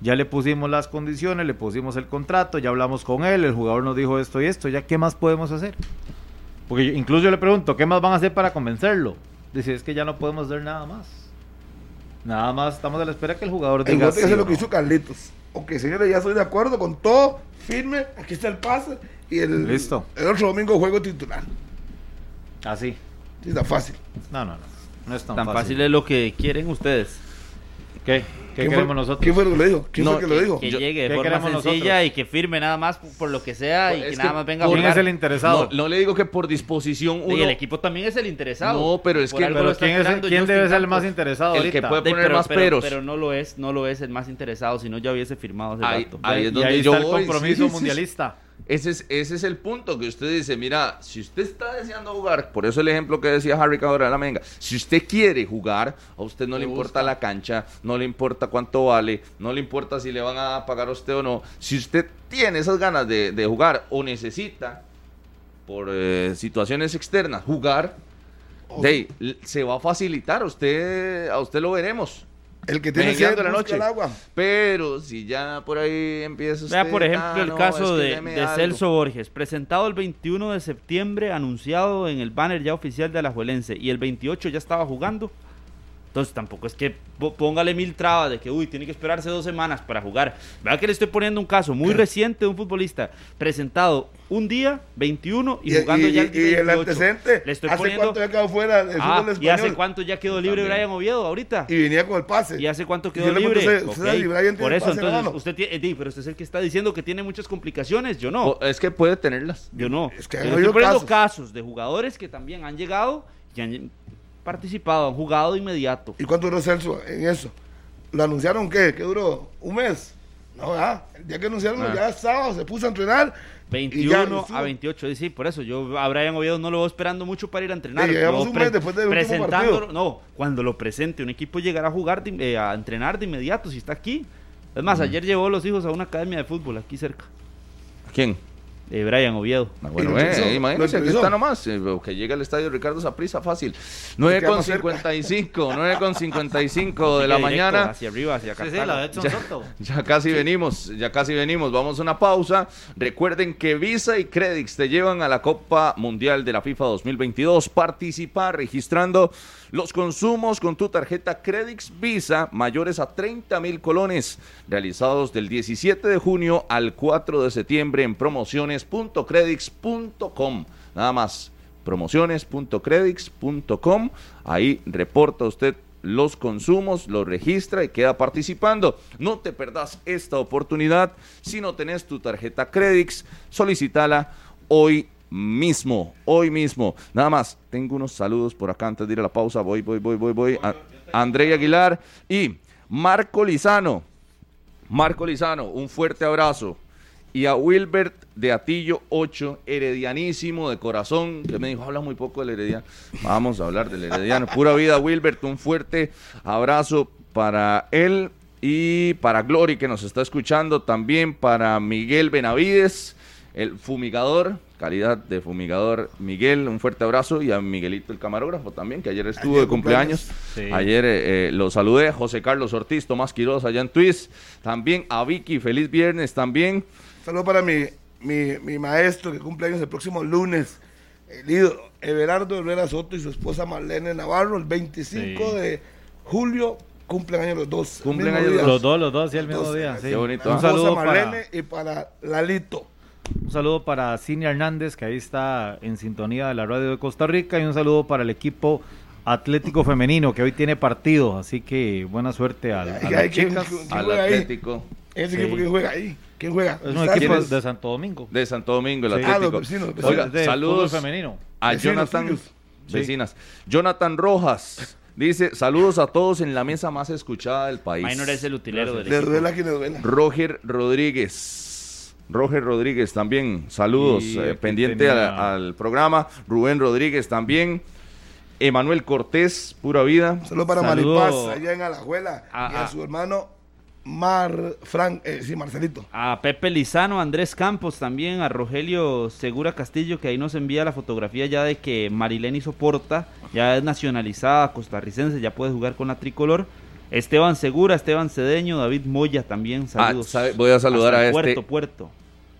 Speaker 4: ya le pusimos las condiciones, le pusimos el contrato, ya hablamos con él, el jugador nos dijo esto y esto, ya qué más podemos hacer. Porque yo- incluso yo le pregunto, ¿qué más van a hacer para convencerlo? Dice, es que ya no podemos hacer nada más. Nada más estamos a la espera que el jugador
Speaker 3: El
Speaker 4: diga.
Speaker 3: bote que
Speaker 4: sí
Speaker 3: hace
Speaker 4: o
Speaker 3: lo que
Speaker 4: no.
Speaker 3: hizo Carlitos. Ok, señores, ya estoy de acuerdo con todo. Firme, aquí está el pase. Y el,
Speaker 4: Listo.
Speaker 3: el otro domingo juego titular.
Speaker 4: Así.
Speaker 3: Sí, está fácil.
Speaker 4: No, no, no. No es tan,
Speaker 5: Tan
Speaker 4: fácil.
Speaker 5: fácil es lo que quieren ustedes.
Speaker 4: ¿Qué? ¿Qué
Speaker 3: ¿Quién fue-
Speaker 4: queremos nosotros?
Speaker 3: ¿Quién fue el que lo dijo? ¿Quién
Speaker 2: No,
Speaker 3: fue el que lo dijo?
Speaker 5: Que
Speaker 2: Yo-
Speaker 5: llegue
Speaker 4: ¿Qué
Speaker 5: de forma
Speaker 4: queremos
Speaker 5: sencilla
Speaker 4: nosotros?
Speaker 5: y que firme nada más por, por lo que sea y
Speaker 2: Pues
Speaker 5: que
Speaker 2: es
Speaker 5: nada
Speaker 2: que
Speaker 5: más venga a
Speaker 4: ¿Quién
Speaker 5: jugar.
Speaker 4: es el interesado?
Speaker 2: No, no le digo que por disposición uno.
Speaker 5: Y el equipo también es el interesado.
Speaker 2: No, pero es
Speaker 5: Por
Speaker 2: que-
Speaker 5: algo lo
Speaker 4: Pero
Speaker 5: está
Speaker 4: ¿quién, es el-
Speaker 5: esperando
Speaker 4: quién
Speaker 5: Justin
Speaker 4: debe ser el
Speaker 5: Campos.
Speaker 4: más interesado
Speaker 2: El que
Speaker 4: ahorita?
Speaker 2: puede-
Speaker 5: De-
Speaker 2: poner
Speaker 5: pero,
Speaker 2: más
Speaker 5: pero-
Speaker 2: peros.
Speaker 5: pero no lo es, no lo es el más interesado, si no ya hubiese firmado hace
Speaker 2: Ahí-
Speaker 5: rato.
Speaker 2: ahí es
Speaker 4: Y
Speaker 2: donde
Speaker 4: ahí
Speaker 2: yo
Speaker 4: está el
Speaker 2: voy, sí,
Speaker 4: compromiso
Speaker 2: sí, sí.
Speaker 4: mundialista.
Speaker 2: Ese es, ese es el punto que usted dice, mira, si usted está deseando jugar, por eso el ejemplo que decía Harry Cabrera de la Menga, si usted quiere jugar, a usted no le importa la cancha, no le importa cuánto vale, no le importa si le van a pagar a usted o no, si usted tiene esas ganas de, de jugar o necesita, por eh, situaciones externas, jugar, de ahí, l- se va a facilitar, a usted, a usted lo veremos.
Speaker 3: El que tiene sed
Speaker 2: Meneando la
Speaker 3: busca
Speaker 2: noche.
Speaker 3: el agua.
Speaker 2: Pero si ya por ahí empieza usted...
Speaker 5: Vea, por ejemplo,
Speaker 2: "Ah,
Speaker 5: el
Speaker 2: no,
Speaker 5: caso
Speaker 2: es que
Speaker 5: de,
Speaker 2: deme
Speaker 5: de
Speaker 2: algo".
Speaker 5: Celso Borges, presentado el 21 de septiembre, anunciado en el banner ya oficial de Alajuelense, y el 28 ya estaba jugando. Entonces tampoco es que po- póngale mil trabas de que, uy, tiene que esperarse dos semanas para jugar. Vea que le estoy poniendo un caso muy reciente de un futbolista presentado un día, 21, y, jugando ya el
Speaker 3: y el
Speaker 5: 28.
Speaker 3: antecedente.
Speaker 5: Le estoy
Speaker 3: ¿Hace
Speaker 5: poniendo-
Speaker 3: cuánto había quedado fuera del
Speaker 5: Ah,
Speaker 3: fútbol español?
Speaker 5: ¿Y hace cuánto ya quedó libre Brian Oviedo ahorita?
Speaker 3: Y venía con el pase.
Speaker 5: ¿Y hace cuánto
Speaker 3: Yo
Speaker 5: quedó
Speaker 3: le
Speaker 5: libre?
Speaker 3: pregunto, ¿usted- usted
Speaker 5: Ok,
Speaker 3: y Brian
Speaker 5: Por
Speaker 3: tienen
Speaker 5: eso,
Speaker 3: pase en la
Speaker 5: entonces,
Speaker 3: mano?
Speaker 5: usted tiene, eh, di, pero usted es el que está diciendo que tiene muchas complicaciones, yo no.
Speaker 2: O- es que puede tenerlas.
Speaker 5: Yo no.
Speaker 3: Es que
Speaker 5: Yo
Speaker 3: ha
Speaker 5: le
Speaker 3: habido
Speaker 5: estoy poniendo
Speaker 3: casos.
Speaker 5: casos. de jugadores que también han llegado y han participado, han jugado de inmediato.
Speaker 3: ¿Y cuánto duró Celso en eso? ¿Lo anunciaron qué? ¿Qué duró? ¿Un mes? No, ya. El día que anunciaron,
Speaker 5: Ah.
Speaker 3: ya sábado se puso a entrenar. y ya,
Speaker 5: 21 a
Speaker 3: estuvo.
Speaker 5: 28, y sí, por eso yo a Brian Oviedo no lo voy esperando mucho para ir a entrenar.
Speaker 3: Sí, llegamos
Speaker 5: Lo
Speaker 3: un mes después del último partido.
Speaker 5: No, cuando lo presente, un equipo llegará a jugar, de- eh, a entrenar de inmediato si está aquí. Es más, ayer llevó a los hijos a una academia de fútbol aquí cerca,
Speaker 2: ¿Quién?
Speaker 5: de Brian Oviedo.
Speaker 2: Ah, bueno,
Speaker 3: Y lo
Speaker 2: eh,
Speaker 3: utilizó,
Speaker 2: eh, imagínense,
Speaker 3: lo
Speaker 2: aquí
Speaker 3: utilizó.
Speaker 2: está nomás, eh, que llega al estadio Ricardo Zaprisa, fácil.
Speaker 3: Y queda más
Speaker 2: 9.55, 9.55 de la
Speaker 5: Directo,
Speaker 2: mañana.
Speaker 5: Hacia arriba, hacia
Speaker 4: Sí,
Speaker 5: Cartago.
Speaker 4: sí, la de Edson Soto.
Speaker 2: Ya casi venimos, ya casi venimos. Vamos a una pausa. Recuerden que Visa y Credix te llevan a la Copa Mundial de la FIFA 2022. Participa registrando los consumos con tu tarjeta Credix Visa mayores a 30 mil colones, realizados del 17 de junio al 4 de septiembre en promociones.credix.com. Nada más promociones.credits.com. Ahí reporta usted los consumos, los registra y queda participando. No te perdás esta oportunidad. Si no tenés tu tarjeta Credits, solicítala hoy mismo, hoy mismo. Nada más, tengo unos saludos por acá antes de ir a la pausa. Voy, voy, voy, voy, voy. A- André Aguilar y Marco Lizano. Marco Lizano, un fuerte abrazo. Y a Wilbert de Atillo 8, heredianísimo de corazón, que me dijo, habla muy poco del herediano. Vamos a hablar del herediano. Pura vida, Wilbert, un fuerte abrazo para él y para Glory, que nos está escuchando también, para Miguel Benavides, el fumigador, calidad de fumigador Miguel, un fuerte abrazo y a Miguelito el camarógrafo también, que ayer estuvo
Speaker 3: Ayer
Speaker 2: de cumpleaños.
Speaker 4: Sí.
Speaker 2: Ayer eh, eh, lo saludé, José Carlos Ortiz, Tomás Quiroz allá en Twist, también a Vicky, feliz viernes también.
Speaker 3: Saludo para mi, mi, mi maestro que cumple años el próximo lunes, el ídolo Everardo Herrera Soto y su esposa Marlene Navarro, el 25
Speaker 4: Sí.
Speaker 3: de julio, cumplen años los dos.
Speaker 2: Cumplen
Speaker 3: mismo
Speaker 2: años
Speaker 3: día.
Speaker 4: Los dos, los dos, sí, el mismo
Speaker 3: Los dos,
Speaker 4: día.
Speaker 3: sí.
Speaker 4: sí.
Speaker 2: Qué bonito,
Speaker 4: Un
Speaker 2: ¿ah?
Speaker 3: Esposa
Speaker 4: saludo para,
Speaker 3: Marlene y para Lalito.
Speaker 4: un saludo para Cine Hernández, que ahí está en sintonía de la radio de Costa Rica, y un saludo para el equipo Atlético Femenino, que hoy tiene partido, así que buena suerte al, a
Speaker 3: Ay,
Speaker 4: las
Speaker 3: ay, qué-
Speaker 4: chicas.
Speaker 3: qué-
Speaker 2: Al
Speaker 3: juega ahí?
Speaker 2: Atlético
Speaker 3: Ese
Speaker 4: Sí.
Speaker 3: equipo que juega ahí. ¿Quién juega?
Speaker 4: Es un
Speaker 3: ¿Ustedes?
Speaker 4: equipo
Speaker 3: ¿Quiénes?
Speaker 4: de Santo Domingo.
Speaker 2: de Santo Domingo, el
Speaker 4: Sí.
Speaker 2: Atlético.
Speaker 3: Ah, los vecinos, los
Speaker 2: Oiga,
Speaker 4: Es de
Speaker 2: saludos
Speaker 4: fútbol femenino.
Speaker 2: a
Speaker 3: Vecinos
Speaker 2: Jonathan,
Speaker 3: suyos.
Speaker 2: vecinas. Jonathan Rojas dice, saludos a todos en la mesa más escuchada del país.
Speaker 5: Minor es el utilero del
Speaker 3: Le
Speaker 5: equipo.
Speaker 3: duela a quien le duela.
Speaker 2: Roger Rodríguez. Roger Rodríguez también, saludos,
Speaker 4: Y
Speaker 2: eh,
Speaker 4: aquí
Speaker 2: pendiente
Speaker 4: tenía-
Speaker 2: al, al programa. Rubén Rodríguez también. Emanuel Cortés, pura vida.
Speaker 3: Saludos para
Speaker 4: Saludo.
Speaker 3: Maripaz, allá en Alajuela,
Speaker 5: Ah,
Speaker 3: y a
Speaker 5: ah.
Speaker 3: su hermano Mar Frank, eh, sí, Marcelito.
Speaker 5: A Pepe Lizano, a Andrés Campos también, a Rogelio Segura Castillo, que ahí nos envía la fotografía ya de que Marileni Soporta ya es nacionalizada costarricense, ya puede jugar con la tricolor. Esteban Segura, Esteban Cedeño, David Moya también, saludos.
Speaker 2: Ah, sabe, voy a saludar
Speaker 5: Hasta
Speaker 2: a este.
Speaker 5: Puerto, Puerto.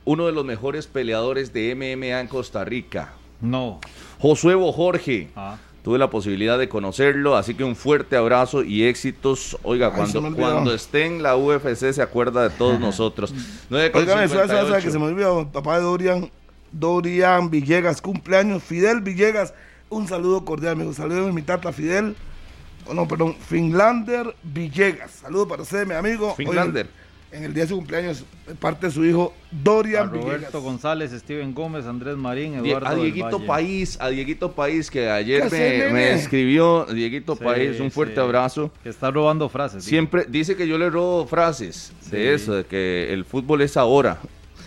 Speaker 2: Uno de los mejores peleadores de MMA en Costa Rica.
Speaker 4: No.
Speaker 2: Josué Jorge.
Speaker 4: Ah.
Speaker 2: Tuve la posibilidad de conocerlo, así que un fuerte abrazo y éxitos. Oiga,
Speaker 3: Ay, se me
Speaker 2: cuando,
Speaker 3: olvidó.
Speaker 2: cuando esté en la UFC se acuerda de todos nosotros.
Speaker 3: Oigan, eso, eso, eso, que
Speaker 2: 9.58.
Speaker 3: se me olvidó, papá de Dorian, Dorian Villegas, cumpleaños, Fidel Villegas, un saludo cordial, amigo, saludos de mi tata Fidel, oh, no, perdón, Finlander Villegas, saludo para usted, mi amigo. Hoy,
Speaker 2: Finlander.
Speaker 3: en el día de su cumpleaños, de parte de su hijo, Dorian
Speaker 4: A
Speaker 3: Villegas.
Speaker 4: Roberto González, Steven Gómez, Andrés Marín,
Speaker 2: Die-
Speaker 4: Eduardo
Speaker 2: A
Speaker 4: del
Speaker 2: Dieguito
Speaker 4: Valle.
Speaker 2: País, a Dieguito País que ayer
Speaker 3: ¿Qué
Speaker 2: me,
Speaker 3: hace,
Speaker 2: me
Speaker 3: nene?
Speaker 2: escribió, Dieguito
Speaker 4: Sí,
Speaker 2: País, un fuerte
Speaker 4: sí.
Speaker 2: abrazo.
Speaker 4: Que está robando frases. digo.
Speaker 2: Siempre dice que yo le robo frases de
Speaker 4: Sí.
Speaker 2: eso, de que el fútbol es ahora.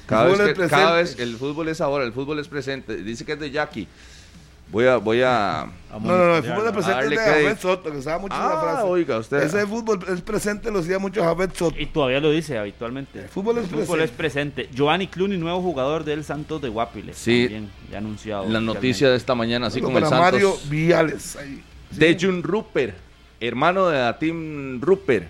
Speaker 2: Cada,
Speaker 3: El
Speaker 2: vez,
Speaker 3: fútbol
Speaker 2: que-
Speaker 3: es
Speaker 2: cada vez
Speaker 3: presente.
Speaker 2: el fútbol es ahora, el fútbol es presente. Dice que es de Jackie. Voy a, voy a.
Speaker 4: A
Speaker 3: No, no, no, el
Speaker 4: monitorear,
Speaker 3: fútbol es presente es
Speaker 2: Darle
Speaker 3: de
Speaker 2: crédito.
Speaker 3: Jafet Soto, que usaba mucho
Speaker 2: Ah,
Speaker 3: la frase.
Speaker 2: oiga, usted-
Speaker 3: Ese fútbol es presente, lo hacía mucho Jafet Soto.
Speaker 5: Y todavía lo dice habitualmente.
Speaker 3: El fútbol es presente.
Speaker 5: presente. Giovanni Clooney, nuevo jugador del Santos de Guapiles.
Speaker 2: Sí.
Speaker 5: También, ya anunciado.
Speaker 2: La noticia de esta mañana, así
Speaker 3: Saludo
Speaker 2: como el Santos.
Speaker 3: para Mario Viales, ahí.
Speaker 2: Dejun Rupert, hermano de Atim Rupert.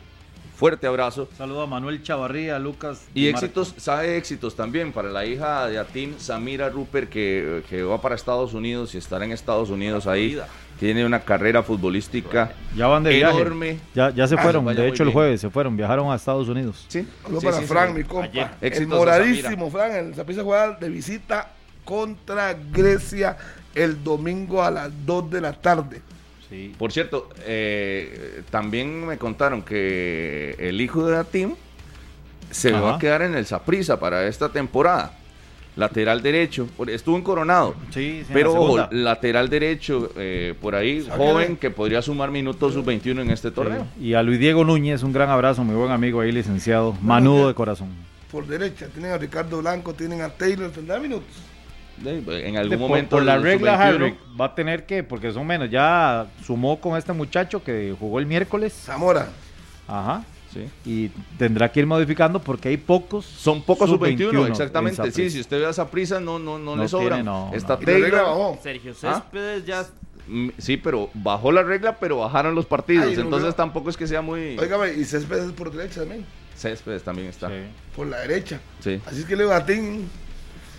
Speaker 2: Fuerte abrazo.
Speaker 4: Saludo a Manuel Chavarría, Lucas.
Speaker 2: Y
Speaker 4: Di Marco.
Speaker 2: éxitos, sabe éxitos también para la hija eh, de Atim, Samira Rupert, que, que va para Estados Unidos y estará en Estados Unidos ahí. tiene una carrera futbolística
Speaker 4: Ya van de viaje.
Speaker 2: enorme.
Speaker 4: Ya, ya se
Speaker 2: Ah,
Speaker 4: fueron,
Speaker 2: vaya
Speaker 4: de
Speaker 2: muy
Speaker 4: hecho el
Speaker 2: bien.
Speaker 4: jueves se fueron, viajaron a Estados Unidos.
Speaker 2: Sí,
Speaker 3: Saludo
Speaker 2: sí,
Speaker 3: para
Speaker 2: sí,
Speaker 3: Fran,
Speaker 2: sí.
Speaker 3: mi compa.
Speaker 5: Ayer.
Speaker 3: el
Speaker 2: Exitoso,
Speaker 3: moradísimo, Fran. El Zapisa juega de visita contra Grecia el domingo a las 2 de la tarde.
Speaker 4: Sí.
Speaker 2: Por cierto, eh, también me contaron que el hijo de Atim se
Speaker 4: Ajá.
Speaker 2: va a quedar en el Saprisa para esta temporada. Lateral derecho, por- estuvo en Coronado.
Speaker 4: Sí, sí, en
Speaker 2: Pero
Speaker 4: la
Speaker 2: ojo,
Speaker 4: segunda.
Speaker 2: lateral derecho, eh, por ahí,
Speaker 3: Sáquele.
Speaker 2: joven, que podría sumar minutos sub-21 en este torneo.
Speaker 4: Sí. Y a Luis Diego Núñez, un gran abrazo, mi buen amigo ahí, licenciado. Manudo de corazón.
Speaker 3: Por derecha tienen a Ricardo Blanco, tienen a Taylor, tendrá minutos.
Speaker 2: De- En algún
Speaker 4: Por-
Speaker 2: momento.
Speaker 4: por, la
Speaker 2: el
Speaker 4: regla,
Speaker 2: sub-21,
Speaker 4: Harry, va a tener que, porque son menos, ya sumó con este muchacho que jugó el miércoles.
Speaker 3: Zamora.
Speaker 4: Ajá.
Speaker 2: sí.
Speaker 4: Y tendrá que ir modificando porque hay pocos.
Speaker 2: Son pocos
Speaker 4: Sub-21,
Speaker 2: sub-21, exactamente.
Speaker 4: en
Speaker 2: Sí,
Speaker 4: Saprissa.
Speaker 2: si usted ve a Saprissa, no, no, no,
Speaker 4: No
Speaker 2: le sobra.
Speaker 4: tiene, no,
Speaker 2: Está
Speaker 4: no.
Speaker 3: Y la regla
Speaker 2: Taylor.
Speaker 3: bajó.
Speaker 5: Sergio
Speaker 2: ¿Ah?
Speaker 5: Céspedes ya
Speaker 2: Mm, Sí, pero bajó la regla, pero bajaron los partidos.
Speaker 3: Ay, no,
Speaker 2: Entonces
Speaker 3: no.
Speaker 2: tampoco es que sea muy.
Speaker 3: Óigame, y Céspedes es por derecha también.
Speaker 2: Céspedes también está.
Speaker 4: Sí.
Speaker 3: Por la derecha.
Speaker 2: Sí,
Speaker 3: Así es que le batín,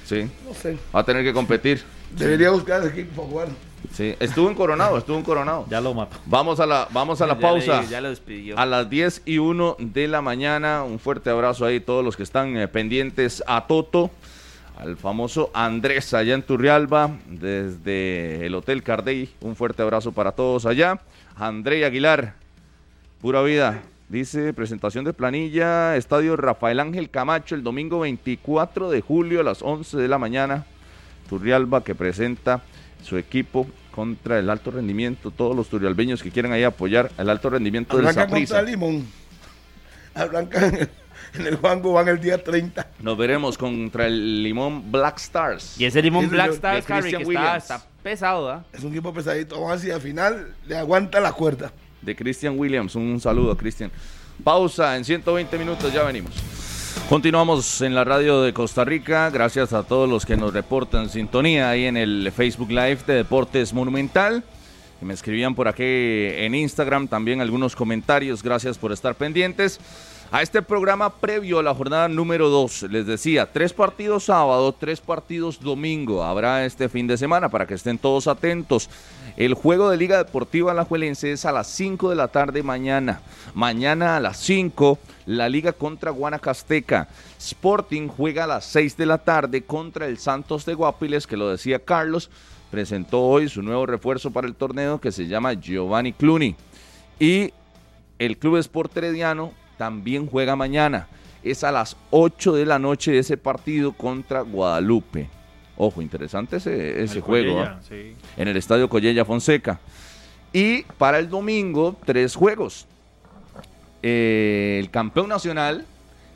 Speaker 2: sí.
Speaker 3: no sé.
Speaker 2: Va a tener que competir.
Speaker 3: Debería buscar ese equipo para jugar.
Speaker 2: Sí. Estuvo en Coronado, estuvo en Coronado.
Speaker 4: Ya lo mató.
Speaker 2: Vamos a la, vamos a la
Speaker 5: ya
Speaker 2: pausa.
Speaker 5: le- ya lo despidió.
Speaker 2: A las 10 y 1 de la mañana, un fuerte abrazo ahí todos los que están eh, pendientes a Toto, al famoso Andrés allá en Turrialba, desde el Hotel Cardey, un fuerte abrazo para todos allá. André Aguilar, pura vida, dice presentación de planilla, Estadio Rafael Ángel Camacho el domingo 24 de julio a las 11 de la mañana, Turrialba que presenta su equipo contra el alto rendimiento, todos los turrialbeños que quieran ahí apoyar el alto rendimiento del
Speaker 3: Arranca
Speaker 2: Saprissa.
Speaker 3: contra Limón. Arranca en el, en el Juan Gobán el día 30.
Speaker 2: Nos veremos contra el Limón Black Stars.
Speaker 5: Y ese Limón
Speaker 3: Sí,
Speaker 5: Black
Speaker 3: señor,
Speaker 5: Stars,
Speaker 2: de
Speaker 5: Harry, que
Speaker 2: Christian
Speaker 5: está,
Speaker 2: Williams.
Speaker 5: está pesado, ¿ah?
Speaker 3: Es un equipo pesadito. Vamos a ver si al final le aguanta la cuerda.
Speaker 2: De Christian Williams. Un saludo, Christian. Pausa en 120 minutos, ya venimos. Continuamos en la radio de Costa Rica. Gracias a todos los que nos reportan sintonía ahí en el Facebook Live de Deportes Monumental. Y Me escribían por aquí en Instagram también algunos comentarios. Gracias por estar pendientes. A este programa previo a la jornada número 2, les decía, tres partidos sábado, tres partidos domingo. Habrá este fin de semana para que estén todos atentos. El juego de Liga Deportiva Alajuelense es a las 5 de la tarde mañana. Mañana a las 5, la Liga contra Guanacasteca. Sporting juega a las 6 de la tarde contra el Santos de Guapiles, que lo decía Carlos presentó hoy su nuevo refuerzo para el torneo que se llama Giovanni Cluni. Y el Club Sport Herediano también juega mañana. Es a las 8 de la noche ese partido contra Guadalupe. Ojo, interesante ese, ese juego. ¿ah? En el Estadio Collella Fonseca. Y para el domingo, tres juegos. Eh, el campeón nacional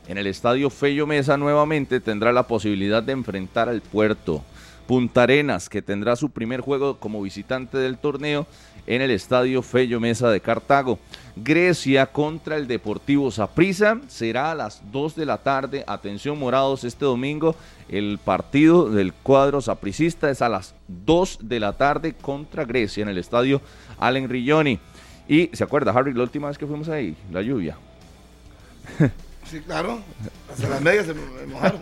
Speaker 2: en el Estadio Fello Mesa nuevamente tendrá la posibilidad de enfrentar al puerto. Punta Arenas, que tendrá su primer juego como visitante del torneo en el Estadio Fello Mesa de Cartago. Grecia contra el Deportivo Saprissa será a las 2 de la tarde. Atención morados, este domingo el partido del cuadro sapricista es a las 2 de la tarde contra Grecia en el Estadio Allen Rigioni. Y se acuerda, Harry, la última vez que fuimos ahí, la lluvia.
Speaker 3: Sí, claro. Hasta las medias se me mojaron.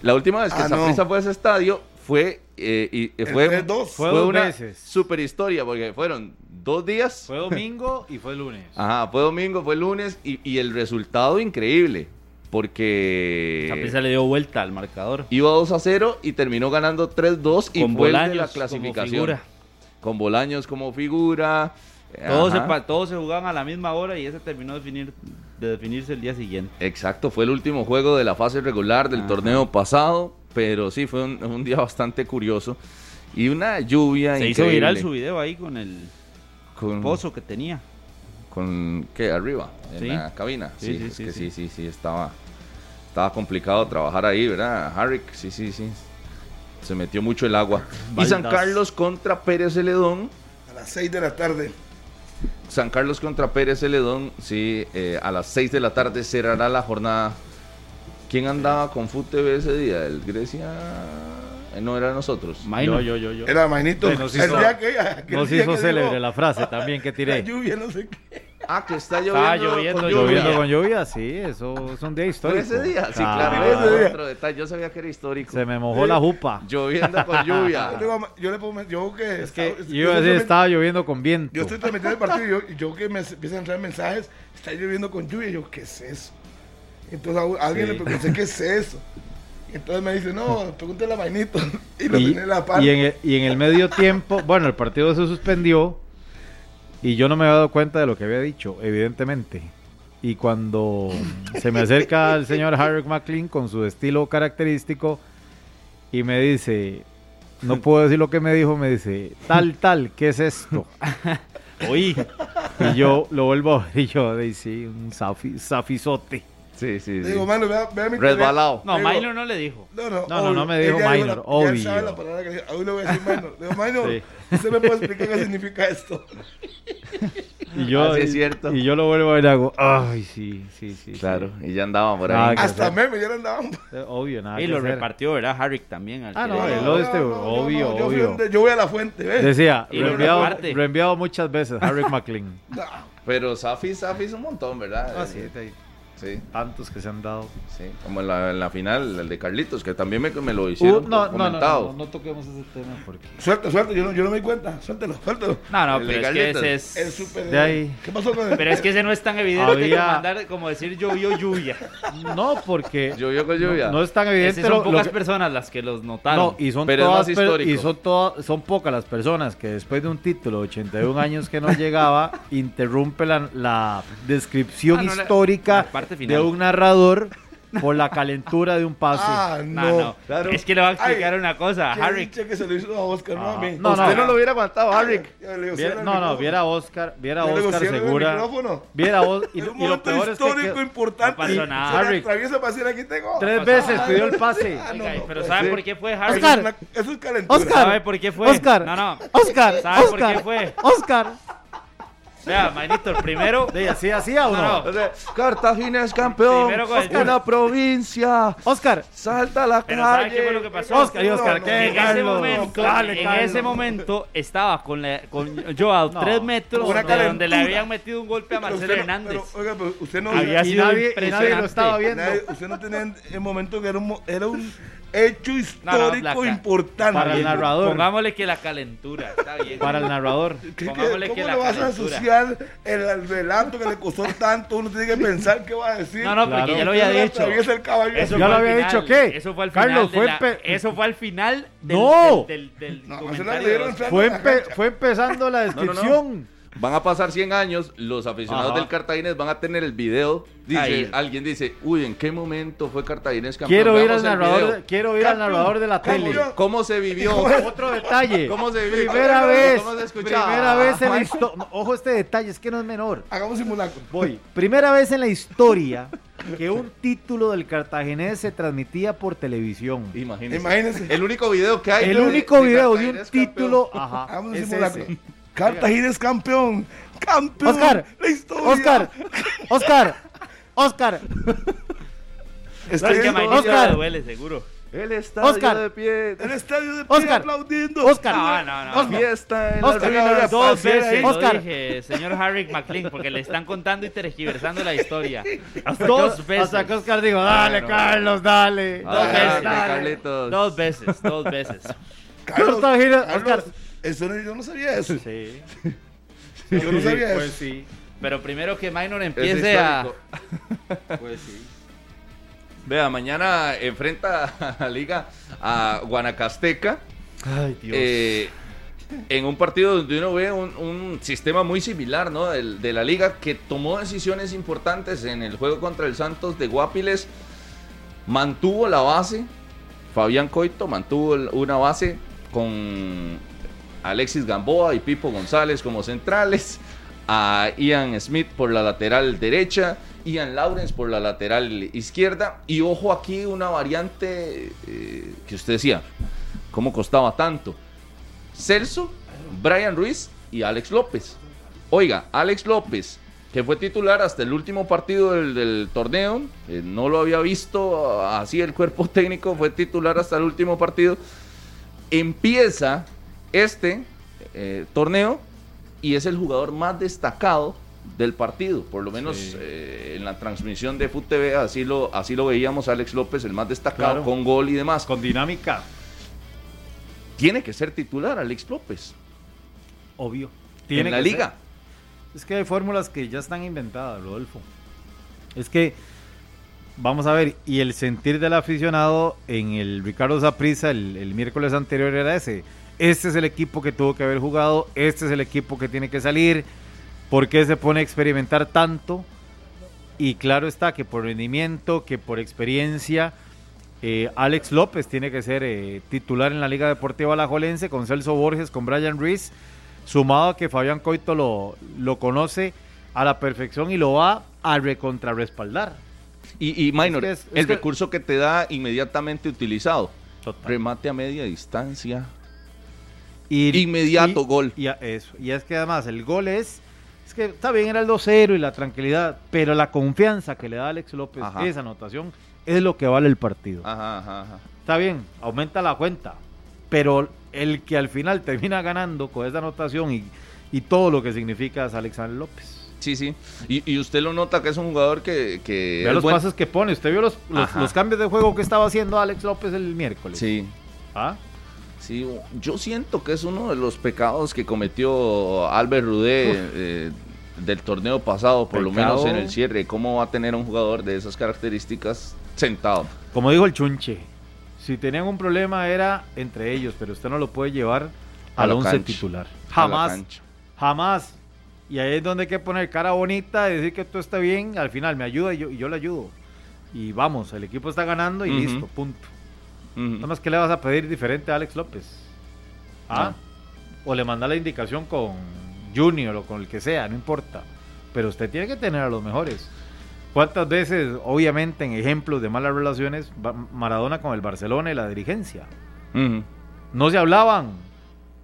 Speaker 2: La última vez que
Speaker 3: Ah, no.
Speaker 2: Saprissa fue a ese estadio fue, eh, y, eh,
Speaker 3: El
Speaker 2: fue,
Speaker 3: 3-2.
Speaker 2: fue
Speaker 4: Fue dos
Speaker 2: una
Speaker 4: veces.
Speaker 2: super historia porque fueron dos días.
Speaker 4: Fue domingo y fue lunes.
Speaker 2: Ajá, fue domingo, fue lunes y, y el resultado increíble
Speaker 5: Saprissa
Speaker 2: porque
Speaker 5: le dio vuelta al marcador.
Speaker 2: iba 2 a 0 y terminó ganando 3-2 y
Speaker 5: Con
Speaker 2: fue el de
Speaker 5: Bolaños
Speaker 2: la
Speaker 5: como
Speaker 2: clasificación.
Speaker 5: figura.
Speaker 2: Con Bolaños como figura.
Speaker 5: Todos se,
Speaker 2: Ajá.
Speaker 5: pa- todos se jugaban a la misma hora y ese terminó de, definir, de definirse el día siguiente.
Speaker 2: Exacto, fue el último juego de la fase regular del
Speaker 5: Ajá.
Speaker 2: torneo pasado, pero sí, fue un, un día bastante curioso. Y una lluvia
Speaker 5: Se hizo
Speaker 2: increíble.
Speaker 5: viral su video ahí con el
Speaker 2: con,
Speaker 5: pozo que tenía.
Speaker 2: con qué arriba en
Speaker 5: Sí.
Speaker 2: la cabina sí sí
Speaker 5: Sí, sí,
Speaker 2: es
Speaker 5: sí,
Speaker 2: que sí
Speaker 5: sí.
Speaker 2: sí sí estaba estaba complicado trabajar ahí verdad Harrick sí sí sí se metió mucho el agua y San
Speaker 5: Baldas.
Speaker 2: Carlos contra Pérez Celedón
Speaker 3: A las 6 de la tarde.
Speaker 2: San Carlos contra Pérez Celedón sí eh, a las 6 de la tarde cerrará la jornada quién andaba con FUTV ese día el Grecia Eh, no era nosotros
Speaker 5: Maino.
Speaker 4: Yo, yo, yo, yo.
Speaker 3: Era Mainito.
Speaker 4: Sí, nos
Speaker 3: el
Speaker 4: hizo-
Speaker 3: día que, aquel
Speaker 4: Nos
Speaker 3: día
Speaker 4: hizo
Speaker 3: que
Speaker 4: célebre
Speaker 3: dijo,
Speaker 4: la frase también que
Speaker 3: La
Speaker 4: tiré.
Speaker 3: lluvia, no sé qué.
Speaker 2: Ah, que está lloviendo.
Speaker 5: Estaba lloviendo,
Speaker 2: con lluvia.
Speaker 4: Lloviendo con lluvia, sí, eso son días
Speaker 2: Fue
Speaker 4: históricos.
Speaker 2: ese día, sí, claro,
Speaker 4: Claro.
Speaker 2: ese
Speaker 3: día.
Speaker 2: otro detalle. Yo sabía que era histórico.
Speaker 4: Se me mojó la jupa.
Speaker 2: Lloviendo con
Speaker 3: Yo
Speaker 2: lluvia.
Speaker 3: le, voy a- yo le puedo. Yo que.
Speaker 4: Es que
Speaker 3: yo
Speaker 4: yo iba a decir,
Speaker 3: estoy-
Speaker 4: estaba lloviendo con viento.
Speaker 3: Yo estoy transmitiendo el partido y yo, y yo que me empiezan a entrar mensajes. Está lloviendo con lluvia. Y yo, ¿qué es eso? Entonces a- a alguien
Speaker 4: Sí.
Speaker 3: le pregunté, ¿qué es eso? Y entonces me dice, no, pregúntale a Mainito. Y lo
Speaker 4: y,
Speaker 3: tenía en la parte.
Speaker 4: y en el, y en el medio tiempo, bueno, el partido se suspendió y yo no me había dado cuenta de lo que había dicho, evidentemente. Y cuando se me acerca el señor Harry McLean con su estilo característico y me dice, no puedo decir lo que me dijo, me dice, tal, tal, ¿qué es esto?
Speaker 5: Oí.
Speaker 4: Y yo lo vuelvo a ver y yo dice, un zafi- zafizote.
Speaker 2: Sí, sí,
Speaker 3: Le digo, mano, vea, vea mi teléfono".
Speaker 2: Resbalado.
Speaker 5: No,
Speaker 3: Digo-
Speaker 5: Milo no le dijo.
Speaker 3: No, no,
Speaker 4: No, no,
Speaker 3: obvio.
Speaker 4: no me dijo
Speaker 3: Ella
Speaker 4: minor,
Speaker 3: la- ya él sabe
Speaker 4: obvio.
Speaker 3: la palabra que dijo. Hoy le voy a decir minor. Le digo, minor,
Speaker 4: Sí.
Speaker 3: ¿usted me puede explicar qué significa esto?
Speaker 4: Y
Speaker 3: Ah,
Speaker 4: yo,
Speaker 2: Así es cierto.
Speaker 4: y yo lo vuelvo a ver y hago, ay, sí, sí, sí. sí".
Speaker 2: Claro, y ya andaban por
Speaker 4: Ah,
Speaker 2: ahí.
Speaker 4: que-
Speaker 3: Hasta meme, ya le andaban.
Speaker 4: Eh, Obvio, nada.
Speaker 5: Ah, Y
Speaker 4: que
Speaker 5: lo
Speaker 4: hacer.
Speaker 5: repartió, ¿verdad? Harrick también. al
Speaker 4: Ah,
Speaker 5: que
Speaker 4: no,
Speaker 5: le-
Speaker 4: el otro- este,
Speaker 3: yo
Speaker 4: obvio,
Speaker 3: fui
Speaker 4: obvio.
Speaker 3: donde- yo voy a la fuente, ¿ves?
Speaker 4: Decía,
Speaker 5: Y lo
Speaker 4: reenviado,
Speaker 5: reparte.
Speaker 4: reenviado muchas veces, Harry McLean.
Speaker 3: No,
Speaker 2: Pero Safi, Safi es un montón, ¿verdad?
Speaker 4: Ah, sí, hay
Speaker 2: sí.
Speaker 4: tantos que se han dado.
Speaker 2: Sí, como en la, en la final, el de Carlitos, que también me, me lo hicieron
Speaker 4: Uh, no, no, no,
Speaker 2: comentado.
Speaker 4: no, no toquemos ese tema porque...
Speaker 3: Suelta, suelta, yo no, yo no me di cuenta. Suéltelo, suéltelo.
Speaker 5: No, no,
Speaker 2: El
Speaker 5: pero
Speaker 2: de
Speaker 5: es que
Speaker 2: galletas.
Speaker 5: ese
Speaker 3: El
Speaker 5: es...
Speaker 3: super.
Speaker 4: De ahí.
Speaker 3: ¿Qué pasó con el
Speaker 5: Pero es que ese no es tan evidente
Speaker 4: Había-
Speaker 5: como, andar- como decir llovió lluvia.
Speaker 4: No, porque
Speaker 2: Llovió con lluvia.
Speaker 4: no, no es tan
Speaker 5: Ese
Speaker 4: evidente
Speaker 5: son
Speaker 4: lo, lo
Speaker 5: pocas
Speaker 4: que-
Speaker 5: personas las que los notaron.
Speaker 4: No, y son
Speaker 2: Pero es
Speaker 4: todas,
Speaker 2: más
Speaker 4: per-
Speaker 2: histórico.
Speaker 4: y son todas, son pocas las personas que después de un título de 81 años que no llegaba, interrumpe la, la descripción
Speaker 5: Ah, no, la-
Speaker 4: histórica
Speaker 5: la parte final.
Speaker 4: de un narrador por la calentura de un pase.
Speaker 3: Ah,
Speaker 5: No,
Speaker 3: no.
Speaker 5: no.
Speaker 2: claro.
Speaker 5: Es que le voy a explicar
Speaker 3: Ay,
Speaker 5: una cosa,
Speaker 3: ¿Qué
Speaker 5: Harrick.
Speaker 3: dicha que se lo hizo a Oscar, no a mí.
Speaker 4: Ah. no,
Speaker 2: Usted no lo hubiera aguantado,
Speaker 3: Harry.
Speaker 2: Harrick.
Speaker 4: Viera- no, no, viera a Oscar, viera a
Speaker 3: Yo le digo,
Speaker 4: Oscar
Speaker 3: cierra el
Speaker 4: segura.
Speaker 3: micrófono.
Speaker 4: Viera a Os- y,
Speaker 3: Es
Speaker 4: lo-
Speaker 3: un
Speaker 4: y lo
Speaker 3: momento
Speaker 4: peor es que
Speaker 3: histórico
Speaker 4: quedó-
Speaker 3: importante.
Speaker 5: No pasó
Speaker 3: Y
Speaker 5: nada.
Speaker 3: se la
Speaker 4: Harry.
Speaker 3: atraviesa para decir aquí tengo.
Speaker 4: tres
Speaker 5: pasó
Speaker 4: veces
Speaker 5: nada.
Speaker 4: pidió el pase.
Speaker 3: Ah, no,
Speaker 5: Oiga,
Speaker 3: no,
Speaker 5: pero
Speaker 3: pues,
Speaker 5: ¿sabe
Speaker 2: sí.
Speaker 5: por qué fue Harrick?
Speaker 3: Eso es una- eso es calentura.
Speaker 6: Oscar.
Speaker 5: ¿Sabe por qué fue?
Speaker 6: Oscar.
Speaker 5: No, no.
Speaker 6: Oscar,
Speaker 5: ¿Sabe por
Speaker 6: Oscar,
Speaker 5: qué fue?
Speaker 6: Oscar.
Speaker 5: Vea, Manito, el primero...
Speaker 4: De así hacía o no.
Speaker 5: No,
Speaker 2: O sea, Cartagena es campeón,
Speaker 5: Primero con el-
Speaker 2: una provincia,
Speaker 6: Oscar,
Speaker 2: salta a la
Speaker 5: Pero ¿sabe
Speaker 2: calle.
Speaker 5: qué fue lo que pasó?
Speaker 4: Oscar, y Oscar,
Speaker 3: No, no,
Speaker 4: ¿qué,
Speaker 5: en ese
Speaker 4: Carlos?
Speaker 5: momento,
Speaker 4: Dale,
Speaker 5: en
Speaker 4: Carlos.
Speaker 5: ese momento estaba con, la, con Joao
Speaker 4: No.
Speaker 5: tres metros
Speaker 3: Una
Speaker 5: de donde le
Speaker 3: calentura.
Speaker 5: habían metido un golpe a
Speaker 3: Pero
Speaker 5: Marcelo
Speaker 3: usted no-
Speaker 5: Hernández.
Speaker 3: pero, oiga, pero usted no.
Speaker 5: Había
Speaker 4: Y
Speaker 5: sido
Speaker 4: nadie, y nadie
Speaker 5: impresionante.
Speaker 4: lo estaba viendo.
Speaker 3: Nadie- usted no tenía el momento que era un, mo- era un hecho
Speaker 5: No, no,
Speaker 3: histórico
Speaker 5: Blanca.
Speaker 3: importante.
Speaker 4: Para el narrador.
Speaker 5: Pongámosle que la calentura, está bien.
Speaker 4: Para el narrador.
Speaker 3: ¿Qué- qué-
Speaker 5: Pongámosle que
Speaker 3: ¿Cómo
Speaker 5: la
Speaker 3: le vas a
Speaker 5: calentura.
Speaker 3: asociar el, el relato que le costó tanto? Uno tiene que pensar qué va a decir.
Speaker 5: No, no, porque
Speaker 4: Claro.
Speaker 5: ya lo había
Speaker 3: Usted le
Speaker 5: dicho.
Speaker 3: atraviesa el caballo.
Speaker 4: Ya
Speaker 5: fue
Speaker 4: lo
Speaker 5: al
Speaker 4: había dicho, ¿qué?
Speaker 5: Eso fue al final.
Speaker 4: Carlos,
Speaker 5: de
Speaker 4: fue
Speaker 5: la-
Speaker 4: pe-
Speaker 5: eso fue al final del,
Speaker 4: ¡No!
Speaker 5: del, del- del
Speaker 3: No, Marcelo
Speaker 5: comentario.
Speaker 3: le dieron
Speaker 5: de Oscar.
Speaker 3: entrando
Speaker 4: Fue,
Speaker 3: a la
Speaker 4: empe-
Speaker 3: cancha.
Speaker 4: fue empezando la
Speaker 2: No, no, no.
Speaker 4: descripción.
Speaker 2: Van a pasar 100 años, los aficionados
Speaker 4: Ajá.
Speaker 2: del Cartaginés van a tener el video. Dice,
Speaker 5: Ahí.
Speaker 2: alguien dice, uy, ¿en qué momento fue Cartaginés campeón?
Speaker 4: Quiero ir
Speaker 2: Veamos
Speaker 4: al
Speaker 2: el
Speaker 4: narrador, de-
Speaker 2: video.
Speaker 4: quiero ir al
Speaker 3: Campeón,
Speaker 4: narrador de la tele.
Speaker 3: campeón.
Speaker 2: ¿Cómo se vivió?
Speaker 4: Otro detalle.
Speaker 2: ¿Cómo se vivió?
Speaker 4: primera
Speaker 2: ¿Cómo
Speaker 4: vez,
Speaker 2: se escuchaba?
Speaker 4: primera vez en la historia. Ojo este detalle, es que no es menor.
Speaker 3: Hagamos simulacro.
Speaker 4: Voy. Primera vez en la historia que un título del cartaginés se transmitía por televisión.
Speaker 2: Imagínense.
Speaker 3: Imagínense.
Speaker 2: El único video que hay.
Speaker 4: El
Speaker 2: de-
Speaker 4: único
Speaker 2: de
Speaker 4: video de un
Speaker 2: Cartaginés
Speaker 4: título.
Speaker 2: campeón.
Speaker 4: Ajá.
Speaker 3: Hagamos un
Speaker 4: es
Speaker 3: simulacro.
Speaker 4: ese.
Speaker 3: Cartagena es campeón. Campeón.
Speaker 6: Oscar,
Speaker 3: La historia.
Speaker 6: Oscar, Oscar, Oscar,
Speaker 5: No, es que a
Speaker 3: Estoy
Speaker 5: Maynito
Speaker 6: Oscar.
Speaker 5: le duele, seguro.
Speaker 2: El estadio
Speaker 6: Oscar.
Speaker 2: de pie.
Speaker 3: en el estadio de pie
Speaker 6: Oscar.
Speaker 3: aplaudiendo.
Speaker 6: Oscar.
Speaker 5: No, no, no.
Speaker 6: Oscar.
Speaker 2: Fiesta en
Speaker 6: Oscar.
Speaker 2: la ruina de
Speaker 5: Dos
Speaker 2: Pacera.
Speaker 5: veces
Speaker 6: Oscar.
Speaker 5: lo dije, señor Harry McLean, porque le están contando y tergiversando la historia. Dos veces.
Speaker 4: Hasta que Oscar dijo, dale,
Speaker 5: no.
Speaker 4: Carlos, dale.
Speaker 5: Dos
Speaker 2: Ay,
Speaker 5: veces.
Speaker 2: Carlitos.
Speaker 5: Dos veces, dos veces.
Speaker 3: Carlos,
Speaker 4: Cartagena,
Speaker 3: Carlos,
Speaker 4: Oscar.
Speaker 3: Eso no, yo no sabía eso.
Speaker 4: Sí.
Speaker 3: Yo no sabía
Speaker 4: Pues
Speaker 3: eso.
Speaker 4: sí.
Speaker 5: Pero primero que Minor
Speaker 2: Es
Speaker 5: empiece a.
Speaker 2: histórico. Vea, mañana enfrenta a la Liga a Guanacasteca. eh, en un partido donde uno ve un, un sistema muy similar, ¿no? Del- de la liga que tomó decisiones importantes en el juego contra el Santos de Guapiles. Mantuvo la base. Fabián Coito mantuvo el- una base con Alexis Gamboa y Pipo González como centrales, a Ian Smith por la lateral derecha, Ian Lawrence por la lateral izquierda, y ojo aquí una variante eh, que usted decía, ¿cómo costaba tanto? Celso, Brian Ruiz y Alex López. Oiga, Alex López, que fue titular hasta el último partido del, del torneo, eh, no lo había visto ah, así el cuerpo técnico, fue titular hasta el último partido empieza este eh, torneo y es el jugador más destacado del partido, por lo menos eh, en la transmisión de FUTV, así lo, así lo veíamos Alex López, el más destacado,
Speaker 4: Claro.
Speaker 2: con gol y demás.
Speaker 4: Con dinámica,
Speaker 2: Tiene que ser titular Alex López
Speaker 4: obvio.
Speaker 2: en la
Speaker 4: que
Speaker 2: liga.
Speaker 4: ser. Es que hay fórmulas que ya están inventadas, Rodolfo. Es que, vamos a ver, y el sentir del aficionado en el Ricardo Zaprisa el, el miércoles anterior era ese. Este es el equipo que tuvo que haber jugado, este es el equipo que tiene que salir. ¿Por qué se pone a experimentar tanto? Y claro está que por rendimiento, que por experiencia, eh, Alex López tiene que ser eh, titular en la Liga Deportiva Alajuelense con Celso Borges, con Brian Reese, sumado a que Fabián Coito lo, lo conoce a la perfección y lo va a recontrarrespaldar.
Speaker 2: Y, y Minor,
Speaker 4: Es que es- es
Speaker 2: el
Speaker 4: que-
Speaker 2: recurso que te da inmediatamente utilizado.
Speaker 4: Total.
Speaker 2: Remate a media distancia.
Speaker 4: Y,
Speaker 2: Inmediato
Speaker 4: y-
Speaker 2: gol.
Speaker 4: Y, a- eso. y es que además el gol es. Es que está bien, era el 2-0 y la tranquilidad, pero la confianza que le da Alex López,
Speaker 2: Ajá. Ah.
Speaker 4: esa anotación, es lo que vale el partido.
Speaker 2: Ajá, ajá, ajá.
Speaker 4: Está bien, aumenta la cuenta, pero el que al final termina ganando con esa anotación y, y todo lo que significa es Alexander López.
Speaker 2: Sí, sí. Y, y usted lo nota que es un jugador que. que
Speaker 4: Vea
Speaker 2: es
Speaker 4: los
Speaker 2: buen-
Speaker 4: pases que pone, usted vio los, los,
Speaker 2: Eh, Ajá.
Speaker 4: los cambios de juego que estaba haciendo Alex López el miércoles.
Speaker 2: Sí,
Speaker 4: ¿Ah?
Speaker 2: sí. Yo siento que es uno de los pecados que cometió Albert Rudé eh, del torneo pasado, por lo
Speaker 4: Pecado.
Speaker 2: menos en el cierre. ¿Cómo va a tener a un jugador de esas características sentado?
Speaker 4: Como dijo el chunche, si tenían un problema era entre ellos, pero usted no lo puede llevar
Speaker 2: A
Speaker 4: al
Speaker 2: la
Speaker 4: 11
Speaker 2: cancha.
Speaker 4: titular.
Speaker 2: A la
Speaker 4: Jamás,
Speaker 2: cancha?
Speaker 4: jamás. Y ahí es donde hay que poner cara bonita, decir que todo está bien, al final me ayuda y yo, y yo le ayudo. Y vamos, el equipo está ganando y
Speaker 2: Ujú.
Speaker 4: listo, punto.
Speaker 2: Ujú.
Speaker 4: Nada más que le vas a pedir diferente a Alex López. ¿Ah?
Speaker 2: Ah.
Speaker 4: O le manda la indicación con Junior o con el que sea, no importa. Pero usted tiene que tener a los mejores. ¿Cuántas veces, obviamente, en ejemplos de malas relaciones, va- Maradona con el Barcelona y la dirigencia?
Speaker 2: Ujú.
Speaker 4: No se hablaban,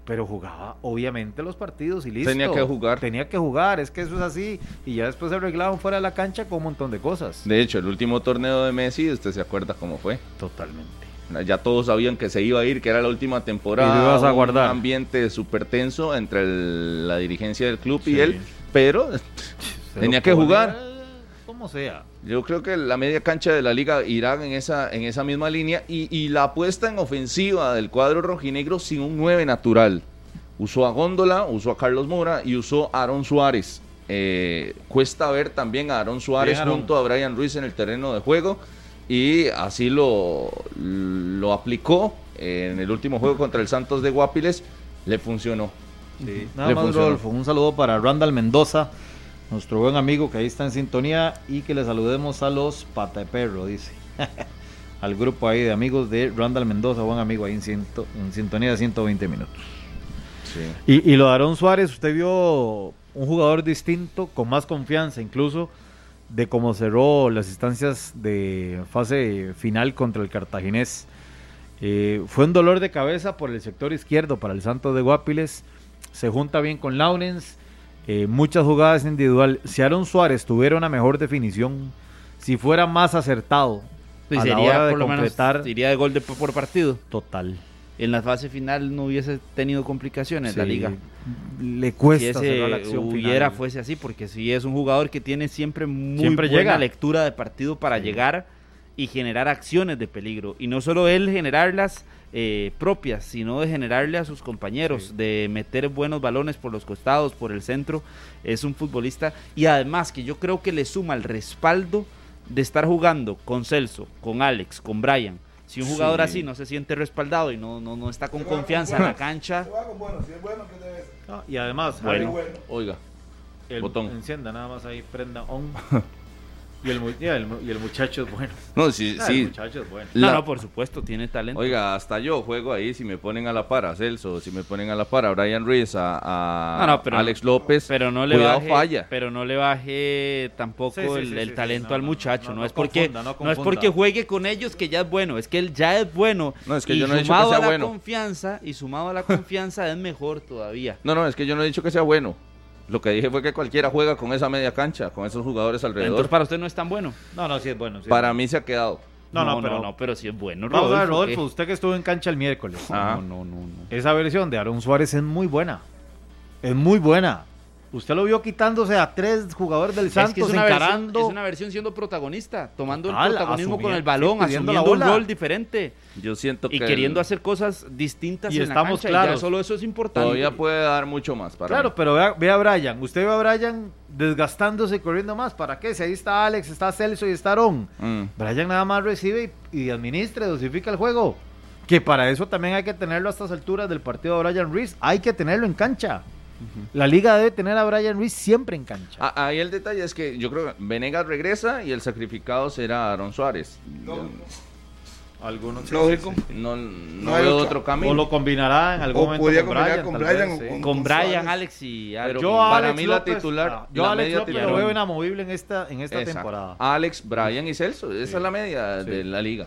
Speaker 4: pero jugaba, obviamente, los partidos y listo.
Speaker 2: Tenía que jugar.
Speaker 4: Tenía que jugar, es que eso es así. Y ya después se arreglaban fuera de la cancha con un montón de cosas.
Speaker 2: De hecho, el último torneo de Messi, usted se acuerda cómo fue.
Speaker 4: Totalmente.
Speaker 2: Ya todos sabían que se iba a ir, que era la última temporada.
Speaker 4: Y lo ibas a guardar.
Speaker 2: Un ambiente súper tenso entre el- la dirigencia del club
Speaker 4: Sí.
Speaker 2: y él, pero
Speaker 4: Se
Speaker 2: Tenía
Speaker 4: lo
Speaker 2: que
Speaker 4: ponía,
Speaker 2: jugar.
Speaker 4: Como sea.
Speaker 2: yo creo que la media cancha de la liga irá en esa, en esa misma línea y, y la apuesta en ofensiva del cuadro rojinegro sin un 9 natural. Usó a Góndola, usó a Carlos Mora y usó a Aaron Suárez. Eh, cuesta ver también a Aaron Suárez
Speaker 4: Bien, Aarón.
Speaker 2: junto a Brian Ruiz en el terreno de juego y así lo, lo aplicó eh, en el último juego contra el Santos de Guapiles. Le funcionó.
Speaker 4: Nada
Speaker 2: Le
Speaker 4: más,
Speaker 2: funcionó.
Speaker 4: Rodolfo. Un saludo para Randall Mendoza, nuestro buen amigo que ahí está en sintonía, y que le saludemos a los Pata de Perro, dice. Al grupo ahí de amigos de Randall Mendoza, buen amigo ahí en, ciento- en sintonía de 120 minutos. Y, y lo de Aarón Suárez, usted vio un jugador distinto, con más confianza incluso, de cómo cerró las instancias de fase final contra el cartaginés. Eh, fue un dolor de cabeza por el sector izquierdo para el Santos de Guapiles. Se junta bien con Lawrence. eh, muchas jugadas individual. Si Aaron Suárez tuviera una mejor definición, si fuera más acertado
Speaker 5: Pues
Speaker 4: a la
Speaker 5: sería
Speaker 4: hora de
Speaker 5: por lo menos-
Speaker 4: completar,
Speaker 5: sería de gol de- por partido.
Speaker 4: total.
Speaker 5: En la fase final no hubiese tenido complicaciones la
Speaker 4: Sí,
Speaker 5: liga.
Speaker 4: Le
Speaker 5: si
Speaker 4: cuesta cerrar Pues, la
Speaker 5: ese
Speaker 4: acción
Speaker 5: hubiera
Speaker 4: final.
Speaker 5: fuese así, porque si es un jugador que tiene siempre muy
Speaker 4: Siempre
Speaker 5: buena
Speaker 4: llega.
Speaker 5: lectura de partido para
Speaker 4: Sí.
Speaker 5: llegar y generar acciones de peligro. Y no solo él generarlas eh, propias, sino de generarle a sus compañeros, de meter buenos balones por los costados, por el centro. Es un futbolista y además que yo creo que le suma el respaldo de estar jugando con Celso, con Alex, con Brian. Si un jugador
Speaker 2: Sí.
Speaker 5: así no se siente respaldado y no, no, no está con confianza en la cancha,
Speaker 3: Juega con bueno, si es bueno, ¿qué te ves?
Speaker 4: Ah, y además,
Speaker 3: Bueno.
Speaker 4: Javi,
Speaker 2: Oiga.
Speaker 4: el
Speaker 2: Botón.
Speaker 4: Encienda nada más ahí, prenda on. y, el, mu- y el mu- y el muchacho es bueno.
Speaker 2: No, sí,
Speaker 4: Ah, El
Speaker 2: sí.
Speaker 4: muchacho es bueno.
Speaker 5: no,
Speaker 2: La-
Speaker 5: no, por supuesto, tiene talento.
Speaker 2: Oiga, hasta yo juego ahí si me ponen a la par a Celso, si me ponen a la par a Brian Ruiz, a, a
Speaker 5: No, no, pero-
Speaker 2: Alex López.
Speaker 5: Pero no le
Speaker 2: cuidado
Speaker 5: baje,
Speaker 2: falla.
Speaker 5: pero no le baje tampoco
Speaker 4: Sí, sí,
Speaker 5: el,
Speaker 4: sí,
Speaker 5: el
Speaker 4: sí, sí,
Speaker 5: talento
Speaker 4: no,
Speaker 5: al
Speaker 4: no,
Speaker 5: muchacho.
Speaker 4: no,
Speaker 5: No,
Speaker 4: no
Speaker 5: es porque
Speaker 4: confunda, no
Speaker 5: no, es
Speaker 4: confunda.
Speaker 5: porque juegue con ellos que ya es bueno, es que él ya es bueno.
Speaker 2: No, es que
Speaker 5: y
Speaker 2: yo no he dicho que
Speaker 5: sumado
Speaker 2: sea
Speaker 5: a la
Speaker 2: bueno.
Speaker 5: confianza y sumado a la confianza es mejor todavía.
Speaker 2: No, no, es que yo no he dicho que sea bueno. Lo que dije fue que cualquiera juega con esa media cancha, con esos jugadores alrededor.
Speaker 5: Entonces para usted no es tan bueno.
Speaker 4: No, no, sí es bueno. sí es
Speaker 2: Para
Speaker 4: bueno.
Speaker 2: mí se ha quedado.
Speaker 4: No, no, pero-
Speaker 5: no, pero sí es bueno.
Speaker 4: Vamos a ver,
Speaker 5: Rodolfo, ¿qué?
Speaker 4: Rodolfo, usted que estuvo en cancha el miércoles.
Speaker 2: eh. Ajá.
Speaker 5: No, no, no, no.
Speaker 4: Esa versión de Aaron Suárez es muy buena. Es muy buena. Usted lo vio quitándose a tres jugadores del Santos,
Speaker 5: es que es una, versión,
Speaker 4: encarando.
Speaker 5: es una versión siendo protagonista, tomando el
Speaker 4: Total,
Speaker 5: protagonismo con
Speaker 4: asumir-
Speaker 5: el balón,
Speaker 4: sí, pidiendo la
Speaker 5: asumiendo un
Speaker 4: bola.
Speaker 5: rol diferente
Speaker 2: Yo siento que
Speaker 5: y queriendo
Speaker 2: el-
Speaker 5: hacer cosas distintas
Speaker 4: Y
Speaker 5: en
Speaker 4: estamos
Speaker 5: la cancha, y ya
Speaker 4: claros.
Speaker 5: solo eso es importante.
Speaker 2: todavía puede dar mucho más para
Speaker 4: Claro,
Speaker 2: mí.
Speaker 4: pero vea, vea a Brian. Usted ve a Brian desgastándose y corriendo más. ¿Para qué? Si ahí está Alex, está Celso y está Aaron.
Speaker 5: pues.
Speaker 2: Mm.
Speaker 4: Brian nada más recibe y, y administra y dosifica el juego. Que para eso también hay que tenerlo a estas alturas del partido de Brian Reese. Hay que tenerlo en cancha. La liga debe tener a Brian Reese siempre en cancha.
Speaker 2: Ah, ahí el detalle es que yo creo que Venegas regresa y el sacrificado será Aaron Suárez.
Speaker 3: Algunos. Lógico.
Speaker 2: No, no
Speaker 3: hay
Speaker 2: veo
Speaker 3: otra.
Speaker 2: otro
Speaker 4: o
Speaker 2: camino.
Speaker 4: lo combinará en algún
Speaker 3: O
Speaker 4: momento
Speaker 3: podría combinar
Speaker 4: con Brian.
Speaker 3: con
Speaker 4: tal
Speaker 3: Brian
Speaker 4: vez,
Speaker 3: o
Speaker 4: sí.
Speaker 3: con-
Speaker 5: con Brian,
Speaker 3: Suárez.
Speaker 5: Alex y
Speaker 2: Pero
Speaker 5: Aaron.
Speaker 4: Yo a
Speaker 2: para
Speaker 4: Alex
Speaker 2: mí la
Speaker 4: López-
Speaker 2: titular,
Speaker 4: ah, yo
Speaker 2: la
Speaker 4: a Alex
Speaker 2: media
Speaker 4: López lo
Speaker 2: titular.
Speaker 4: veo inamovible en esta, en esta
Speaker 2: Exacto.
Speaker 4: temporada.
Speaker 2: Alex, Brian y Celso, esa es la media
Speaker 4: Sí.
Speaker 2: de la liga.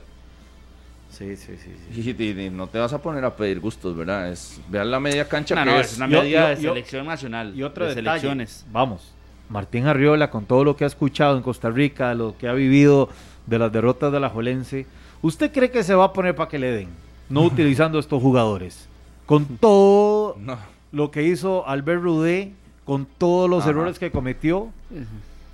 Speaker 4: Sí, sí, sí. sí.
Speaker 2: Y, y- y no te vas a poner a pedir gustos, ¿verdad? Es, vean la media cancha
Speaker 5: No,
Speaker 2: que
Speaker 5: no,
Speaker 2: es.
Speaker 5: es una
Speaker 4: Yo-
Speaker 5: medida
Speaker 4: yo-
Speaker 5: de
Speaker 4: yo-
Speaker 5: selección nacional.
Speaker 4: Y otro
Speaker 5: de
Speaker 4: detalle,
Speaker 5: selecciones.
Speaker 4: Vamos. Martín Arriola, con todo lo que ha escuchado en Costa Rica, lo que ha vivido de las derrotas de la Jolense, ¿usted cree que se va a poner para que le den? No utilizando estos jugadores. Con todo
Speaker 2: No.
Speaker 4: lo que hizo Albert Rudé, con todos los
Speaker 2: Ajá.
Speaker 4: errores que cometió.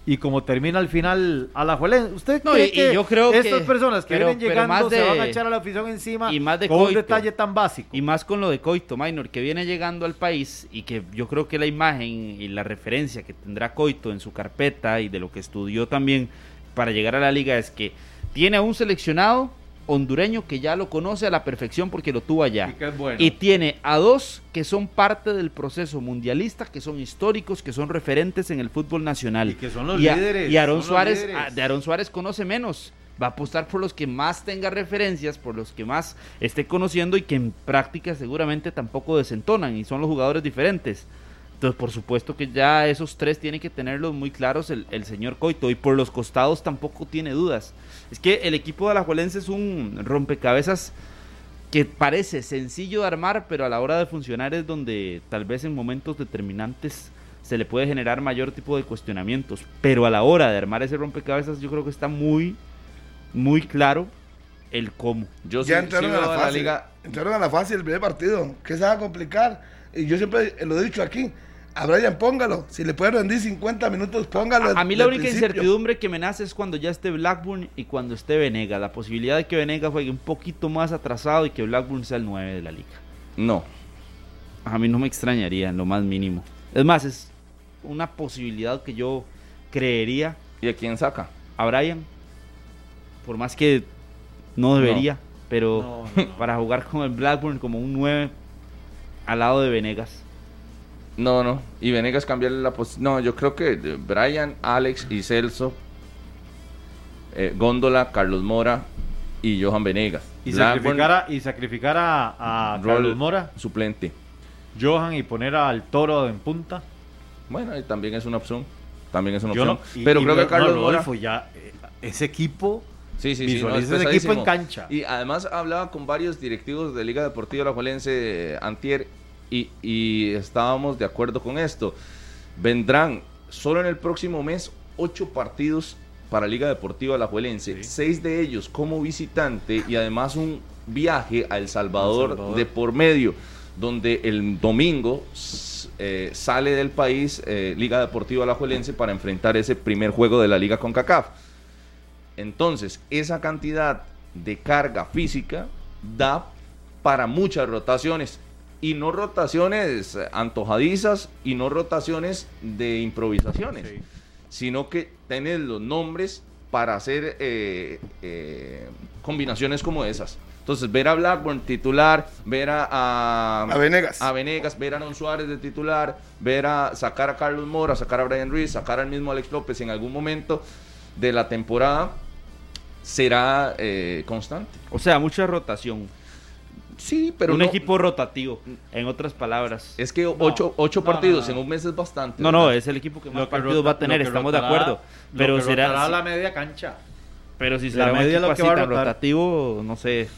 Speaker 4: Y como termina al final a la ¿usted
Speaker 5: No,
Speaker 4: cree
Speaker 5: y- y
Speaker 4: que
Speaker 5: yo creo
Speaker 4: estas
Speaker 5: que-
Speaker 4: personas que
Speaker 5: pero-
Speaker 4: vienen
Speaker 5: pero
Speaker 4: llegando
Speaker 5: más
Speaker 4: se van
Speaker 5: de-
Speaker 4: a echar a la afición encima
Speaker 5: y más de
Speaker 4: con un
Speaker 5: coito.
Speaker 4: detalle tan básico?
Speaker 5: Y más con lo de Coito Minor, que viene llegando al país y que yo creo que la imagen y la referencia que tendrá Coito en su carpeta y de lo que estudió también para llegar a la liga es que tiene a un seleccionado hondureño que ya lo conoce a la perfección porque lo tuvo allá.
Speaker 4: Y que es bueno.
Speaker 5: Y tiene a dos que son parte del proceso mundialista, que son históricos, que son referentes en el fútbol nacional.
Speaker 4: Y que son los
Speaker 5: Y a-
Speaker 4: líderes,
Speaker 5: Y Aarón
Speaker 4: son los
Speaker 5: Suárez,
Speaker 4: líderes.
Speaker 5: a- de Aarón Suárez conoce menos. Va a apostar por los que más tenga referencias, por los que más esté conociendo y que en práctica seguramente tampoco desentonan y son los jugadores diferentes. Entonces, por supuesto que ya esos tres tiene que tenerlos muy claros el, el señor Coito y por los costados tampoco tiene dudas. Es que el equipo de Alajuelense es un rompecabezas que parece sencillo de armar, pero a la hora de funcionar es donde tal vez en momentos determinantes se le puede generar mayor tipo de cuestionamientos. Pero a la hora de armar ese rompecabezas, yo creo que está muy, muy claro el cómo.
Speaker 2: Yo
Speaker 3: ya
Speaker 2: sí- sí
Speaker 3: entraron a
Speaker 2: veo
Speaker 3: la
Speaker 2: a la
Speaker 3: fase.
Speaker 2: liga
Speaker 3: Entraron a la fase del primer partido. ¿Qué se va a complicar? Y yo siempre lo he dicho aquí. A Brian, póngalo. Si le puede rendir 50 minutos, póngalo.
Speaker 5: A mí la
Speaker 3: del
Speaker 5: única
Speaker 3: principio.
Speaker 5: incertidumbre que me nace es cuando ya esté Blackburn y cuando esté Venega. La posibilidad de que Venega juegue un poquito más atrasado y que Blackburn sea el 9 de la liga.
Speaker 2: No.
Speaker 5: A mí no me extrañaría en lo más mínimo. Es más, es una posibilidad que yo creería
Speaker 2: ¿Y a quién saca?
Speaker 5: a Brian. Por más que no debería, pero para jugar con el Blackburn como un 9 al lado de Venegas.
Speaker 2: No, no. Y Venegas cambiarle la posición. No, yo creo que eh, Brian, Alex y Celso, eh, Góndola, Carlos Mora y Johan Venegas.
Speaker 4: Y
Speaker 2: Blackburn,
Speaker 4: sacrificar a, y sacrificar a, a
Speaker 2: Rol-
Speaker 4: Carlos Mora,
Speaker 2: Suplente.
Speaker 4: Johan y poner al toro en punta.
Speaker 2: Bueno, y también es una opción. También es una
Speaker 4: Yo
Speaker 2: opción.
Speaker 4: no- y-
Speaker 2: Pero
Speaker 4: y
Speaker 2: creo
Speaker 4: no-
Speaker 2: que Carlos
Speaker 4: no,
Speaker 2: Mora.
Speaker 4: Rodolfo, ya, eh, ese equipo
Speaker 2: Sí, sí, sí. no,
Speaker 4: visualiza
Speaker 2: es
Speaker 4: ese equipo en
Speaker 2: pesadísimo.
Speaker 4: cancha.
Speaker 2: Y además hablaba con varios directivos de Liga Deportiva Alajuelense eh, antier y, y estábamos de acuerdo con esto. Vendrán solo en el próximo mes ocho partidos para Liga Deportiva Alajuelense, seis de ellos como visitante y además un viaje a El Salvador,
Speaker 4: Salvador.
Speaker 2: de por medio, donde el domingo s- eh, sale del país eh, Liga Deportiva Alajuelense para enfrentar ese primer juego de la Liga con CACAF. Entonces, esa cantidad de carga física da para muchas rotaciones. Y no rotaciones eh, antojadizas y no rotaciones de improvisaciones, sino que tenés los nombres para hacer eh, eh, combinaciones como esas. Entonces, ver a Blackburn titular, ver a, a,
Speaker 3: A Venegas.
Speaker 2: a Venegas, ver a Aaron Suárez de titular, ver a sacar a Carlos Mora, sacar a Brian Ruiz, sacar al mismo Alex López en algún momento de la temporada, será eh, constante.
Speaker 5: O sea, mucha rotación.
Speaker 2: Sí, pero
Speaker 5: un
Speaker 2: no-
Speaker 5: equipo rotativo, en otras palabras.
Speaker 2: Es que ocho, ocho
Speaker 4: no,
Speaker 2: partidos
Speaker 4: no, no.
Speaker 2: en un mes es bastante.
Speaker 5: no,
Speaker 2: ¿verdad?
Speaker 5: no, es el equipo que más
Speaker 4: Lo que
Speaker 5: partidos
Speaker 4: rota-
Speaker 5: va a tener,
Speaker 4: lo que
Speaker 5: estamos de
Speaker 4: rotará-
Speaker 5: acuerdo.
Speaker 4: lo
Speaker 5: Pero
Speaker 4: que rotará
Speaker 5: será,
Speaker 4: la media cancha.
Speaker 5: pero si
Speaker 4: la
Speaker 5: será un
Speaker 4: media
Speaker 5: equipo
Speaker 4: lo que
Speaker 5: así
Speaker 4: va a
Speaker 5: tan
Speaker 4: rotar.
Speaker 5: rotativo, no sé.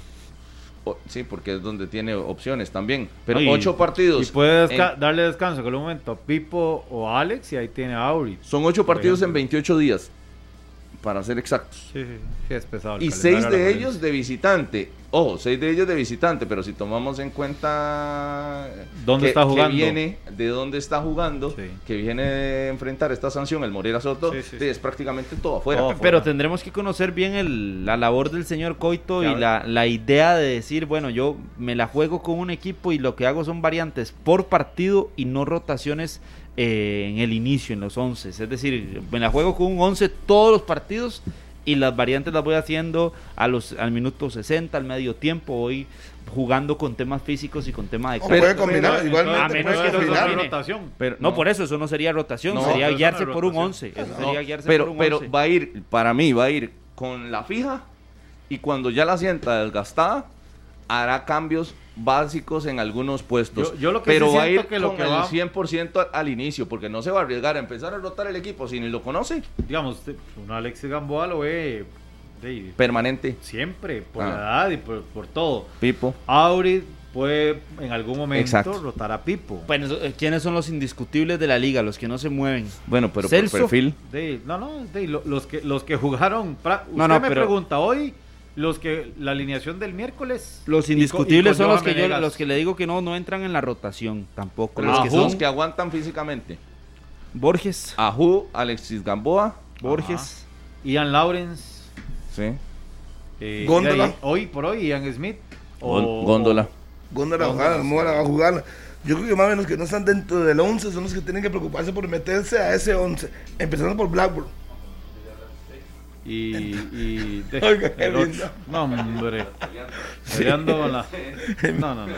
Speaker 2: O- sí, porque es donde tiene opciones también. Pero
Speaker 5: No, y-
Speaker 2: ocho partidos.
Speaker 4: Y puede desca-
Speaker 2: en-
Speaker 4: darle descanso en algún momento a Pipo o a Alex y ahí tiene a Auri.
Speaker 2: son ocho partidos en
Speaker 4: ejemplo.
Speaker 2: 28 días. para ser exactos.
Speaker 4: Sí, sí, sí, es pesado. Ah, el
Speaker 2: Y
Speaker 4: calendario
Speaker 2: seis
Speaker 4: la
Speaker 2: de
Speaker 4: Juelense.
Speaker 2: ellos de visitante. Ojo, seis de ellos de visitante, pero si tomamos en cuenta eh,
Speaker 4: ¿Dónde
Speaker 2: que-
Speaker 4: está jugando?
Speaker 2: que viene, de dónde está jugando,
Speaker 4: Sí.
Speaker 2: que viene de enfrentar esta sanción, el Morera Soto,
Speaker 4: Sí, sí,
Speaker 2: sí, es prácticamente todo afuera.
Speaker 4: Todo
Speaker 2: Pe-
Speaker 4: afuera.
Speaker 5: Oh, Pero tendremos que conocer bien el- la labor del señor Coito
Speaker 4: Ya
Speaker 5: y
Speaker 4: ve.
Speaker 5: la, la idea de decir, bueno, yo me la juego con un equipo y lo que hago son variantes por partido y no rotaciones eh, en el inicio, en los 11. Es decir, me la juego con un 11 todos los partidos y las variantes las voy haciendo a los, al minuto 60, al medio tiempo, hoy jugando con temas físicos y con temas de...
Speaker 3: O
Speaker 5: campo.
Speaker 3: puede combinar,
Speaker 4: Pero-
Speaker 5: a
Speaker 3: igualmente
Speaker 5: menos
Speaker 3: puede
Speaker 5: que no
Speaker 3: combinar.
Speaker 5: domine.
Speaker 4: rotación.
Speaker 5: Pero, no, por eso, eso no sería rotación,
Speaker 2: No,
Speaker 4: pero
Speaker 5: sería
Speaker 4: eso no es
Speaker 5: guiarse por un
Speaker 4: rotación.
Speaker 5: 11. Eso
Speaker 2: No,
Speaker 5: sería guiarse
Speaker 2: pero
Speaker 5: por un
Speaker 2: pero
Speaker 5: 11.
Speaker 2: va a ir, para mí, va a ir con la fija y cuando ya la sienta desgastada, hará cambios básicos en algunos puestos.
Speaker 4: Yo- yo lo que
Speaker 2: pero
Speaker 4: sí
Speaker 2: va a
Speaker 4: siento
Speaker 2: ir
Speaker 4: que lo
Speaker 2: con
Speaker 4: que
Speaker 2: el
Speaker 4: va-
Speaker 2: 100% al, al inicio, porque no se va a arriesgar a empezar a rotar el equipo si ni lo conoce.
Speaker 4: Digamos, te- un Alexis Gamboa lo ve de-
Speaker 2: Permanente.
Speaker 4: siempre, por
Speaker 2: Ah.
Speaker 4: la edad y por, por todo.
Speaker 2: Pipo.
Speaker 4: Auri puede en algún momento
Speaker 2: Exacto.
Speaker 4: rotar a Pipo.
Speaker 2: Pues-
Speaker 5: Bueno, eh, ¿quiénes son los indiscutibles de la liga? Los que no se mueven.
Speaker 2: Bueno, pero
Speaker 5: Celso.
Speaker 2: por perfil.
Speaker 4: De- no, no, de- lo- los, que, los que jugaron. pra- usted
Speaker 5: No, no,
Speaker 4: me
Speaker 5: pero-
Speaker 4: pregunta hoy, los que la alineación del miércoles.
Speaker 5: Los
Speaker 4: y co-
Speaker 5: indiscutibles
Speaker 4: y
Speaker 5: son
Speaker 4: con
Speaker 5: los
Speaker 4: Johan
Speaker 5: que yo,
Speaker 4: Venegas.
Speaker 5: los que le digo que no, no entran en la rotación tampoco.
Speaker 2: Con
Speaker 5: Los
Speaker 2: los
Speaker 5: que
Speaker 2: que, son-
Speaker 5: son
Speaker 2: que Ah, aguantan físicamente.
Speaker 5: Borges,
Speaker 2: Ajú, Alexis Gamboa.
Speaker 5: Borges,
Speaker 4: Ian Lawrence.
Speaker 2: Sí.
Speaker 4: eh,
Speaker 3: Góndola.
Speaker 4: y ahí, hoy por hoy, Ian Smith. o-
Speaker 2: Gón- Góndola.
Speaker 3: Góndola va a jugar, Mora va a jugar. Yo creo que más o menos que no están dentro del 11 son los que tienen que preocuparse por meterse a ese 11. Empezando por Blackburn.
Speaker 4: Y. y de-
Speaker 3: Oiga, qué
Speaker 4: el otro-
Speaker 3: lindo.
Speaker 4: No, hombre. Peleando con la- No, no, no.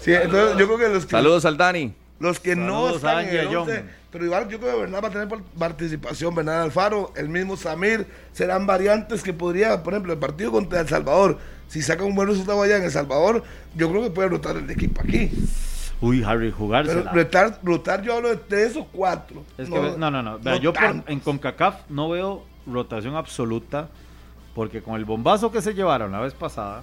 Speaker 3: Sí, entonces yo creo que los que,
Speaker 2: Saludos al Dani.
Speaker 3: los que no
Speaker 4: Saludos a
Speaker 3: están en
Speaker 4: Angie
Speaker 3: el
Speaker 4: Ayón.
Speaker 3: 11, pero igual yo creo que Bernal va a tener par- participación, Bernal Alfaro, el mismo Samir, serán variantes que podría, por ejemplo, el partido contra El Salvador, si saca un buen resultado allá en El Salvador, yo creo que puede rotar el equipo aquí.
Speaker 4: Uy, Harry,
Speaker 3: Pero
Speaker 4: jugársela.
Speaker 3: rotar, rotar yo hablo de tres o cuatro.
Speaker 4: Es que, ve- no, no, no. Vea, yo por-
Speaker 3: tanto.
Speaker 4: en CONCACAF no veo rotación absoluta porque con el bombazo que se llevaron la vez pasada,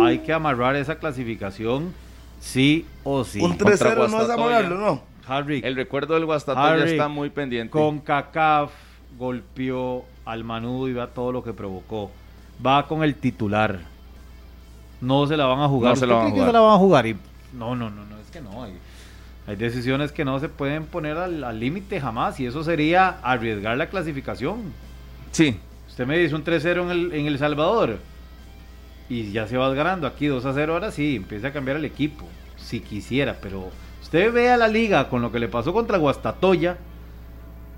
Speaker 4: hay que amarrar esa clasificación sí o sí.
Speaker 3: un
Speaker 2: contra
Speaker 3: 3-0 no es
Speaker 2: Guastatoya.
Speaker 3: amarrarlo, no.
Speaker 4: Harry,
Speaker 2: El recuerdo del Guastatoya
Speaker 4: Harry,
Speaker 2: está muy pendiente.
Speaker 4: CONCACAF golpeó al Manudo y va todo lo que provocó. Va con el titular. No se la van a jugar.
Speaker 2: No se la van
Speaker 4: ¿Usted
Speaker 2: a
Speaker 4: cree que
Speaker 2: jugar.
Speaker 4: se la van a jugar? Y, no, no, no, no, es que no. Hay, hay decisiones que no se pueden poner al al límite jamás y eso sería arriesgar la clasificación.
Speaker 2: Sí.
Speaker 4: Usted me dice un 3-0 en el, en el Salvador y ya se va ganando aquí 2-0. Ahora sí, empieza a cambiar el equipo, si quisiera, pero usted ve a la liga con lo que le pasó contra Guastatoya,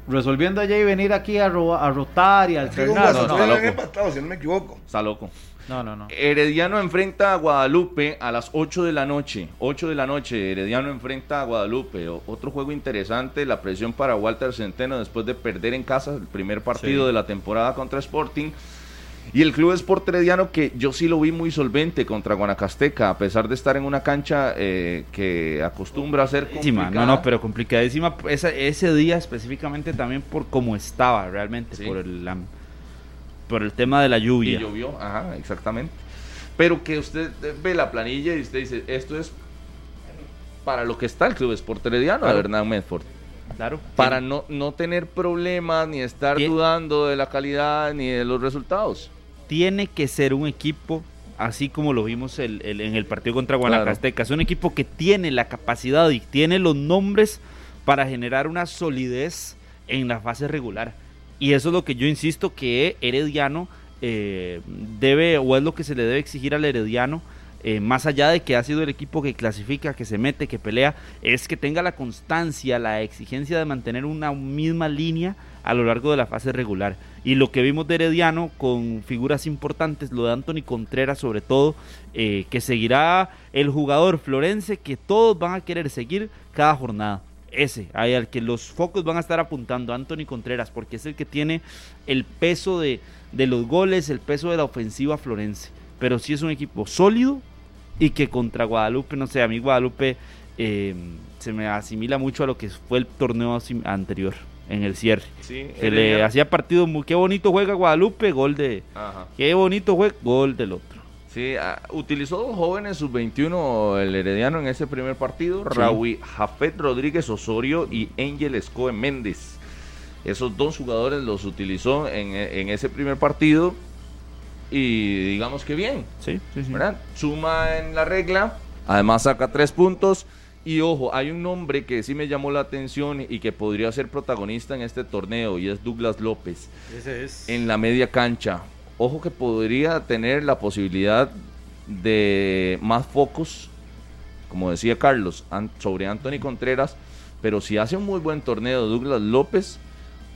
Speaker 4: resolviendo allá y venir aquí a, ro- a rotar y a
Speaker 3: Tengo un
Speaker 4: alternar.
Speaker 3: Guastatoya
Speaker 4: No, no,
Speaker 2: está
Speaker 3: bien
Speaker 2: loco.
Speaker 3: empatado, si no me equivoco.
Speaker 2: Está loco.
Speaker 4: no, no, no.
Speaker 2: Herediano enfrenta a Guadalupe a las 8 de la noche. 8 de la noche, Herediano enfrenta a Guadalupe. O- otro juego interesante, la presión para Walter Centeno después de perder en casa el primer partido
Speaker 4: Sí.
Speaker 2: de la temporada contra Sporting. Y el Club Sport Herediano que yo sí lo vi muy solvente contra Guanacasteca, a pesar de estar en una cancha eh, que acostumbra a ser
Speaker 5: complicadísima.
Speaker 2: complicada.
Speaker 5: No, no, pero complicadísima. Esa- ese día específicamente también por cómo estaba realmente,
Speaker 2: Sí.
Speaker 5: por, el, la- por el tema de la
Speaker 2: Y
Speaker 5: lluvia.
Speaker 2: llovió, ajá, exactamente. Pero que usted eh, ve la planilla y usted dice, esto es para lo que está el Club Sport Herediano,
Speaker 5: Claro.
Speaker 2: de Hernán Medford.
Speaker 5: Claro.
Speaker 2: para no, no tener problemas ni estar
Speaker 5: Bien.
Speaker 2: dudando de la calidad ni de los resultados.
Speaker 5: tiene que ser un equipo, así como lo vimos el- el- en el partido contra
Speaker 2: Claro.
Speaker 5: Guanacasteca, es un equipo que tiene la capacidad y tiene los nombres para generar una solidez en la fase regular. Y eso es lo que yo insisto que Herediano eh, debe, o es lo que se le debe exigir al Herediano, eh, más allá de que ha sido el equipo que clasifica, que se mete, que pelea, es que tenga la constancia, la exigencia de mantener una misma línea a lo largo de la fase regular. Y lo que vimos de Herediano con figuras importantes, lo de Anthony Contreras sobre todo, eh, que seguirá el jugador florense que todos van a querer seguir cada jornada. Ese, ahí al que los focos van a estar apuntando, Anthony Contreras, porque es el que tiene el peso de, de los goles, el peso de la ofensiva florense. Pero sí es un equipo sólido y que contra Guadalupe, no sé, a mí Guadalupe eh, se me asimila mucho a lo que fue el torneo asim- anterior, en el cierre.
Speaker 2: Sí,
Speaker 5: Que le hacía partido muy. Qué bonito juega Guadalupe, gol de. Qué bonito juega, gol del otro.
Speaker 2: Sí, ah, utilizó dos jóvenes sub-21 el Herediano en ese primer partido, Raúl Jafet Rodríguez Osorio y Ángel Escoe Méndez. Esos dos jugadores los utilizó en, en ese primer partido y digamos que bien,
Speaker 5: Sí, sí, sí.
Speaker 2: ¿verdad? Suma en la regla, además saca tres puntos. Y ojo, hay un nombre que sí me llamó la atención y que podría ser protagonista en este torneo y es Douglas López
Speaker 4: Ese es.
Speaker 2: en la media cancha. Ojo que podría tener la posibilidad de más focos, como decía Carlos, an- sobre Anthony Contreras, pero si hace un muy buen torneo Douglas López,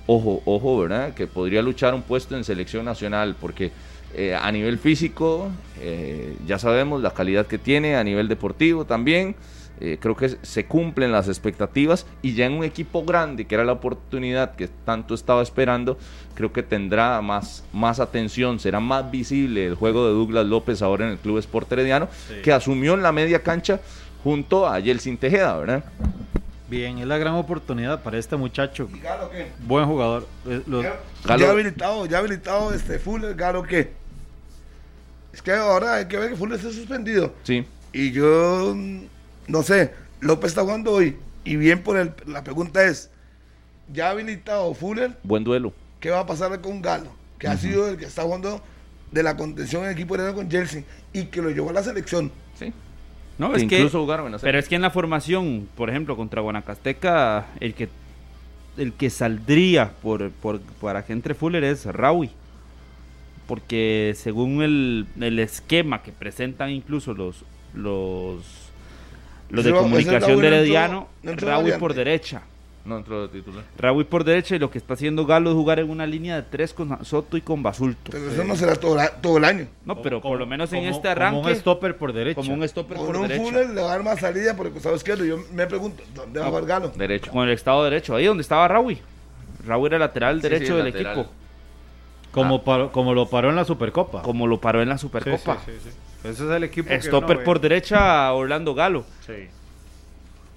Speaker 2: ojo, ojo, ¿verdad? Que podría luchar un puesto en selección nacional, porque eh, a nivel físico, eh, ya sabemos la calidad que tiene, a nivel deportivo también. eh, creo que se cumplen las expectativas y ya en un equipo grande, que era la oportunidad que tanto estaba esperando, creo que tendrá más, más atención, será más visible el juego de Douglas López ahora en el Club Sport Herediano, que asumió en la media cancha junto a Yeltsin Tejeda, ¿verdad?
Speaker 4: Bien, es la gran oportunidad para este muchacho.
Speaker 3: ¿Y Galo qué?
Speaker 4: Buen jugador. Eh, lo-
Speaker 3: Ya,
Speaker 2: Galo-
Speaker 3: ya habilitado, ya habilitado este Fuller, Galo qué. Es que ahora hay que ver que Fuller está suspendido.
Speaker 2: Sí.
Speaker 3: Y yo, mm, no sé, López está jugando hoy. Y bien por el, la pregunta es, ya habilitado Fuller,
Speaker 2: Buen duelo.
Speaker 3: ¿qué va a pasar con Galo? Que ha sido el que está jugando de la contención en el equipo de con Chelsea y que lo llevó a la selección.
Speaker 2: Sí.
Speaker 5: No,
Speaker 2: Que
Speaker 5: es que-
Speaker 2: incluso jugaron en la
Speaker 5: Pero
Speaker 2: serie.
Speaker 5: es que en la formación, por ejemplo, contra Guanacasteca, el que el que saldría por, por- para que entre Fuller es Rawi. Porque según el, el esquema que presentan incluso los los, los de
Speaker 3: Ese Rawi- ese
Speaker 5: comunicación
Speaker 3: Rawi
Speaker 5: de
Speaker 3: no entró-
Speaker 5: Herediano,
Speaker 3: no entró
Speaker 5: Rawi
Speaker 3: variante.
Speaker 5: por derecha.
Speaker 2: No entró de titular.
Speaker 5: Rawi por derecha y lo que está haciendo Galo es jugar en una línea de tres con Soto y con Basulto.
Speaker 3: Pero eso no será todo, la- todo el año.
Speaker 5: No, pero
Speaker 4: como-
Speaker 5: por lo menos en
Speaker 4: como-
Speaker 5: este arranque
Speaker 4: Como un stopper por derecha.
Speaker 5: stopper
Speaker 3: Con
Speaker 5: por
Speaker 3: un
Speaker 5: derecha.
Speaker 3: Fuller le va a dar más salida por el costado izquierdo. Yo me pregunto, ¿dónde va a jugar Galo?
Speaker 2: Derecho.
Speaker 5: con el estado derecho, ahí donde estaba Rawi. Rawi era lateral
Speaker 2: Sí,
Speaker 5: derecho
Speaker 2: sí,
Speaker 5: del
Speaker 2: lateral.
Speaker 5: equipo,
Speaker 4: Como, paró- como lo paró en la Supercopa.
Speaker 5: Ah. como lo paró en la
Speaker 4: Sí,
Speaker 5: Supercopa.
Speaker 4: sí, sí, sí. Ese es el equipo. que eh.
Speaker 5: Stopper
Speaker 4: uno ve.
Speaker 5: por derecha, Orlando Galo.
Speaker 4: Sí.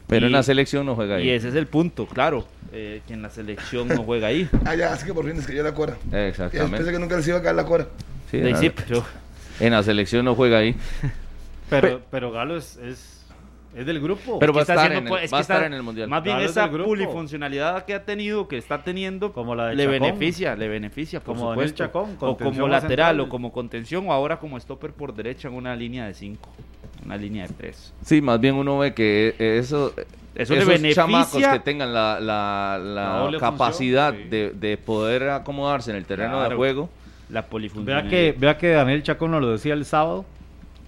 Speaker 2: Pero en
Speaker 5: Y-
Speaker 2: la selección no juega ahí.
Speaker 5: Y ese es el punto, claro, eh, que en la selección no juega ahí.
Speaker 3: Ah, ya, así que por fin es que yo la cuerda. Ya pensé
Speaker 2: Exactamente.
Speaker 3: que nunca les iba a caer la cuerda.
Speaker 2: Sí,
Speaker 5: De
Speaker 2: en,
Speaker 5: sí,
Speaker 2: la,
Speaker 5: pero
Speaker 2: en la selección no juega ahí.
Speaker 4: Pero, pero Galo es, es, es del grupo.
Speaker 2: Pero va a
Speaker 5: está
Speaker 2: estar
Speaker 5: haciendo
Speaker 2: en el-
Speaker 5: po- es
Speaker 2: va a
Speaker 5: que
Speaker 2: estar
Speaker 5: está-
Speaker 2: en el Mundial.
Speaker 5: Más bien
Speaker 4: Galo es
Speaker 5: esa
Speaker 4: del grupo.
Speaker 5: polifuncionalidad que ha tenido, que está teniendo,
Speaker 4: Como la de
Speaker 5: le
Speaker 4: Chacón.
Speaker 5: beneficia, le beneficia, por
Speaker 4: Como Daniel
Speaker 5: supuesto.
Speaker 4: Chacón,
Speaker 5: o
Speaker 4: contención
Speaker 5: como
Speaker 4: o
Speaker 5: lateral,
Speaker 4: central.
Speaker 5: o como contención, o ahora como stopper por derecha en una línea de cinco, una línea de tres.
Speaker 2: Sí, más bien uno ve que e- eso,
Speaker 5: Eso le
Speaker 2: esos
Speaker 5: beneficia-
Speaker 2: chamacos que tengan la, la- la
Speaker 4: La doble
Speaker 2: capacidad
Speaker 4: función, sí.
Speaker 2: de, de poder acomodarse en el terreno de
Speaker 5: Claro.
Speaker 2: juego.
Speaker 5: La
Speaker 4: Vea
Speaker 5: polifuncionalidad.
Speaker 4: que, vea que Daniel Chacón nos lo decía el sábado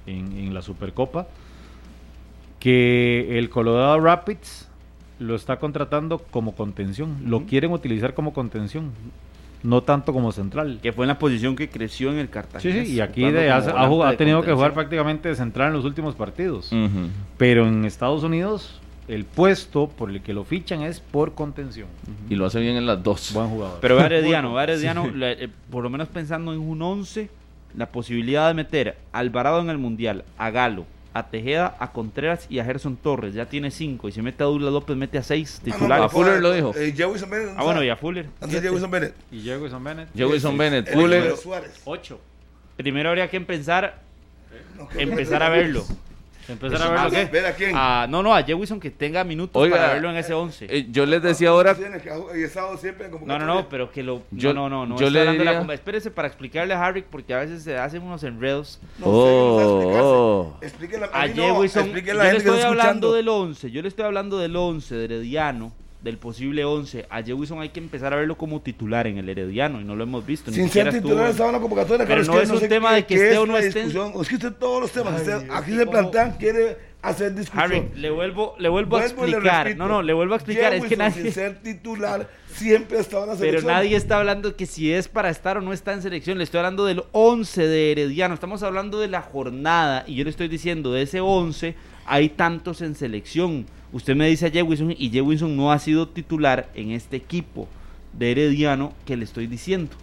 Speaker 4: en, en la Supercopa, que el Colorado Rapids lo está contratando como contención. Lo quieren utilizar como contención, no tanto como central.
Speaker 5: que fue en la posición que creció en el
Speaker 4: Sí,
Speaker 5: Cartagena.
Speaker 4: sí, y aquí
Speaker 5: jugando
Speaker 4: de-
Speaker 5: como
Speaker 4: ha, ha
Speaker 5: volante
Speaker 4: jugado- ha
Speaker 5: de
Speaker 4: tenido que jugar
Speaker 5: contención. Mm.
Speaker 4: prácticamente de central en los últimos partidos.
Speaker 2: Ujú.
Speaker 4: Pero en Estados Unidos, el puesto por el que lo fichan es por contención.
Speaker 2: Y lo hace bien en las dos.
Speaker 4: Buen jugador.
Speaker 5: Pero va Herediano, va Herediano, la- eh, por lo menos pensando en un 11, la posibilidad de meter a Alvarado en el Mundial, a Galo, a Tejeda, a Contreras y a Gerson Torres. Ya tiene 5 y si mete a Douglas López mete a
Speaker 3: Ah,
Speaker 5: 6
Speaker 2: no,
Speaker 5: titulares.
Speaker 2: no, Fuller lo dijo.
Speaker 3: Eh, Jefferson Bennett.
Speaker 5: ah, bueno, y a Fuller.
Speaker 3: Antes Jefferson Bennett.
Speaker 4: y Jefferson Bennett,
Speaker 2: Llegó Wilson Bennett,
Speaker 3: El
Speaker 2: Fuller,
Speaker 3: número Suárez.
Speaker 4: 8.
Speaker 5: Primero habría que empezar,
Speaker 3: No, creo que-
Speaker 5: empezar a verlo.
Speaker 4: Empezar a verlo, ¿qué?
Speaker 3: Ver a quién.
Speaker 5: A- no, no, a Jewison que tenga minutos
Speaker 2: Oiga,
Speaker 5: para verlo en ese 11.
Speaker 2: eh, yo les decía ahora,
Speaker 3: Tiene que ha- y estado siempre en
Speaker 5: No, no,
Speaker 3: convocatoria.
Speaker 5: no, pero que lo...
Speaker 2: Yo-
Speaker 5: no, no, no, no.
Speaker 2: yo
Speaker 5: estoy
Speaker 2: le
Speaker 5: hablando de la
Speaker 2: diría-
Speaker 5: conver- espérese para explicarle a Harry porque a veces se hacen unos enredos.
Speaker 3: No sé, no
Speaker 2: Oh,
Speaker 3: sé explicarse.
Speaker 2: oh.
Speaker 3: Explíquenle a
Speaker 5: A
Speaker 3: mí no,
Speaker 5: Jewison, yo
Speaker 3: explíquenle a la
Speaker 5: le
Speaker 3: gente que
Speaker 5: estoy
Speaker 3: está
Speaker 5: hablando
Speaker 3: escuchando.
Speaker 5: del 11, yo le estoy hablando del 11 de Herediano, del posible 11. A Jewison hay que empezar a verlo como titular en el Herediano y no lo hemos visto.
Speaker 3: Sin
Speaker 5: ni
Speaker 3: ser
Speaker 5: siquiera estuvo.
Speaker 3: titular estaba en la convocatoria.
Speaker 5: Pero no
Speaker 3: que
Speaker 5: es un
Speaker 3: sé
Speaker 5: tema
Speaker 3: qué-
Speaker 5: de que
Speaker 3: qué
Speaker 5: esté
Speaker 3: es
Speaker 5: o no
Speaker 3: la
Speaker 5: esté en-
Speaker 3: discusión. Es que usted todos los temas, usted-
Speaker 4: Dios,
Speaker 3: aquí
Speaker 4: ¿y
Speaker 3: se
Speaker 4: cómo?
Speaker 3: plantean, quiere hacer discusión.
Speaker 5: Harry, le vuelvo, le vuelvo, a
Speaker 3: Vuelvo y le
Speaker 5: explicar.
Speaker 3: repito,
Speaker 5: No, no, le vuelvo a explicar. Es que
Speaker 3: Jefferson, sin
Speaker 5: nadie.
Speaker 3: ser titular, siempre ha estado en la
Speaker 5: Pero
Speaker 3: selección.
Speaker 5: nadie está hablando que si es para estar o no está en selección. Le estoy hablando del 11 de Herediano. Estamos hablando de la jornada. Y yo le estoy diciendo, de ese 11 hay tantos en selección. Usted me dice a Jewison y Jewison no ha sido titular en este equipo de Herediano que le estoy diciendo.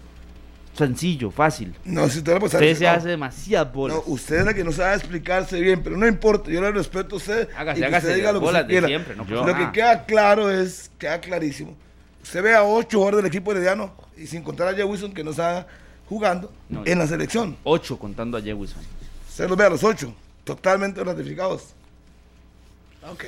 Speaker 5: Sencillo, fácil.
Speaker 3: No, si usted la
Speaker 5: Usted se
Speaker 3: no.
Speaker 5: hace demasiadas bolas.
Speaker 3: No, usted es la que no sabe explicarse bien, pero no importa, yo le respeto a usted.
Speaker 5: Hágase,
Speaker 3: y que
Speaker 5: hágase
Speaker 3: usted
Speaker 5: las
Speaker 3: diga lo que
Speaker 5: bolas
Speaker 3: usted
Speaker 5: de
Speaker 3: quiera.
Speaker 5: siempre, no pasa
Speaker 3: Lo
Speaker 5: nada.
Speaker 3: que queda claro es, queda clarísimo. Usted ve a ocho jugadores del equipo herediano, y sin contar a Jay Wilson que no está jugando
Speaker 5: No,
Speaker 3: en la selección.
Speaker 5: Ocho contando a Jewison.
Speaker 3: Usted los ve a los ocho, totalmente ratificados. Ah, Ok.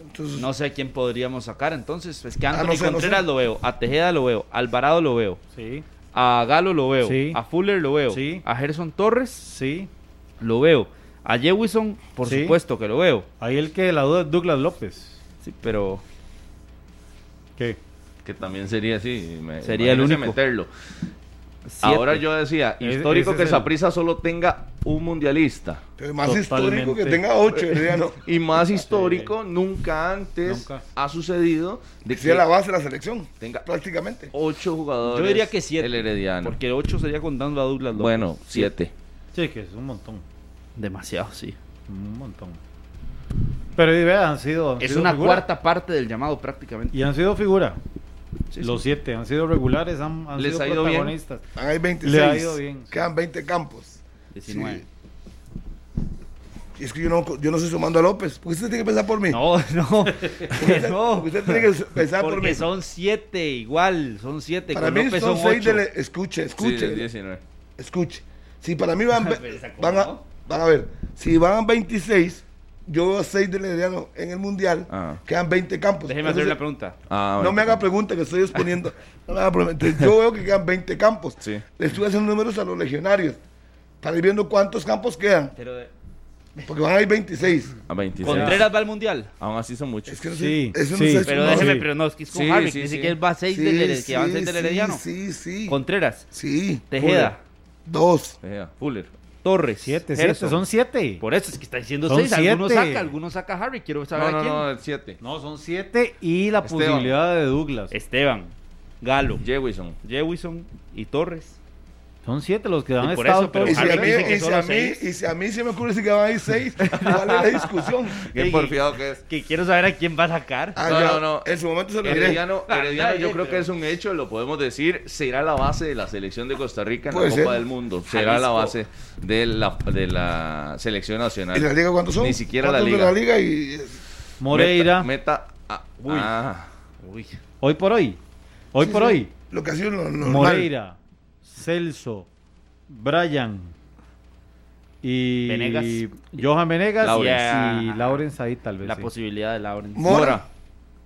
Speaker 3: Entonces,
Speaker 5: No sé a quién podríamos sacar, entonces. Es que
Speaker 3: Ah,
Speaker 5: Anthony
Speaker 3: no sé, no
Speaker 5: Contreras
Speaker 3: sé.
Speaker 5: lo veo, a Tejeda lo veo, a Alvarado lo veo,
Speaker 4: Sí,
Speaker 5: a Galo lo veo,
Speaker 4: Sí.
Speaker 5: a Fuller lo veo,
Speaker 4: Sí.
Speaker 5: a Gerson Torres
Speaker 4: sí.
Speaker 5: lo veo, a Jewison, por
Speaker 4: Sí.
Speaker 5: supuesto que lo veo.
Speaker 4: Ahí el que la duda es Douglas López.
Speaker 5: Sí, pero
Speaker 4: ¿Qué?
Speaker 2: Que también sería así. me-
Speaker 5: Sería el
Speaker 2: imagínese
Speaker 5: único.
Speaker 2: meterlo.
Speaker 5: siete.
Speaker 2: Ahora yo decía,
Speaker 4: Ese-
Speaker 2: histórico
Speaker 4: ese
Speaker 2: que
Speaker 4: es el-
Speaker 2: Saprisa solo tenga un mundialista.
Speaker 3: pero más histórico
Speaker 4: Totalmente.
Speaker 3: que tenga ocho, Herediano.
Speaker 2: Y más histórico, nunca antes
Speaker 4: Nunca.
Speaker 2: ha sucedido de
Speaker 3: Que
Speaker 2: que
Speaker 3: sea la base de la selección,
Speaker 2: Tenga-
Speaker 3: prácticamente.
Speaker 2: ocho jugadores.
Speaker 5: yo diría que siete.
Speaker 2: El Herediano.
Speaker 5: Porque ocho sería contando a Douglas López.
Speaker 2: bueno, siete.
Speaker 4: Sí, que es un montón.
Speaker 5: Demasiado, sí.
Speaker 4: Un montón. Pero y vean, han sido. han
Speaker 5: Es
Speaker 4: sido
Speaker 5: una
Speaker 4: figura.
Speaker 5: cuarta parte del llamado prácticamente.
Speaker 4: Y han sido figura.
Speaker 5: Sí,
Speaker 4: Los siete han sido regulares, han, han
Speaker 2: Les
Speaker 4: sido
Speaker 2: ha ido bien.
Speaker 4: protagonistas.
Speaker 3: Van ahí 26.
Speaker 4: Le ha ido bien.
Speaker 3: Quedan 20 campos.
Speaker 5: 19.
Speaker 3: Sí. Y es que yo no, yo no estoy sumando a López. Porque usted tiene que pensar por mí.
Speaker 5: No, no.
Speaker 3: Porque usted,
Speaker 5: no.
Speaker 3: porque usted tiene que pensar por
Speaker 5: Porque
Speaker 3: mí.
Speaker 5: son siete igual, son siete.
Speaker 3: para
Speaker 5: con
Speaker 3: mí
Speaker 5: López
Speaker 3: son
Speaker 5: son
Speaker 3: 6
Speaker 5: ocho.
Speaker 3: de... la- Escuche, escuche.
Speaker 2: Sí, 19.
Speaker 3: Escuche. Si para mí van,
Speaker 5: Pero se acomodó.
Speaker 3: van, a, van a ver, si van 26, yo veo 6 del Herediano en el Mundial,
Speaker 2: Ah.
Speaker 3: quedan 20 campos.
Speaker 5: Déjeme
Speaker 3: Entonces,
Speaker 5: hacer la pregunta.
Speaker 2: Ah,
Speaker 3: No
Speaker 2: bueno.
Speaker 3: me haga pregunta que estoy exponiendo. No me haga pregunta. Entonces, yo veo que quedan 20 campos.
Speaker 2: Sí.
Speaker 3: Le estuve haciendo números a los legionarios para ir viendo cuántos campos quedan.
Speaker 5: Pero de-
Speaker 3: Porque van a ir 26.
Speaker 2: A 26.
Speaker 5: Contreras va al mundial.
Speaker 2: ah, Aún así son muchos.
Speaker 3: Es que no
Speaker 4: Sí,
Speaker 3: sé. Eso
Speaker 4: sí.
Speaker 3: no sé.
Speaker 5: ah. Pero
Speaker 3: no,
Speaker 5: déjeme,
Speaker 4: sí.
Speaker 5: pero no, es que es con
Speaker 2: Sí,
Speaker 5: Harvick.
Speaker 2: sí,
Speaker 5: Dice
Speaker 2: sí.
Speaker 5: que él va a seis
Speaker 3: sí,
Speaker 5: del, que van
Speaker 3: sí,
Speaker 5: seis del
Speaker 3: sí,
Speaker 5: Herediano.
Speaker 3: Sí, sí.
Speaker 5: Contreras,
Speaker 3: sí.
Speaker 5: Tejeda,
Speaker 3: Dos.
Speaker 2: Tejeda, Fuller.
Speaker 5: Torres,
Speaker 4: Siete, siete,
Speaker 5: Gerson.
Speaker 4: son siete.
Speaker 5: Por eso es que está diciendo
Speaker 4: Son
Speaker 5: seis. Algunos
Speaker 4: siete.
Speaker 5: saca, algunos saca a Harry. Quiero saber
Speaker 2: No, no,
Speaker 5: a quién.
Speaker 2: no, el 7.
Speaker 4: No, son siete y la
Speaker 2: Esteban.
Speaker 4: posibilidad de Douglas.
Speaker 5: Esteban, Galo,
Speaker 2: Jewison.
Speaker 5: Jewison y Torres.
Speaker 4: Son siete los que han
Speaker 5: por
Speaker 4: estado
Speaker 5: eso, pero
Speaker 3: Y
Speaker 4: todos
Speaker 3: si, a
Speaker 5: Harvick
Speaker 3: mí,
Speaker 5: dice que
Speaker 3: y, si
Speaker 5: solo
Speaker 3: a mí,
Speaker 5: seis.
Speaker 3: y si a mí se me ocurre decir que van a ir seis, ¿cuál es la discusión?
Speaker 2: Qué
Speaker 5: Sí.
Speaker 2: porfiado que es.
Speaker 5: Que quiero saber a quién va a sacar.
Speaker 3: Ah,
Speaker 2: No,
Speaker 3: ya,
Speaker 2: no, no.
Speaker 3: En su momento se lo diré.
Speaker 2: Herediano,
Speaker 5: Ah,
Speaker 2: Herediano
Speaker 5: está
Speaker 2: yo creo
Speaker 5: bien, pero-
Speaker 2: que es un hecho, lo podemos decir, será la base de la selección de Costa Rica en la
Speaker 3: Puede
Speaker 2: Copa
Speaker 3: ser.
Speaker 2: del Mundo, será la
Speaker 5: Jalisco.
Speaker 2: base de la, de la selección nacional.
Speaker 3: ¿Y la liga cuántos son?
Speaker 2: Ni siquiera la
Speaker 3: ¿Cuántos de
Speaker 2: liga.
Speaker 3: la liga y
Speaker 4: Moreira,
Speaker 2: Meta, meta- ah,
Speaker 5: Uy.
Speaker 2: ah,
Speaker 5: Uy,
Speaker 4: hoy por hoy. Hoy por hoy.
Speaker 3: lo que ha sido lo normal.
Speaker 4: Moreira, Celso, Bryan y
Speaker 5: Venegas.
Speaker 4: Johan Venegas
Speaker 5: Lawrence.
Speaker 4: y Lawrence ahí tal vez.
Speaker 5: la
Speaker 4: sí.
Speaker 5: posibilidad de Lauren.
Speaker 3: Mora.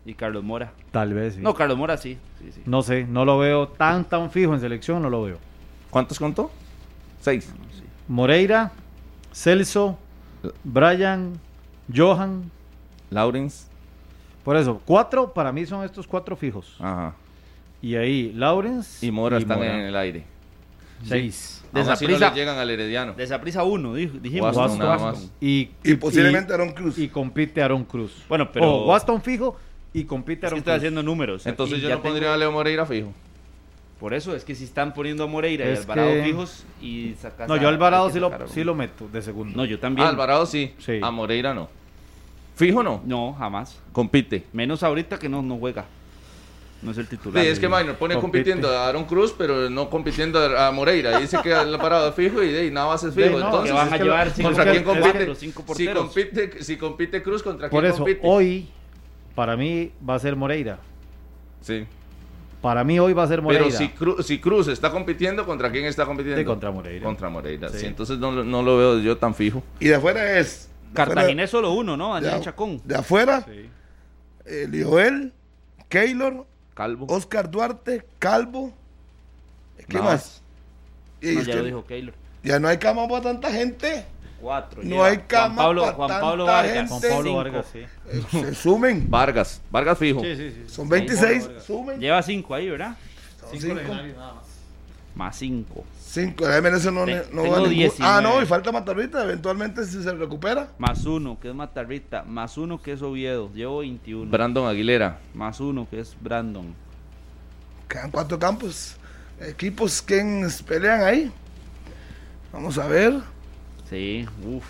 Speaker 5: Y Carlos Mora.
Speaker 4: Tal vez. sí.
Speaker 5: No,
Speaker 4: No,
Speaker 5: Carlos Mora sí. sí, sí.
Speaker 4: sé, no lo veo tan tan fijo en selección, no lo veo.
Speaker 2: ¿cuántos contó? Seis.
Speaker 4: Moreira, Celso, Bryan, Johan.
Speaker 2: Lawrence,
Speaker 4: Por eso, cuatro para mí son estos cuatro fijos.
Speaker 2: ajá.
Speaker 4: Y ahí Lawrence
Speaker 2: Y Mora están
Speaker 4: Mora.
Speaker 2: en el aire.
Speaker 4: seis.
Speaker 5: De
Speaker 2: Aún
Speaker 5: esa
Speaker 2: así no
Speaker 5: prisa-
Speaker 2: le llegan al Herediano.
Speaker 5: De esa prisa uno, dijo- dijimos.
Speaker 2: Waston,
Speaker 4: Waston.
Speaker 2: nada más.
Speaker 4: Y,
Speaker 3: Y posiblemente Aaron Cruz.
Speaker 4: y compite Aaron Cruz.
Speaker 5: Bueno, pero-
Speaker 4: O Waston fijo y compite
Speaker 5: Es que
Speaker 4: Aaron
Speaker 5: estoy
Speaker 4: Cruz.
Speaker 5: haciendo números.
Speaker 2: Entonces
Speaker 5: aquí,
Speaker 2: yo
Speaker 5: ya
Speaker 2: no pondría a Leo Moreira fijo.
Speaker 5: tengo- Por eso es que si están poniendo a Moreira
Speaker 4: Es
Speaker 5: y Alvarado
Speaker 4: que-
Speaker 5: fijos y sacas.
Speaker 4: No,
Speaker 5: a-
Speaker 4: yo Alvarado
Speaker 5: hay que
Speaker 4: sí lo,
Speaker 5: sacar a-
Speaker 4: sí lo Ah, meto de segundo.
Speaker 5: No, yo también.
Speaker 2: A Alvarado sí,
Speaker 4: Sí.
Speaker 2: a Moreira no. Fijo no,
Speaker 5: No, jamás.
Speaker 2: compite.
Speaker 5: Menos ahorita que no, no juega. No es el titular.
Speaker 2: Sí, es que Minor pone
Speaker 4: Compite.
Speaker 2: compitiendo a Aaron Cruz, pero no compitiendo a a Moreira. Dice que la parada es fijo y de ahí nada más es
Speaker 4: De,
Speaker 2: fijo.
Speaker 4: no,
Speaker 5: que
Speaker 2: Entonces,
Speaker 5: van a
Speaker 4: es que
Speaker 5: llevar
Speaker 4: lo-
Speaker 5: cinco
Speaker 2: ¿contra quién
Speaker 4: es que-
Speaker 2: compite?
Speaker 5: los cinco
Speaker 2: si,
Speaker 5: porteros.
Speaker 2: compite? si compite Cruz, ¿contra quién
Speaker 4: Por eso,
Speaker 2: compite?
Speaker 4: hoy, para mí va a ser Moreira.
Speaker 2: Sí.
Speaker 4: Para mí hoy va a ser Moreira.
Speaker 2: Pero si, Cru- si Cruz está compitiendo, ¿contra quién está compitiendo?
Speaker 4: Sí, contra Moreira.
Speaker 2: Contra Moreira.
Speaker 4: Sí.
Speaker 2: Sí, entonces no, lo- no lo veo yo tan fijo.
Speaker 3: Y de afuera es. de afuera-
Speaker 5: Cartagena es solo uno, ¿no?
Speaker 3: de,
Speaker 5: Daniel
Speaker 3: a-
Speaker 5: Chacón.
Speaker 3: de afuera,
Speaker 4: Sí.
Speaker 3: eh, Lioel, Keylor,
Speaker 2: Calvo.
Speaker 3: Oscar Duarte, Calvo. ¿Qué
Speaker 2: Nada
Speaker 3: más? Y
Speaker 5: No,
Speaker 3: es
Speaker 5: ya
Speaker 3: que
Speaker 5: lo dijo Keylor.
Speaker 3: ya no hay cama para tanta gente.
Speaker 5: Cuatro.
Speaker 3: No
Speaker 5: lleva.
Speaker 3: hay cama
Speaker 5: Juan Pablo,
Speaker 3: pa'
Speaker 5: Juan
Speaker 3: tanta
Speaker 5: Pablo Vargas.
Speaker 3: gente.
Speaker 4: Juan
Speaker 3: Sí.
Speaker 4: Pablo
Speaker 5: cinco.
Speaker 4: Vargas, sí.
Speaker 3: Eh, Se sumen.
Speaker 2: Vargas. Vargas fijo.
Speaker 4: Sí, sí, sí.
Speaker 3: Son 26.
Speaker 4: Vargas.
Speaker 3: Sumen.
Speaker 5: Lleva cinco ahí, ¿verdad?
Speaker 3: Son cinco.
Speaker 5: Más cinco.
Speaker 3: Cinco. La MLS no,
Speaker 5: Te-
Speaker 3: no
Speaker 5: tengo
Speaker 3: va a ningún-
Speaker 5: 19.
Speaker 3: Ah, no, y falta Matarrita. Eventualmente, si se recupera.
Speaker 5: Más uno, que es Matarrita. Más uno, que es Oviedo. Llevo 21.
Speaker 2: Brandon Aguilera.
Speaker 5: más uno, que es Brandon.
Speaker 3: Quedan cuatro campos. Equipos que pelean ahí. Vamos a ver.
Speaker 5: Sí, uff.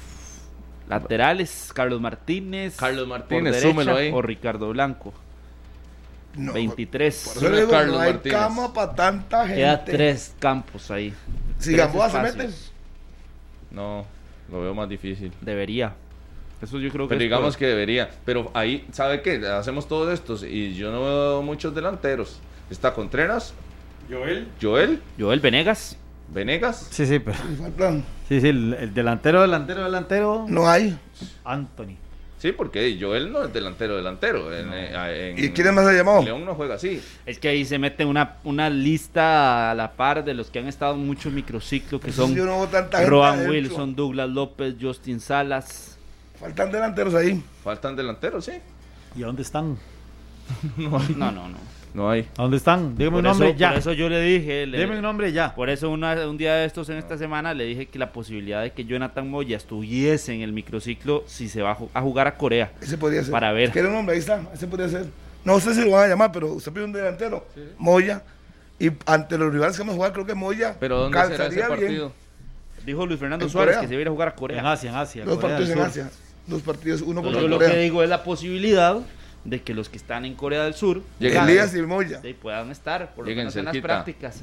Speaker 5: Laterales, Carlos Martínez.
Speaker 2: Carlos
Speaker 5: por
Speaker 2: Martínez,
Speaker 5: derecha,
Speaker 2: súmelo ahí.
Speaker 5: O Ricardo Blanco.
Speaker 3: No, Por
Speaker 5: 23.
Speaker 3: eso le digo,
Speaker 2: Carlos
Speaker 3: no hay
Speaker 2: Martínez.
Speaker 3: cama para tanta gente.
Speaker 5: Queda tres campos ahí.
Speaker 3: Si
Speaker 5: tres
Speaker 3: Gamboa se
Speaker 5: espacios.
Speaker 3: mete.
Speaker 2: No, lo veo más difícil.
Speaker 5: Debería. Eso yo creo que
Speaker 3: Pues,
Speaker 2: Pero
Speaker 5: es
Speaker 2: digamos
Speaker 5: por-
Speaker 2: que debería. Pero ahí, ¿sabe qué? Hacemos todos estos y yo no veo muchos delanteros. Está Contreras. Joel. Joel.
Speaker 5: Joel Venegas.
Speaker 2: Venegas.
Speaker 4: Sí, sí, pero-
Speaker 3: Y pues, faltan-
Speaker 4: sí, sí, el, el delantero, delantero, delantero,
Speaker 3: No hay.
Speaker 4: Anthony.
Speaker 2: Sí, Sí, porque Joel no es delantero, delantero. En, eh, en-
Speaker 3: ¿Y quién es más el llamado?
Speaker 2: León no juega así.
Speaker 5: Es que ahí se mete una, una lista a la par de los que han estado en muchos microciclos, que son
Speaker 3: Sí, uno hubo tanta gente
Speaker 5: Roan
Speaker 3: adentro.
Speaker 5: Wilson, Douglas López, Justin Salas.
Speaker 3: Faltan delanteros ahí.
Speaker 2: Faltan delanteros, sí.
Speaker 4: ¿Y a dónde están?
Speaker 5: No, no, no.
Speaker 2: No hay.
Speaker 4: ¿A dónde están? Dígame
Speaker 5: Por
Speaker 4: un nombre
Speaker 5: eso,
Speaker 4: ya.
Speaker 5: por eso yo le dije. le-
Speaker 4: Deme un nombre ya.
Speaker 5: Por eso una- un día de estos en esta semana le dije que la posibilidad de que Jonathan Moya estuviese en el microciclo si se va a, ju- a jugar a Corea.
Speaker 3: Ese podría ser.
Speaker 5: Para ver.
Speaker 3: Quiere un hombre, ahí está. Ese podría ser. No sé si lo van a llamar, pero usted pide un delantero. Moya. Y ante los rivales que vamos a jugar, creo que Moya
Speaker 2: Pero ¿dónde será ese
Speaker 3: calzaría bien.
Speaker 2: partido?
Speaker 5: Dijo Luis Fernando
Speaker 3: En
Speaker 5: Suárez
Speaker 3: Corea.
Speaker 5: que se iba a ir a jugar a
Speaker 4: En
Speaker 5: Corea.
Speaker 4: Asia, en Asia.
Speaker 3: Dos
Speaker 4: Corea
Speaker 3: partidos
Speaker 4: del
Speaker 3: en
Speaker 4: Sur.
Speaker 3: Asia. Dos partidos, uno
Speaker 5: Entonces,
Speaker 3: contra
Speaker 5: yo lo
Speaker 3: Corea.
Speaker 5: que digo es la posibilidad de que los que están en Corea del Sur
Speaker 2: Llegan.
Speaker 3: Elías y Moya.
Speaker 5: de ahí puedan estar, por lo
Speaker 2: Lleguen
Speaker 5: menos en las
Speaker 2: cerquita.
Speaker 5: prácticas.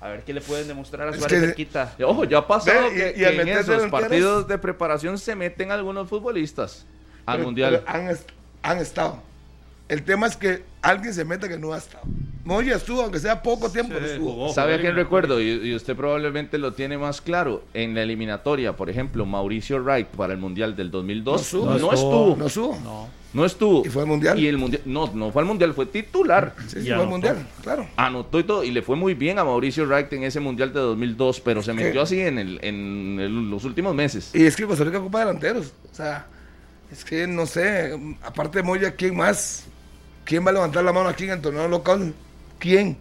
Speaker 5: A ver qué le pueden demostrar a
Speaker 3: Es
Speaker 5: Suárez
Speaker 3: que-
Speaker 5: cerquita.
Speaker 2: Ojo, ya ha pasado
Speaker 3: Ve, y-
Speaker 2: que,
Speaker 3: y
Speaker 2: que
Speaker 3: al
Speaker 2: en
Speaker 3: meter
Speaker 2: esos
Speaker 3: delanteros-
Speaker 2: partidos de preparación se meten algunos futbolistas al
Speaker 3: Pero-
Speaker 2: Ah, mundial.
Speaker 3: pero han, est- han estado. El tema es que alguien se meta que no ha estado. Moya estuvo, aunque sea poco tiempo, pero estuvo.
Speaker 2: ¿Sabe a quién recuerdo? Y, y usted probablemente lo tiene más claro. En la eliminatoria, por ejemplo, Mauricio Wright para el Mundial del 2002
Speaker 3: No
Speaker 2: no,
Speaker 3: estuvo.
Speaker 2: estuvo.
Speaker 3: No estuvo.
Speaker 2: No estuvo.
Speaker 3: ¿Y fue al Mundial?
Speaker 2: Y el mundial. No, no fue al mundial, fue titular.
Speaker 3: Sí, sí,
Speaker 4: Y
Speaker 3: fue al
Speaker 4: anotó.
Speaker 3: mundial, claro.
Speaker 2: Anotó y todo. Y le fue muy bien a Mauricio Wright en ese mundial de 2002, pero se metió así en, el, en el- los últimos meses.
Speaker 3: Y es que Costa Rica ocupa delanteros. O sea, es que no sé, aparte de Moya, ¿quién más? ¿Quién va a levantar la mano aquí en el torneo local? ¿Quién?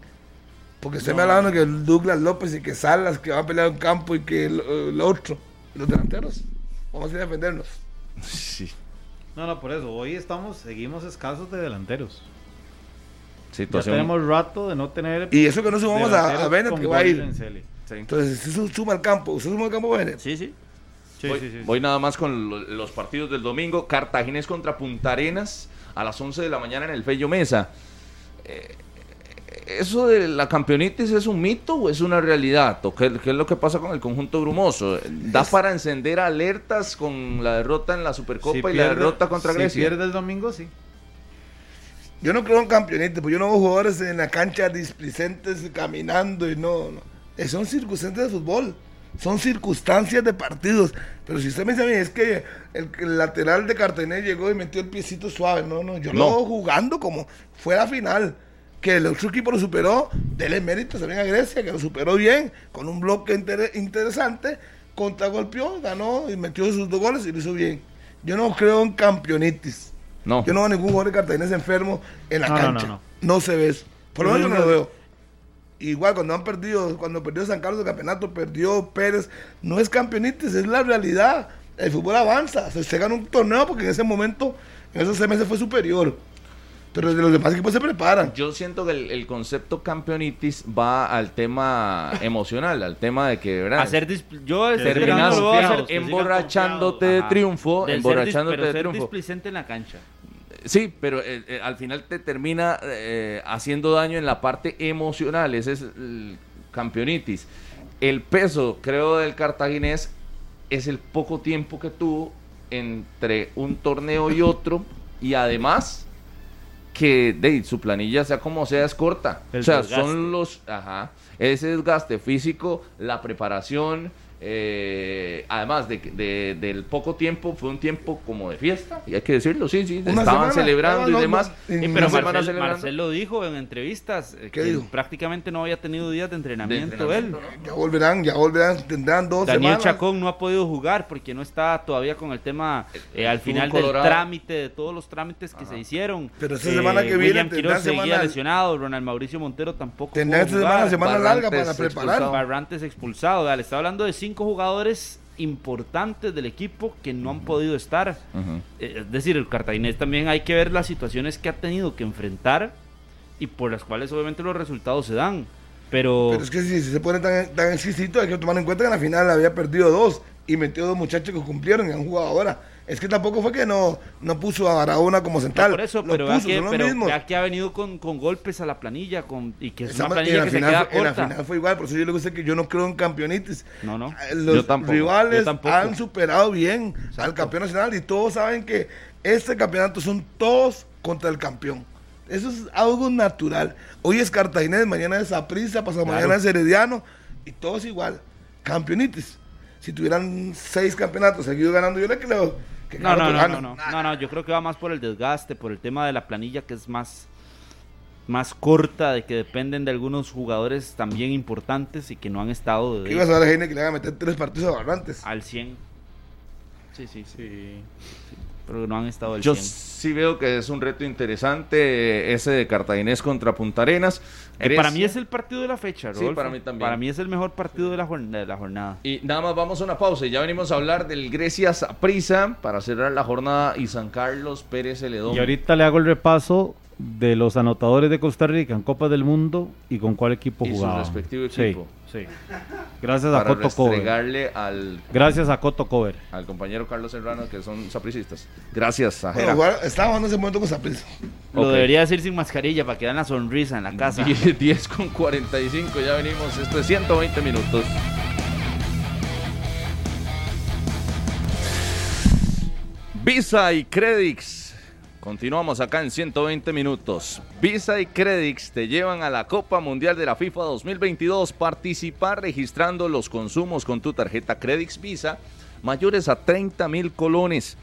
Speaker 3: Porque usted me ha hablado de que Douglas López y que Salas, que van a pelear en campo y que el, el otro, los delanteros. Vamos a ir a defendernos.
Speaker 2: Sí,
Speaker 4: No, no, por eso. Hoy estamos, seguimos escasos de delanteros. Ya
Speaker 2: situación.
Speaker 4: tenemos rato de no tener.
Speaker 3: Y eso que no sumamos a, a
Speaker 4: delanteros
Speaker 3: Bennett,
Speaker 4: con
Speaker 3: que va a
Speaker 4: gol
Speaker 3: ir.
Speaker 4: en serie.
Speaker 2: Sí.
Speaker 3: Entonces, si usted suma al campo, usted suma al campo Bennett.
Speaker 5: Sí, sí.
Speaker 4: Sí,
Speaker 2: voy,
Speaker 4: sí, sí, sí.
Speaker 2: voy nada más con lo- los partidos del domingo. Cartaginés contra Punta Arenas a las 11 de la mañana en el Fello Mesa. Eh, ¿Eso de la campeonitis es un mito o es una realidad? ¿O qué, qué es lo que pasa con el conjunto brumoso? ¿Da para encender alertas con la derrota en la Supercopa
Speaker 4: Si
Speaker 2: y la
Speaker 4: pierde-
Speaker 2: derrota contra
Speaker 4: si
Speaker 2: Grecia?
Speaker 4: pierde el domingo, sí.
Speaker 3: Yo no creo en campeonato, porque yo no veo jugadores en la cancha displicentes caminando y no. no. Eh, Son circunstancias de fútbol, son circunstancias de partidos. Pero si usted me dice a mí, es que el, el lateral de Cartaginés llegó y metió el piecito suave. No, no, yo
Speaker 2: No.
Speaker 3: lo veo jugando como fuera final. Que el otro equipo lo superó, dele mérito también a Grecia, que lo superó bien, con un bloque inter- interesante, contragolpeó, ganó y metió sus dos goles y lo hizo bien. Yo no creo en campeonitis.
Speaker 2: No.
Speaker 3: Yo no veo ningún jugador de Cartaginés enfermo en la
Speaker 4: No, no,
Speaker 3: cancha.
Speaker 4: no, no.
Speaker 3: No, se ve eso. Por lo
Speaker 4: Yo
Speaker 3: menos yo no
Speaker 4: creo
Speaker 3: lo veo. Igual cuando han perdido, cuando perdió San Carlos el campeonato, perdió Pérez, no es campeonitis, es la realidad. El fútbol avanza, se, se gana un torneo porque en ese momento, en esos seis meses fue superior. Pero de los demás equipos se preparan.
Speaker 2: Yo siento que el, el concepto campeonitis va al tema emocional, al tema de que, ¿verdad?
Speaker 5: Hacer dis- yo estoy
Speaker 2: Terminas
Speaker 5: esperando lo voy a hacer
Speaker 4: confiados,
Speaker 2: emborrachándote de
Speaker 5: Ajá.
Speaker 2: triunfo,
Speaker 5: Del ser dis-
Speaker 2: emborrachándote
Speaker 5: pero
Speaker 2: de
Speaker 5: ser
Speaker 2: triunfo.
Speaker 5: displicente en la cancha.
Speaker 2: Sí, pero eh, eh, al final te termina eh, haciendo daño en la parte emocional. Ese es el campeonitis. El peso, creo, del cartaginés es el poco tiempo que tuvo entre un torneo y otro. Y además, que de, su planilla, sea como sea, es corta.
Speaker 5: El
Speaker 2: o sea,
Speaker 5: desgaste.
Speaker 2: son los. Ajá. Ese desgaste físico, la preparación. eh, además de, que- de- del poco tiempo, fue un tiempo como de fiesta, y hay que decirlo, sí, sí,
Speaker 3: Una
Speaker 2: estaban
Speaker 3: semana.
Speaker 2: celebrando
Speaker 3: No, no,
Speaker 2: y demás.
Speaker 3: no.
Speaker 2: y
Speaker 3: Sí,
Speaker 2: pero
Speaker 5: Pero
Speaker 3: Una semana
Speaker 5: Marcel,
Speaker 2: celebrando
Speaker 5: Marcelo dijo en entrevistas eh,
Speaker 3: ¿Qué
Speaker 5: que
Speaker 3: dijo?
Speaker 5: prácticamente no había tenido días de
Speaker 2: de
Speaker 5: entrenamiento,
Speaker 2: entrenamiento,
Speaker 5: él.
Speaker 2: ¿no?
Speaker 3: Ya volverán, ya volverán, tendrán dos
Speaker 5: Daniel
Speaker 3: semanas.
Speaker 5: Chacón no ha podido jugar porque no está todavía con el tema eh,
Speaker 2: estuvo
Speaker 5: al
Speaker 2: en
Speaker 5: final del
Speaker 2: Colorado.
Speaker 5: trámite, de todos los trámites que se hicieron.
Speaker 3: Pero esta
Speaker 5: Eh,
Speaker 3: semana que viene
Speaker 5: William
Speaker 3: tendrá
Speaker 5: Quiroz seguía
Speaker 3: semana-
Speaker 5: lesionado, Ronald Mauricio Montero tampoco.
Speaker 3: Tendrán
Speaker 5: pudo
Speaker 3: esta semana,
Speaker 5: jugar,
Speaker 3: semana larga para
Speaker 2: Barrantes
Speaker 3: preparar.
Speaker 2: expulsado.
Speaker 5: Barrantes expulsado. Dale, está hablando de cinco jugadores importantes del equipo que no han podido estar.
Speaker 2: Ujú.
Speaker 5: Eh, Es decir, el Cartaginés también hay que ver las situaciones que ha tenido que enfrentar y por las cuales obviamente los resultados se dan. Pero,
Speaker 3: Pero es que si, si se pone tan, tan exquisito, hay que tomar en cuenta que en la final había perdido dos y metió dos muchachos que cumplieron y han jugado ahora. Es que tampoco fue que no, no puso a Barahona como
Speaker 5: No,
Speaker 3: central.
Speaker 5: por eso,
Speaker 3: Los
Speaker 5: pero,
Speaker 3: puso,
Speaker 5: vea que,
Speaker 3: son los
Speaker 5: pero
Speaker 3: mismos.
Speaker 5: vea que ha venido con, con golpes a la planilla con, y que es
Speaker 3: Esa
Speaker 5: una
Speaker 3: ma-
Speaker 5: planilla
Speaker 3: en
Speaker 5: que
Speaker 3: la
Speaker 5: se
Speaker 3: final
Speaker 5: queda
Speaker 3: fue- en la
Speaker 5: corta.
Speaker 3: final fue igual, por eso yo le gusta que yo no creo en campeonitis.
Speaker 5: No, no.
Speaker 3: Eh, Los
Speaker 2: Yo tampoco,
Speaker 3: rivales
Speaker 5: yo tampoco.
Speaker 3: han superado bien al campeón nacional y todos saben que este campeonato son todos contra el campeón. Eso es algo natural. Hoy es Cartaginés, mañana es Aprisa, pasado mañana es Herediano y todos igual. Campeonitis. Si tuvieran seis campeonatos seguidos ganando, yo le creo que
Speaker 5: No, no,
Speaker 3: Carlos
Speaker 5: no,
Speaker 3: gana. Ah,
Speaker 5: no, no, no, no, yo creo que va más por el desgaste, por el tema de la planilla que es más, más corta, de que dependen de algunos jugadores también importantes y que no han estado de-
Speaker 3: ¿Qué ibas a dar a Heine que le van a meter tres partidos a Barrantes?
Speaker 5: al 100. Sí, sí, sí, pero no han estado al
Speaker 2: Yo
Speaker 5: 100.
Speaker 2: sí veo que es un reto interesante eh, ese de Cartaginés contra Punta Arenas.
Speaker 5: Eh, para
Speaker 2: Grecia.
Speaker 5: mí es el partido de la fecha,
Speaker 2: Sí,
Speaker 5: Rodolfo.
Speaker 2: para mí también.
Speaker 5: Para mí es el mejor partido de la, jorn- de la jornada.
Speaker 2: Y nada más vamos a una pausa y ya venimos a hablar del Grecia Saprissa para cerrar la jornada y San Carlos Pérez Celedón.
Speaker 4: Y ahorita le hago el repaso de los anotadores de Costa Rica en Copa del Mundo y con cuál equipo
Speaker 2: Y su
Speaker 4: jugaban.
Speaker 2: respectivo
Speaker 4: Sí,
Speaker 2: equipo.
Speaker 4: sí. Gracias a
Speaker 2: para
Speaker 4: Coto Cover.
Speaker 2: restregarle al,
Speaker 4: Gracias a Coto Cover.
Speaker 2: al compañero Carlos Serrano que son sapricistas. Gracias,
Speaker 3: Bueno,
Speaker 2: Sajera.
Speaker 3: jugar- estaba jugando ese momento con Saprissa.
Speaker 5: Lo
Speaker 2: Ok.
Speaker 5: debería decir sin mascarilla para que dan la sonrisa en la casa.
Speaker 2: 10, 10 con 45, ya venimos. Esto es 120 minutos. Visa y Credix. Continuamos acá en 120 minutos. Visa y Credix te llevan a la Copa Mundial de la FIFA 2022. Participar registrando los consumos con tu tarjeta Credix Visa mayores a 30 mil colones.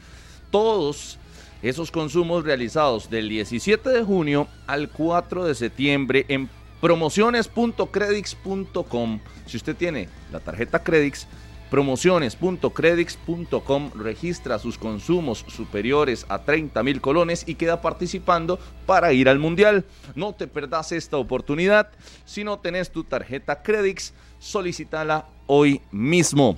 Speaker 2: Todos esos consumos realizados del 17 de junio al 4 de septiembre en promociones.credix.com. Si usted tiene la tarjeta Credix, promociones.credix.com registra sus consumos superiores a 30 mil colones y queda participando para ir al mundial. No te perdas esta oportunidad. Si no tenés tu tarjeta Credix, solicítala hoy mismo.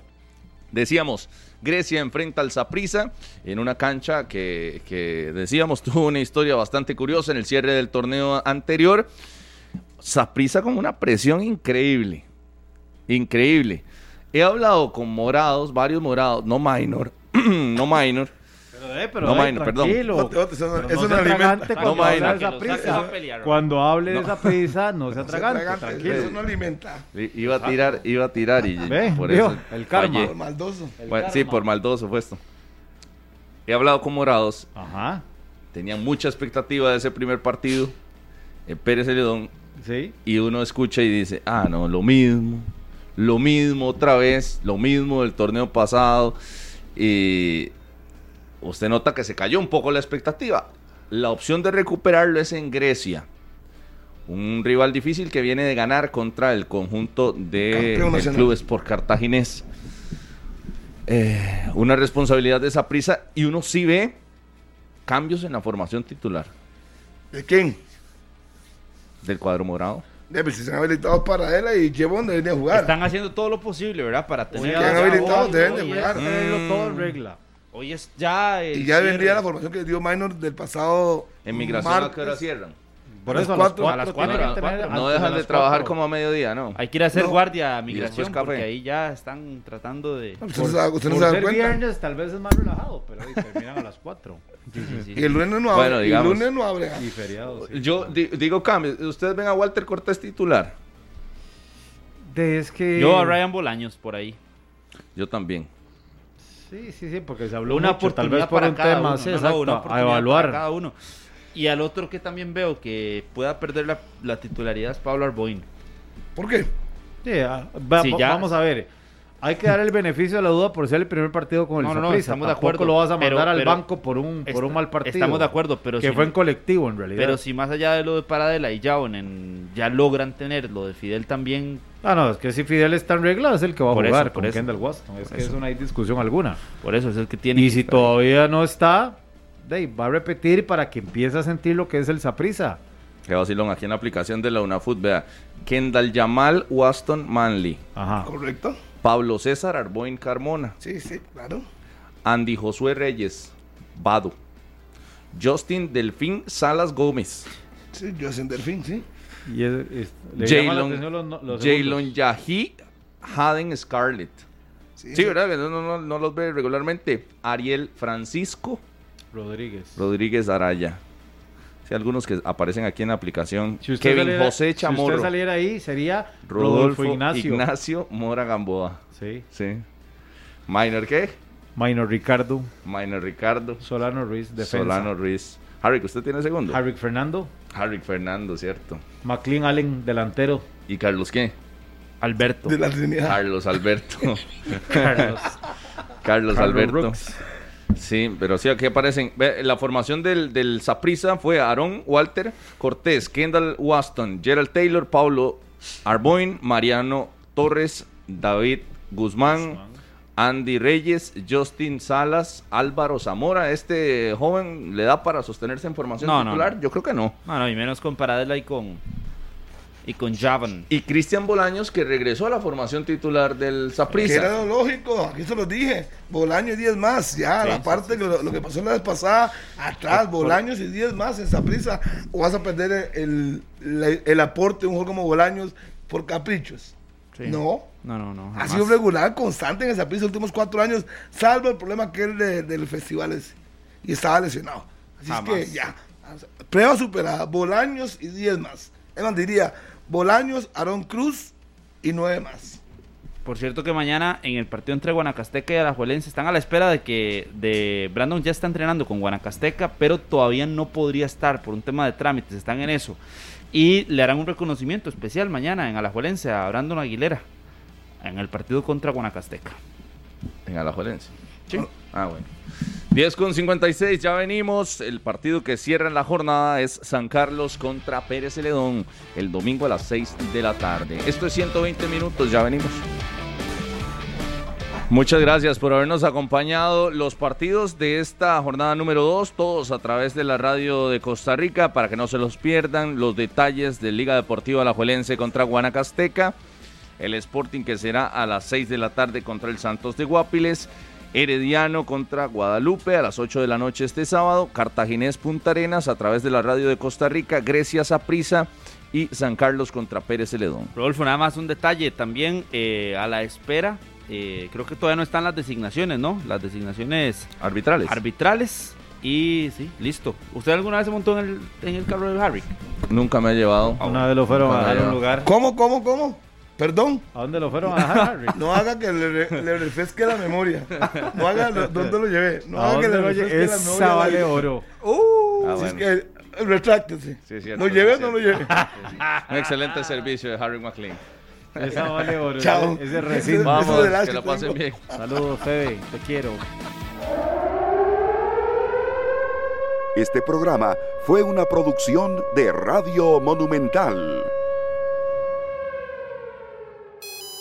Speaker 2: Decíamos, Grecia enfrenta al Saprissa en una cancha que, que decíamos tuvo una historia bastante curiosa en el cierre del torneo anterior. Saprissa con una presión increíble. Increíble. He hablado con morados, varios morados, no minor, no minor. No,
Speaker 4: ay,
Speaker 2: Maino, perdón.
Speaker 4: eh, tranquilo.
Speaker 3: No te botes, eso no-
Speaker 4: Pero
Speaker 3: eso no
Speaker 4: no sea
Speaker 3: alimenta.
Speaker 4: atragante
Speaker 2: No,
Speaker 4: cuando
Speaker 2: Maino.
Speaker 4: hable
Speaker 5: Que
Speaker 4: de
Speaker 5: lo
Speaker 4: esa
Speaker 5: saquen a
Speaker 4: prisa.
Speaker 5: pelear, Rodolfo.
Speaker 4: Cuando hable de esa prisa, no se atragante,
Speaker 3: Atragante, Eso no
Speaker 4: tranquilo.
Speaker 3: alimenta.
Speaker 2: I- Iba a tirar, iba a tirar y
Speaker 4: Ah. Ve,
Speaker 2: por
Speaker 4: vio,
Speaker 2: eso
Speaker 4: el karma.
Speaker 2: fallé.
Speaker 3: Por maldoso.
Speaker 2: Bueno, sí, por maldoso fue esto. He hablado con morados,
Speaker 4: Ajá,
Speaker 2: tenían mucha expectativa de ese primer partido. en Pérez Celedón
Speaker 4: sí.
Speaker 2: y uno escucha y dice, ah, no, lo mismo, lo mismo otra vez, lo mismo del torneo pasado. Y usted nota que se cayó un poco la expectativa. La opción de recuperarlo es en Grecia. Un rival difícil que viene de ganar contra el conjunto de
Speaker 3: Campeón
Speaker 2: del
Speaker 3: nacional.
Speaker 2: Club Sport Cartaginés. Eh, una responsabilidad de esa prisa y uno sí ve cambios en la formación titular
Speaker 3: ¿De quién?
Speaker 2: del cuadro morado.
Speaker 3: De pues, si están habilitados para él y Jevon debería jugar.
Speaker 5: Están haciendo todo lo posible, ¿verdad? Para tener.
Speaker 3: que han
Speaker 5: a-
Speaker 3: habilitado,
Speaker 5: hoy-
Speaker 3: deben de
Speaker 5: hoy
Speaker 3: jugar.
Speaker 5: es-
Speaker 4: Tenerlo todo en regla.
Speaker 5: Hoy es ya. el
Speaker 3: Y ya
Speaker 5: cierre.
Speaker 3: vendría la formación que dio Minor del pasado.
Speaker 2: En migración, ¿a qué hora
Speaker 3: martes.
Speaker 2: cierran?
Speaker 4: Por
Speaker 3: A
Speaker 4: eso
Speaker 3: las cuatro-
Speaker 4: a
Speaker 5: a
Speaker 4: las
Speaker 5: las
Speaker 4: cuatro.
Speaker 5: cuatro,
Speaker 4: tienen que
Speaker 5: a las
Speaker 4: tener-
Speaker 2: No
Speaker 4: antes de
Speaker 2: dejan de
Speaker 4: las
Speaker 2: trabajar
Speaker 4: cuatro.
Speaker 2: como a mediodía, ¿no.
Speaker 5: Hay que ir a hacer
Speaker 3: No.
Speaker 5: guardia a
Speaker 2: después
Speaker 5: migración
Speaker 2: café.
Speaker 5: porque ahí ya están tratando de.
Speaker 3: Usted
Speaker 4: Por,
Speaker 3: no se da- usted no
Speaker 4: por
Speaker 3: se da
Speaker 4: ser
Speaker 3: cuenta.
Speaker 4: viernes tal vez es más relajado, pero ahí terminan a las 4.
Speaker 5: Sí, sí, sí.
Speaker 3: Y el lunes no
Speaker 2: Bueno,
Speaker 3: abre. y el
Speaker 2: digamos.
Speaker 3: lunes no abre.
Speaker 4: Y feriados. sí.
Speaker 2: Yo di- digo cambios. Ustedes ven a Walter Cortés titular.
Speaker 4: De- es que...
Speaker 5: Yo a Ryan Bolaños por ahí.
Speaker 2: Yo también.
Speaker 4: Sí, sí, sí, porque se habló
Speaker 5: una
Speaker 4: mucho,
Speaker 5: oportunidad
Speaker 4: tal vez por
Speaker 5: para
Speaker 4: un
Speaker 5: cada
Speaker 4: tema,
Speaker 5: uno,
Speaker 4: sí,
Speaker 5: no, no,
Speaker 4: exacto,
Speaker 5: una
Speaker 4: a
Speaker 5: oportunidad para
Speaker 4: evaluar.
Speaker 5: cada uno. Y al otro que también veo que pueda perder la, la titularidad es Pablo Arboin.
Speaker 3: ¿Por qué?
Speaker 4: Sí, ah, va-
Speaker 5: Sí,
Speaker 4: va-
Speaker 5: ya.
Speaker 4: Vamos a ver. Hay que dar el beneficio de la duda por ser el primer partido con el
Speaker 5: No, no, no,
Speaker 4: Saprissa.
Speaker 5: estamos de
Speaker 4: Tampoco
Speaker 5: acuerdo,
Speaker 4: lo vas a mandar
Speaker 5: pero-
Speaker 4: al
Speaker 5: pero-
Speaker 4: banco por un, por
Speaker 5: Está-
Speaker 4: un mal partido.
Speaker 5: estamos de acuerdo, pero
Speaker 4: Que
Speaker 5: si
Speaker 4: fue
Speaker 5: no-
Speaker 4: en colectivo, en realidad.
Speaker 5: Pero si más allá de lo de Paradela y Jaonen ya logran tener lo de Fidel también,
Speaker 4: Ah, no, es que si Fidel está en regla es el que va a
Speaker 5: Por eso,
Speaker 4: jugar
Speaker 5: por
Speaker 4: con
Speaker 5: eso.
Speaker 4: Kendall Waston. Es
Speaker 5: Por
Speaker 4: que
Speaker 5: eso.
Speaker 4: eso no hay discusión alguna.
Speaker 5: por eso es el que tiene.
Speaker 4: Y
Speaker 5: que-
Speaker 4: si todavía no está, de ahí, va a repetir para que empiece a sentir lo que es el Saprisa.
Speaker 2: Que vacilón aquí en la aplicación de la UNAFUT. Vea. Kendall Yamal, Waston Manley.
Speaker 4: Ajá.
Speaker 3: ¿Correcto?
Speaker 2: Pablo César Arboin Carmona.
Speaker 3: Sí, sí, claro.
Speaker 2: Andy Josué Reyes. Vado. Justin Delfín Salas Gómez.
Speaker 3: Sí, yo sin Delfín, sí.
Speaker 4: Y es- es- le llama la atención los no-
Speaker 2: Jalen
Speaker 4: los
Speaker 2: Jalen
Speaker 4: segundos.
Speaker 2: Yahi Haden Scarlett. Sí, ¿verdad? Que No, no, no- no los ve regularmente. Ariel Francisco.
Speaker 4: Rodríguez.
Speaker 2: Rodríguez Araya. Sí, algunos que aparecen aquí en la aplicación.
Speaker 4: Si usted
Speaker 2: Kevin
Speaker 4: saliera-
Speaker 2: José
Speaker 4: Si
Speaker 2: Chamorro.
Speaker 4: usted saliera ahí, sería
Speaker 2: Rodolfo,
Speaker 4: Rodolfo, Ignacio.
Speaker 2: Ignacio Mora Gamboa.
Speaker 4: Sí.
Speaker 2: Sí. Minor qué?
Speaker 4: Minor Ricardo.
Speaker 2: Minor Ricardo.
Speaker 4: Solano Ruiz, defensa.
Speaker 2: Solano Ruiz. Harry, que usted tiene segundo. Harry.
Speaker 4: Harvick Fernando.
Speaker 2: Fernando, cierto.
Speaker 4: McLean Allen, delantero.
Speaker 2: ¿Y Carlos qué?
Speaker 5: Alberto.
Speaker 3: De la Trinidad.
Speaker 2: Carlos Alberto. Carlos
Speaker 4: Carlos. Carlos
Speaker 2: Alberto.
Speaker 4: Rooks.
Speaker 2: Sí, pero sí, aquí aparecen. Ve, La formación del, del Saprisa fue Aarón, Walter, Cortés, Kendall Waston, Gerald Taylor, Paulo Arboin, Mariano Torres, David Guzmán, Andy Reyes, Justin Salas, Álvaro Zamora. ¿Este joven le da para sostenerse en formación
Speaker 5: No, no,
Speaker 2: titular?
Speaker 5: no.
Speaker 2: Yo creo que no.
Speaker 5: No, no, y menos con Paradela y con, y con Javan.
Speaker 2: Y Cristian Bolaños, que regresó a la formación titular del
Speaker 3: Que era
Speaker 2: Saprisa.
Speaker 3: lo lógico, aquí se los dije. Bolaños y 10 más, ya, la parte que lo, lo que pasó la vez pasada, atrás, Bolaños y 10 más en esa prisa, o vas a perder el, el- el aporte de un juego como Bolaños por caprichos.
Speaker 5: Sí.
Speaker 3: No.
Speaker 5: No, no, no.
Speaker 3: Ha
Speaker 5: jamás.
Speaker 3: sido regular, constante en esa prisa los últimos cuatro años, salvo el problema que es de- del festival ese. Y estaba lesionado. Así
Speaker 5: Jamás.
Speaker 3: es que ya. Prueba superada, Bolaños y 10 más. Es más, diría, Bolaños, Aarón Cruz y 9 más.
Speaker 5: Por cierto que mañana en el partido entre Guanacasteca y Alajuelense están a la espera de que de Brandon ya está entrenando con Guanacasteca, pero todavía no podría estar por un tema de trámites, están en eso. Y le harán un reconocimiento especial mañana en Alajuelense a Brandon Aguilera en el partido contra Guanacasteca.
Speaker 2: En Alajuelense. Sí. Ah, bueno. 10 con 56, ya venimos. El partido que cierra la jornada es San Carlos contra Pérez Celedón el domingo a las 6 de la tarde. Esto es 120 minutos, ya venimos. Muchas gracias por habernos acompañado. Los partidos de esta jornada número 2, todos a través de la radio de Costa Rica, para que no se los pierdan. Los detalles de Liga Deportiva Alajuelense contra Guanacasteca. El Sporting que será a las 6 de la tarde contra el Santos de Guapiles. Herediano contra Guadalupe a las 8 de la noche este sábado. Cartaginés Punta Arenas a través de la radio de Costa Rica. Grecia Saprisa y San Carlos contra Pérez Celedón.
Speaker 5: Rodolfo, nada más un detalle también eh, a la espera. eh, creo que todavía no están las designaciones, ¿no? Las designaciones
Speaker 2: Arbitrales.
Speaker 5: arbitrales. Y sí, listo. ¿Usted alguna vez se montó en el, en el carro de Harry?
Speaker 2: Nunca me ha llevado.
Speaker 4: Una vez lo fueron a
Speaker 2: Para
Speaker 4: dejar a
Speaker 2: allá.
Speaker 4: un lugar.
Speaker 3: ¿Cómo, cómo, cómo? Perdón.
Speaker 4: ¿A dónde lo fueron a dejar, Harry?
Speaker 3: No haga que le, re- le refresque la memoria. No haga lo- dónde lo llevé. No
Speaker 4: ¿A
Speaker 3: haga que
Speaker 4: dónde
Speaker 3: le
Speaker 4: lo
Speaker 3: refresque
Speaker 4: lle-
Speaker 3: la memoria.
Speaker 4: Esa vale oro.
Speaker 3: Uh,
Speaker 2: Ah,
Speaker 3: si es
Speaker 2: bueno.
Speaker 3: que eh, retráctese.
Speaker 2: Sí, es cierto,
Speaker 3: ¿Lo
Speaker 2: sí,
Speaker 3: llevé
Speaker 2: es
Speaker 3: o no
Speaker 2: cierto.
Speaker 3: lo llevé?
Speaker 2: Un excelente servicio de Harry McLean.
Speaker 4: Esa vale oro.
Speaker 3: Chao.
Speaker 4: Ese recinto.
Speaker 3: Eso
Speaker 2: Vamos,
Speaker 3: de las
Speaker 2: que
Speaker 3: que
Speaker 2: la pasen
Speaker 3: tengo.
Speaker 2: bien.
Speaker 4: Saludos, Febe. Te quiero.
Speaker 1: Este programa fue una producción de Radio Monumental.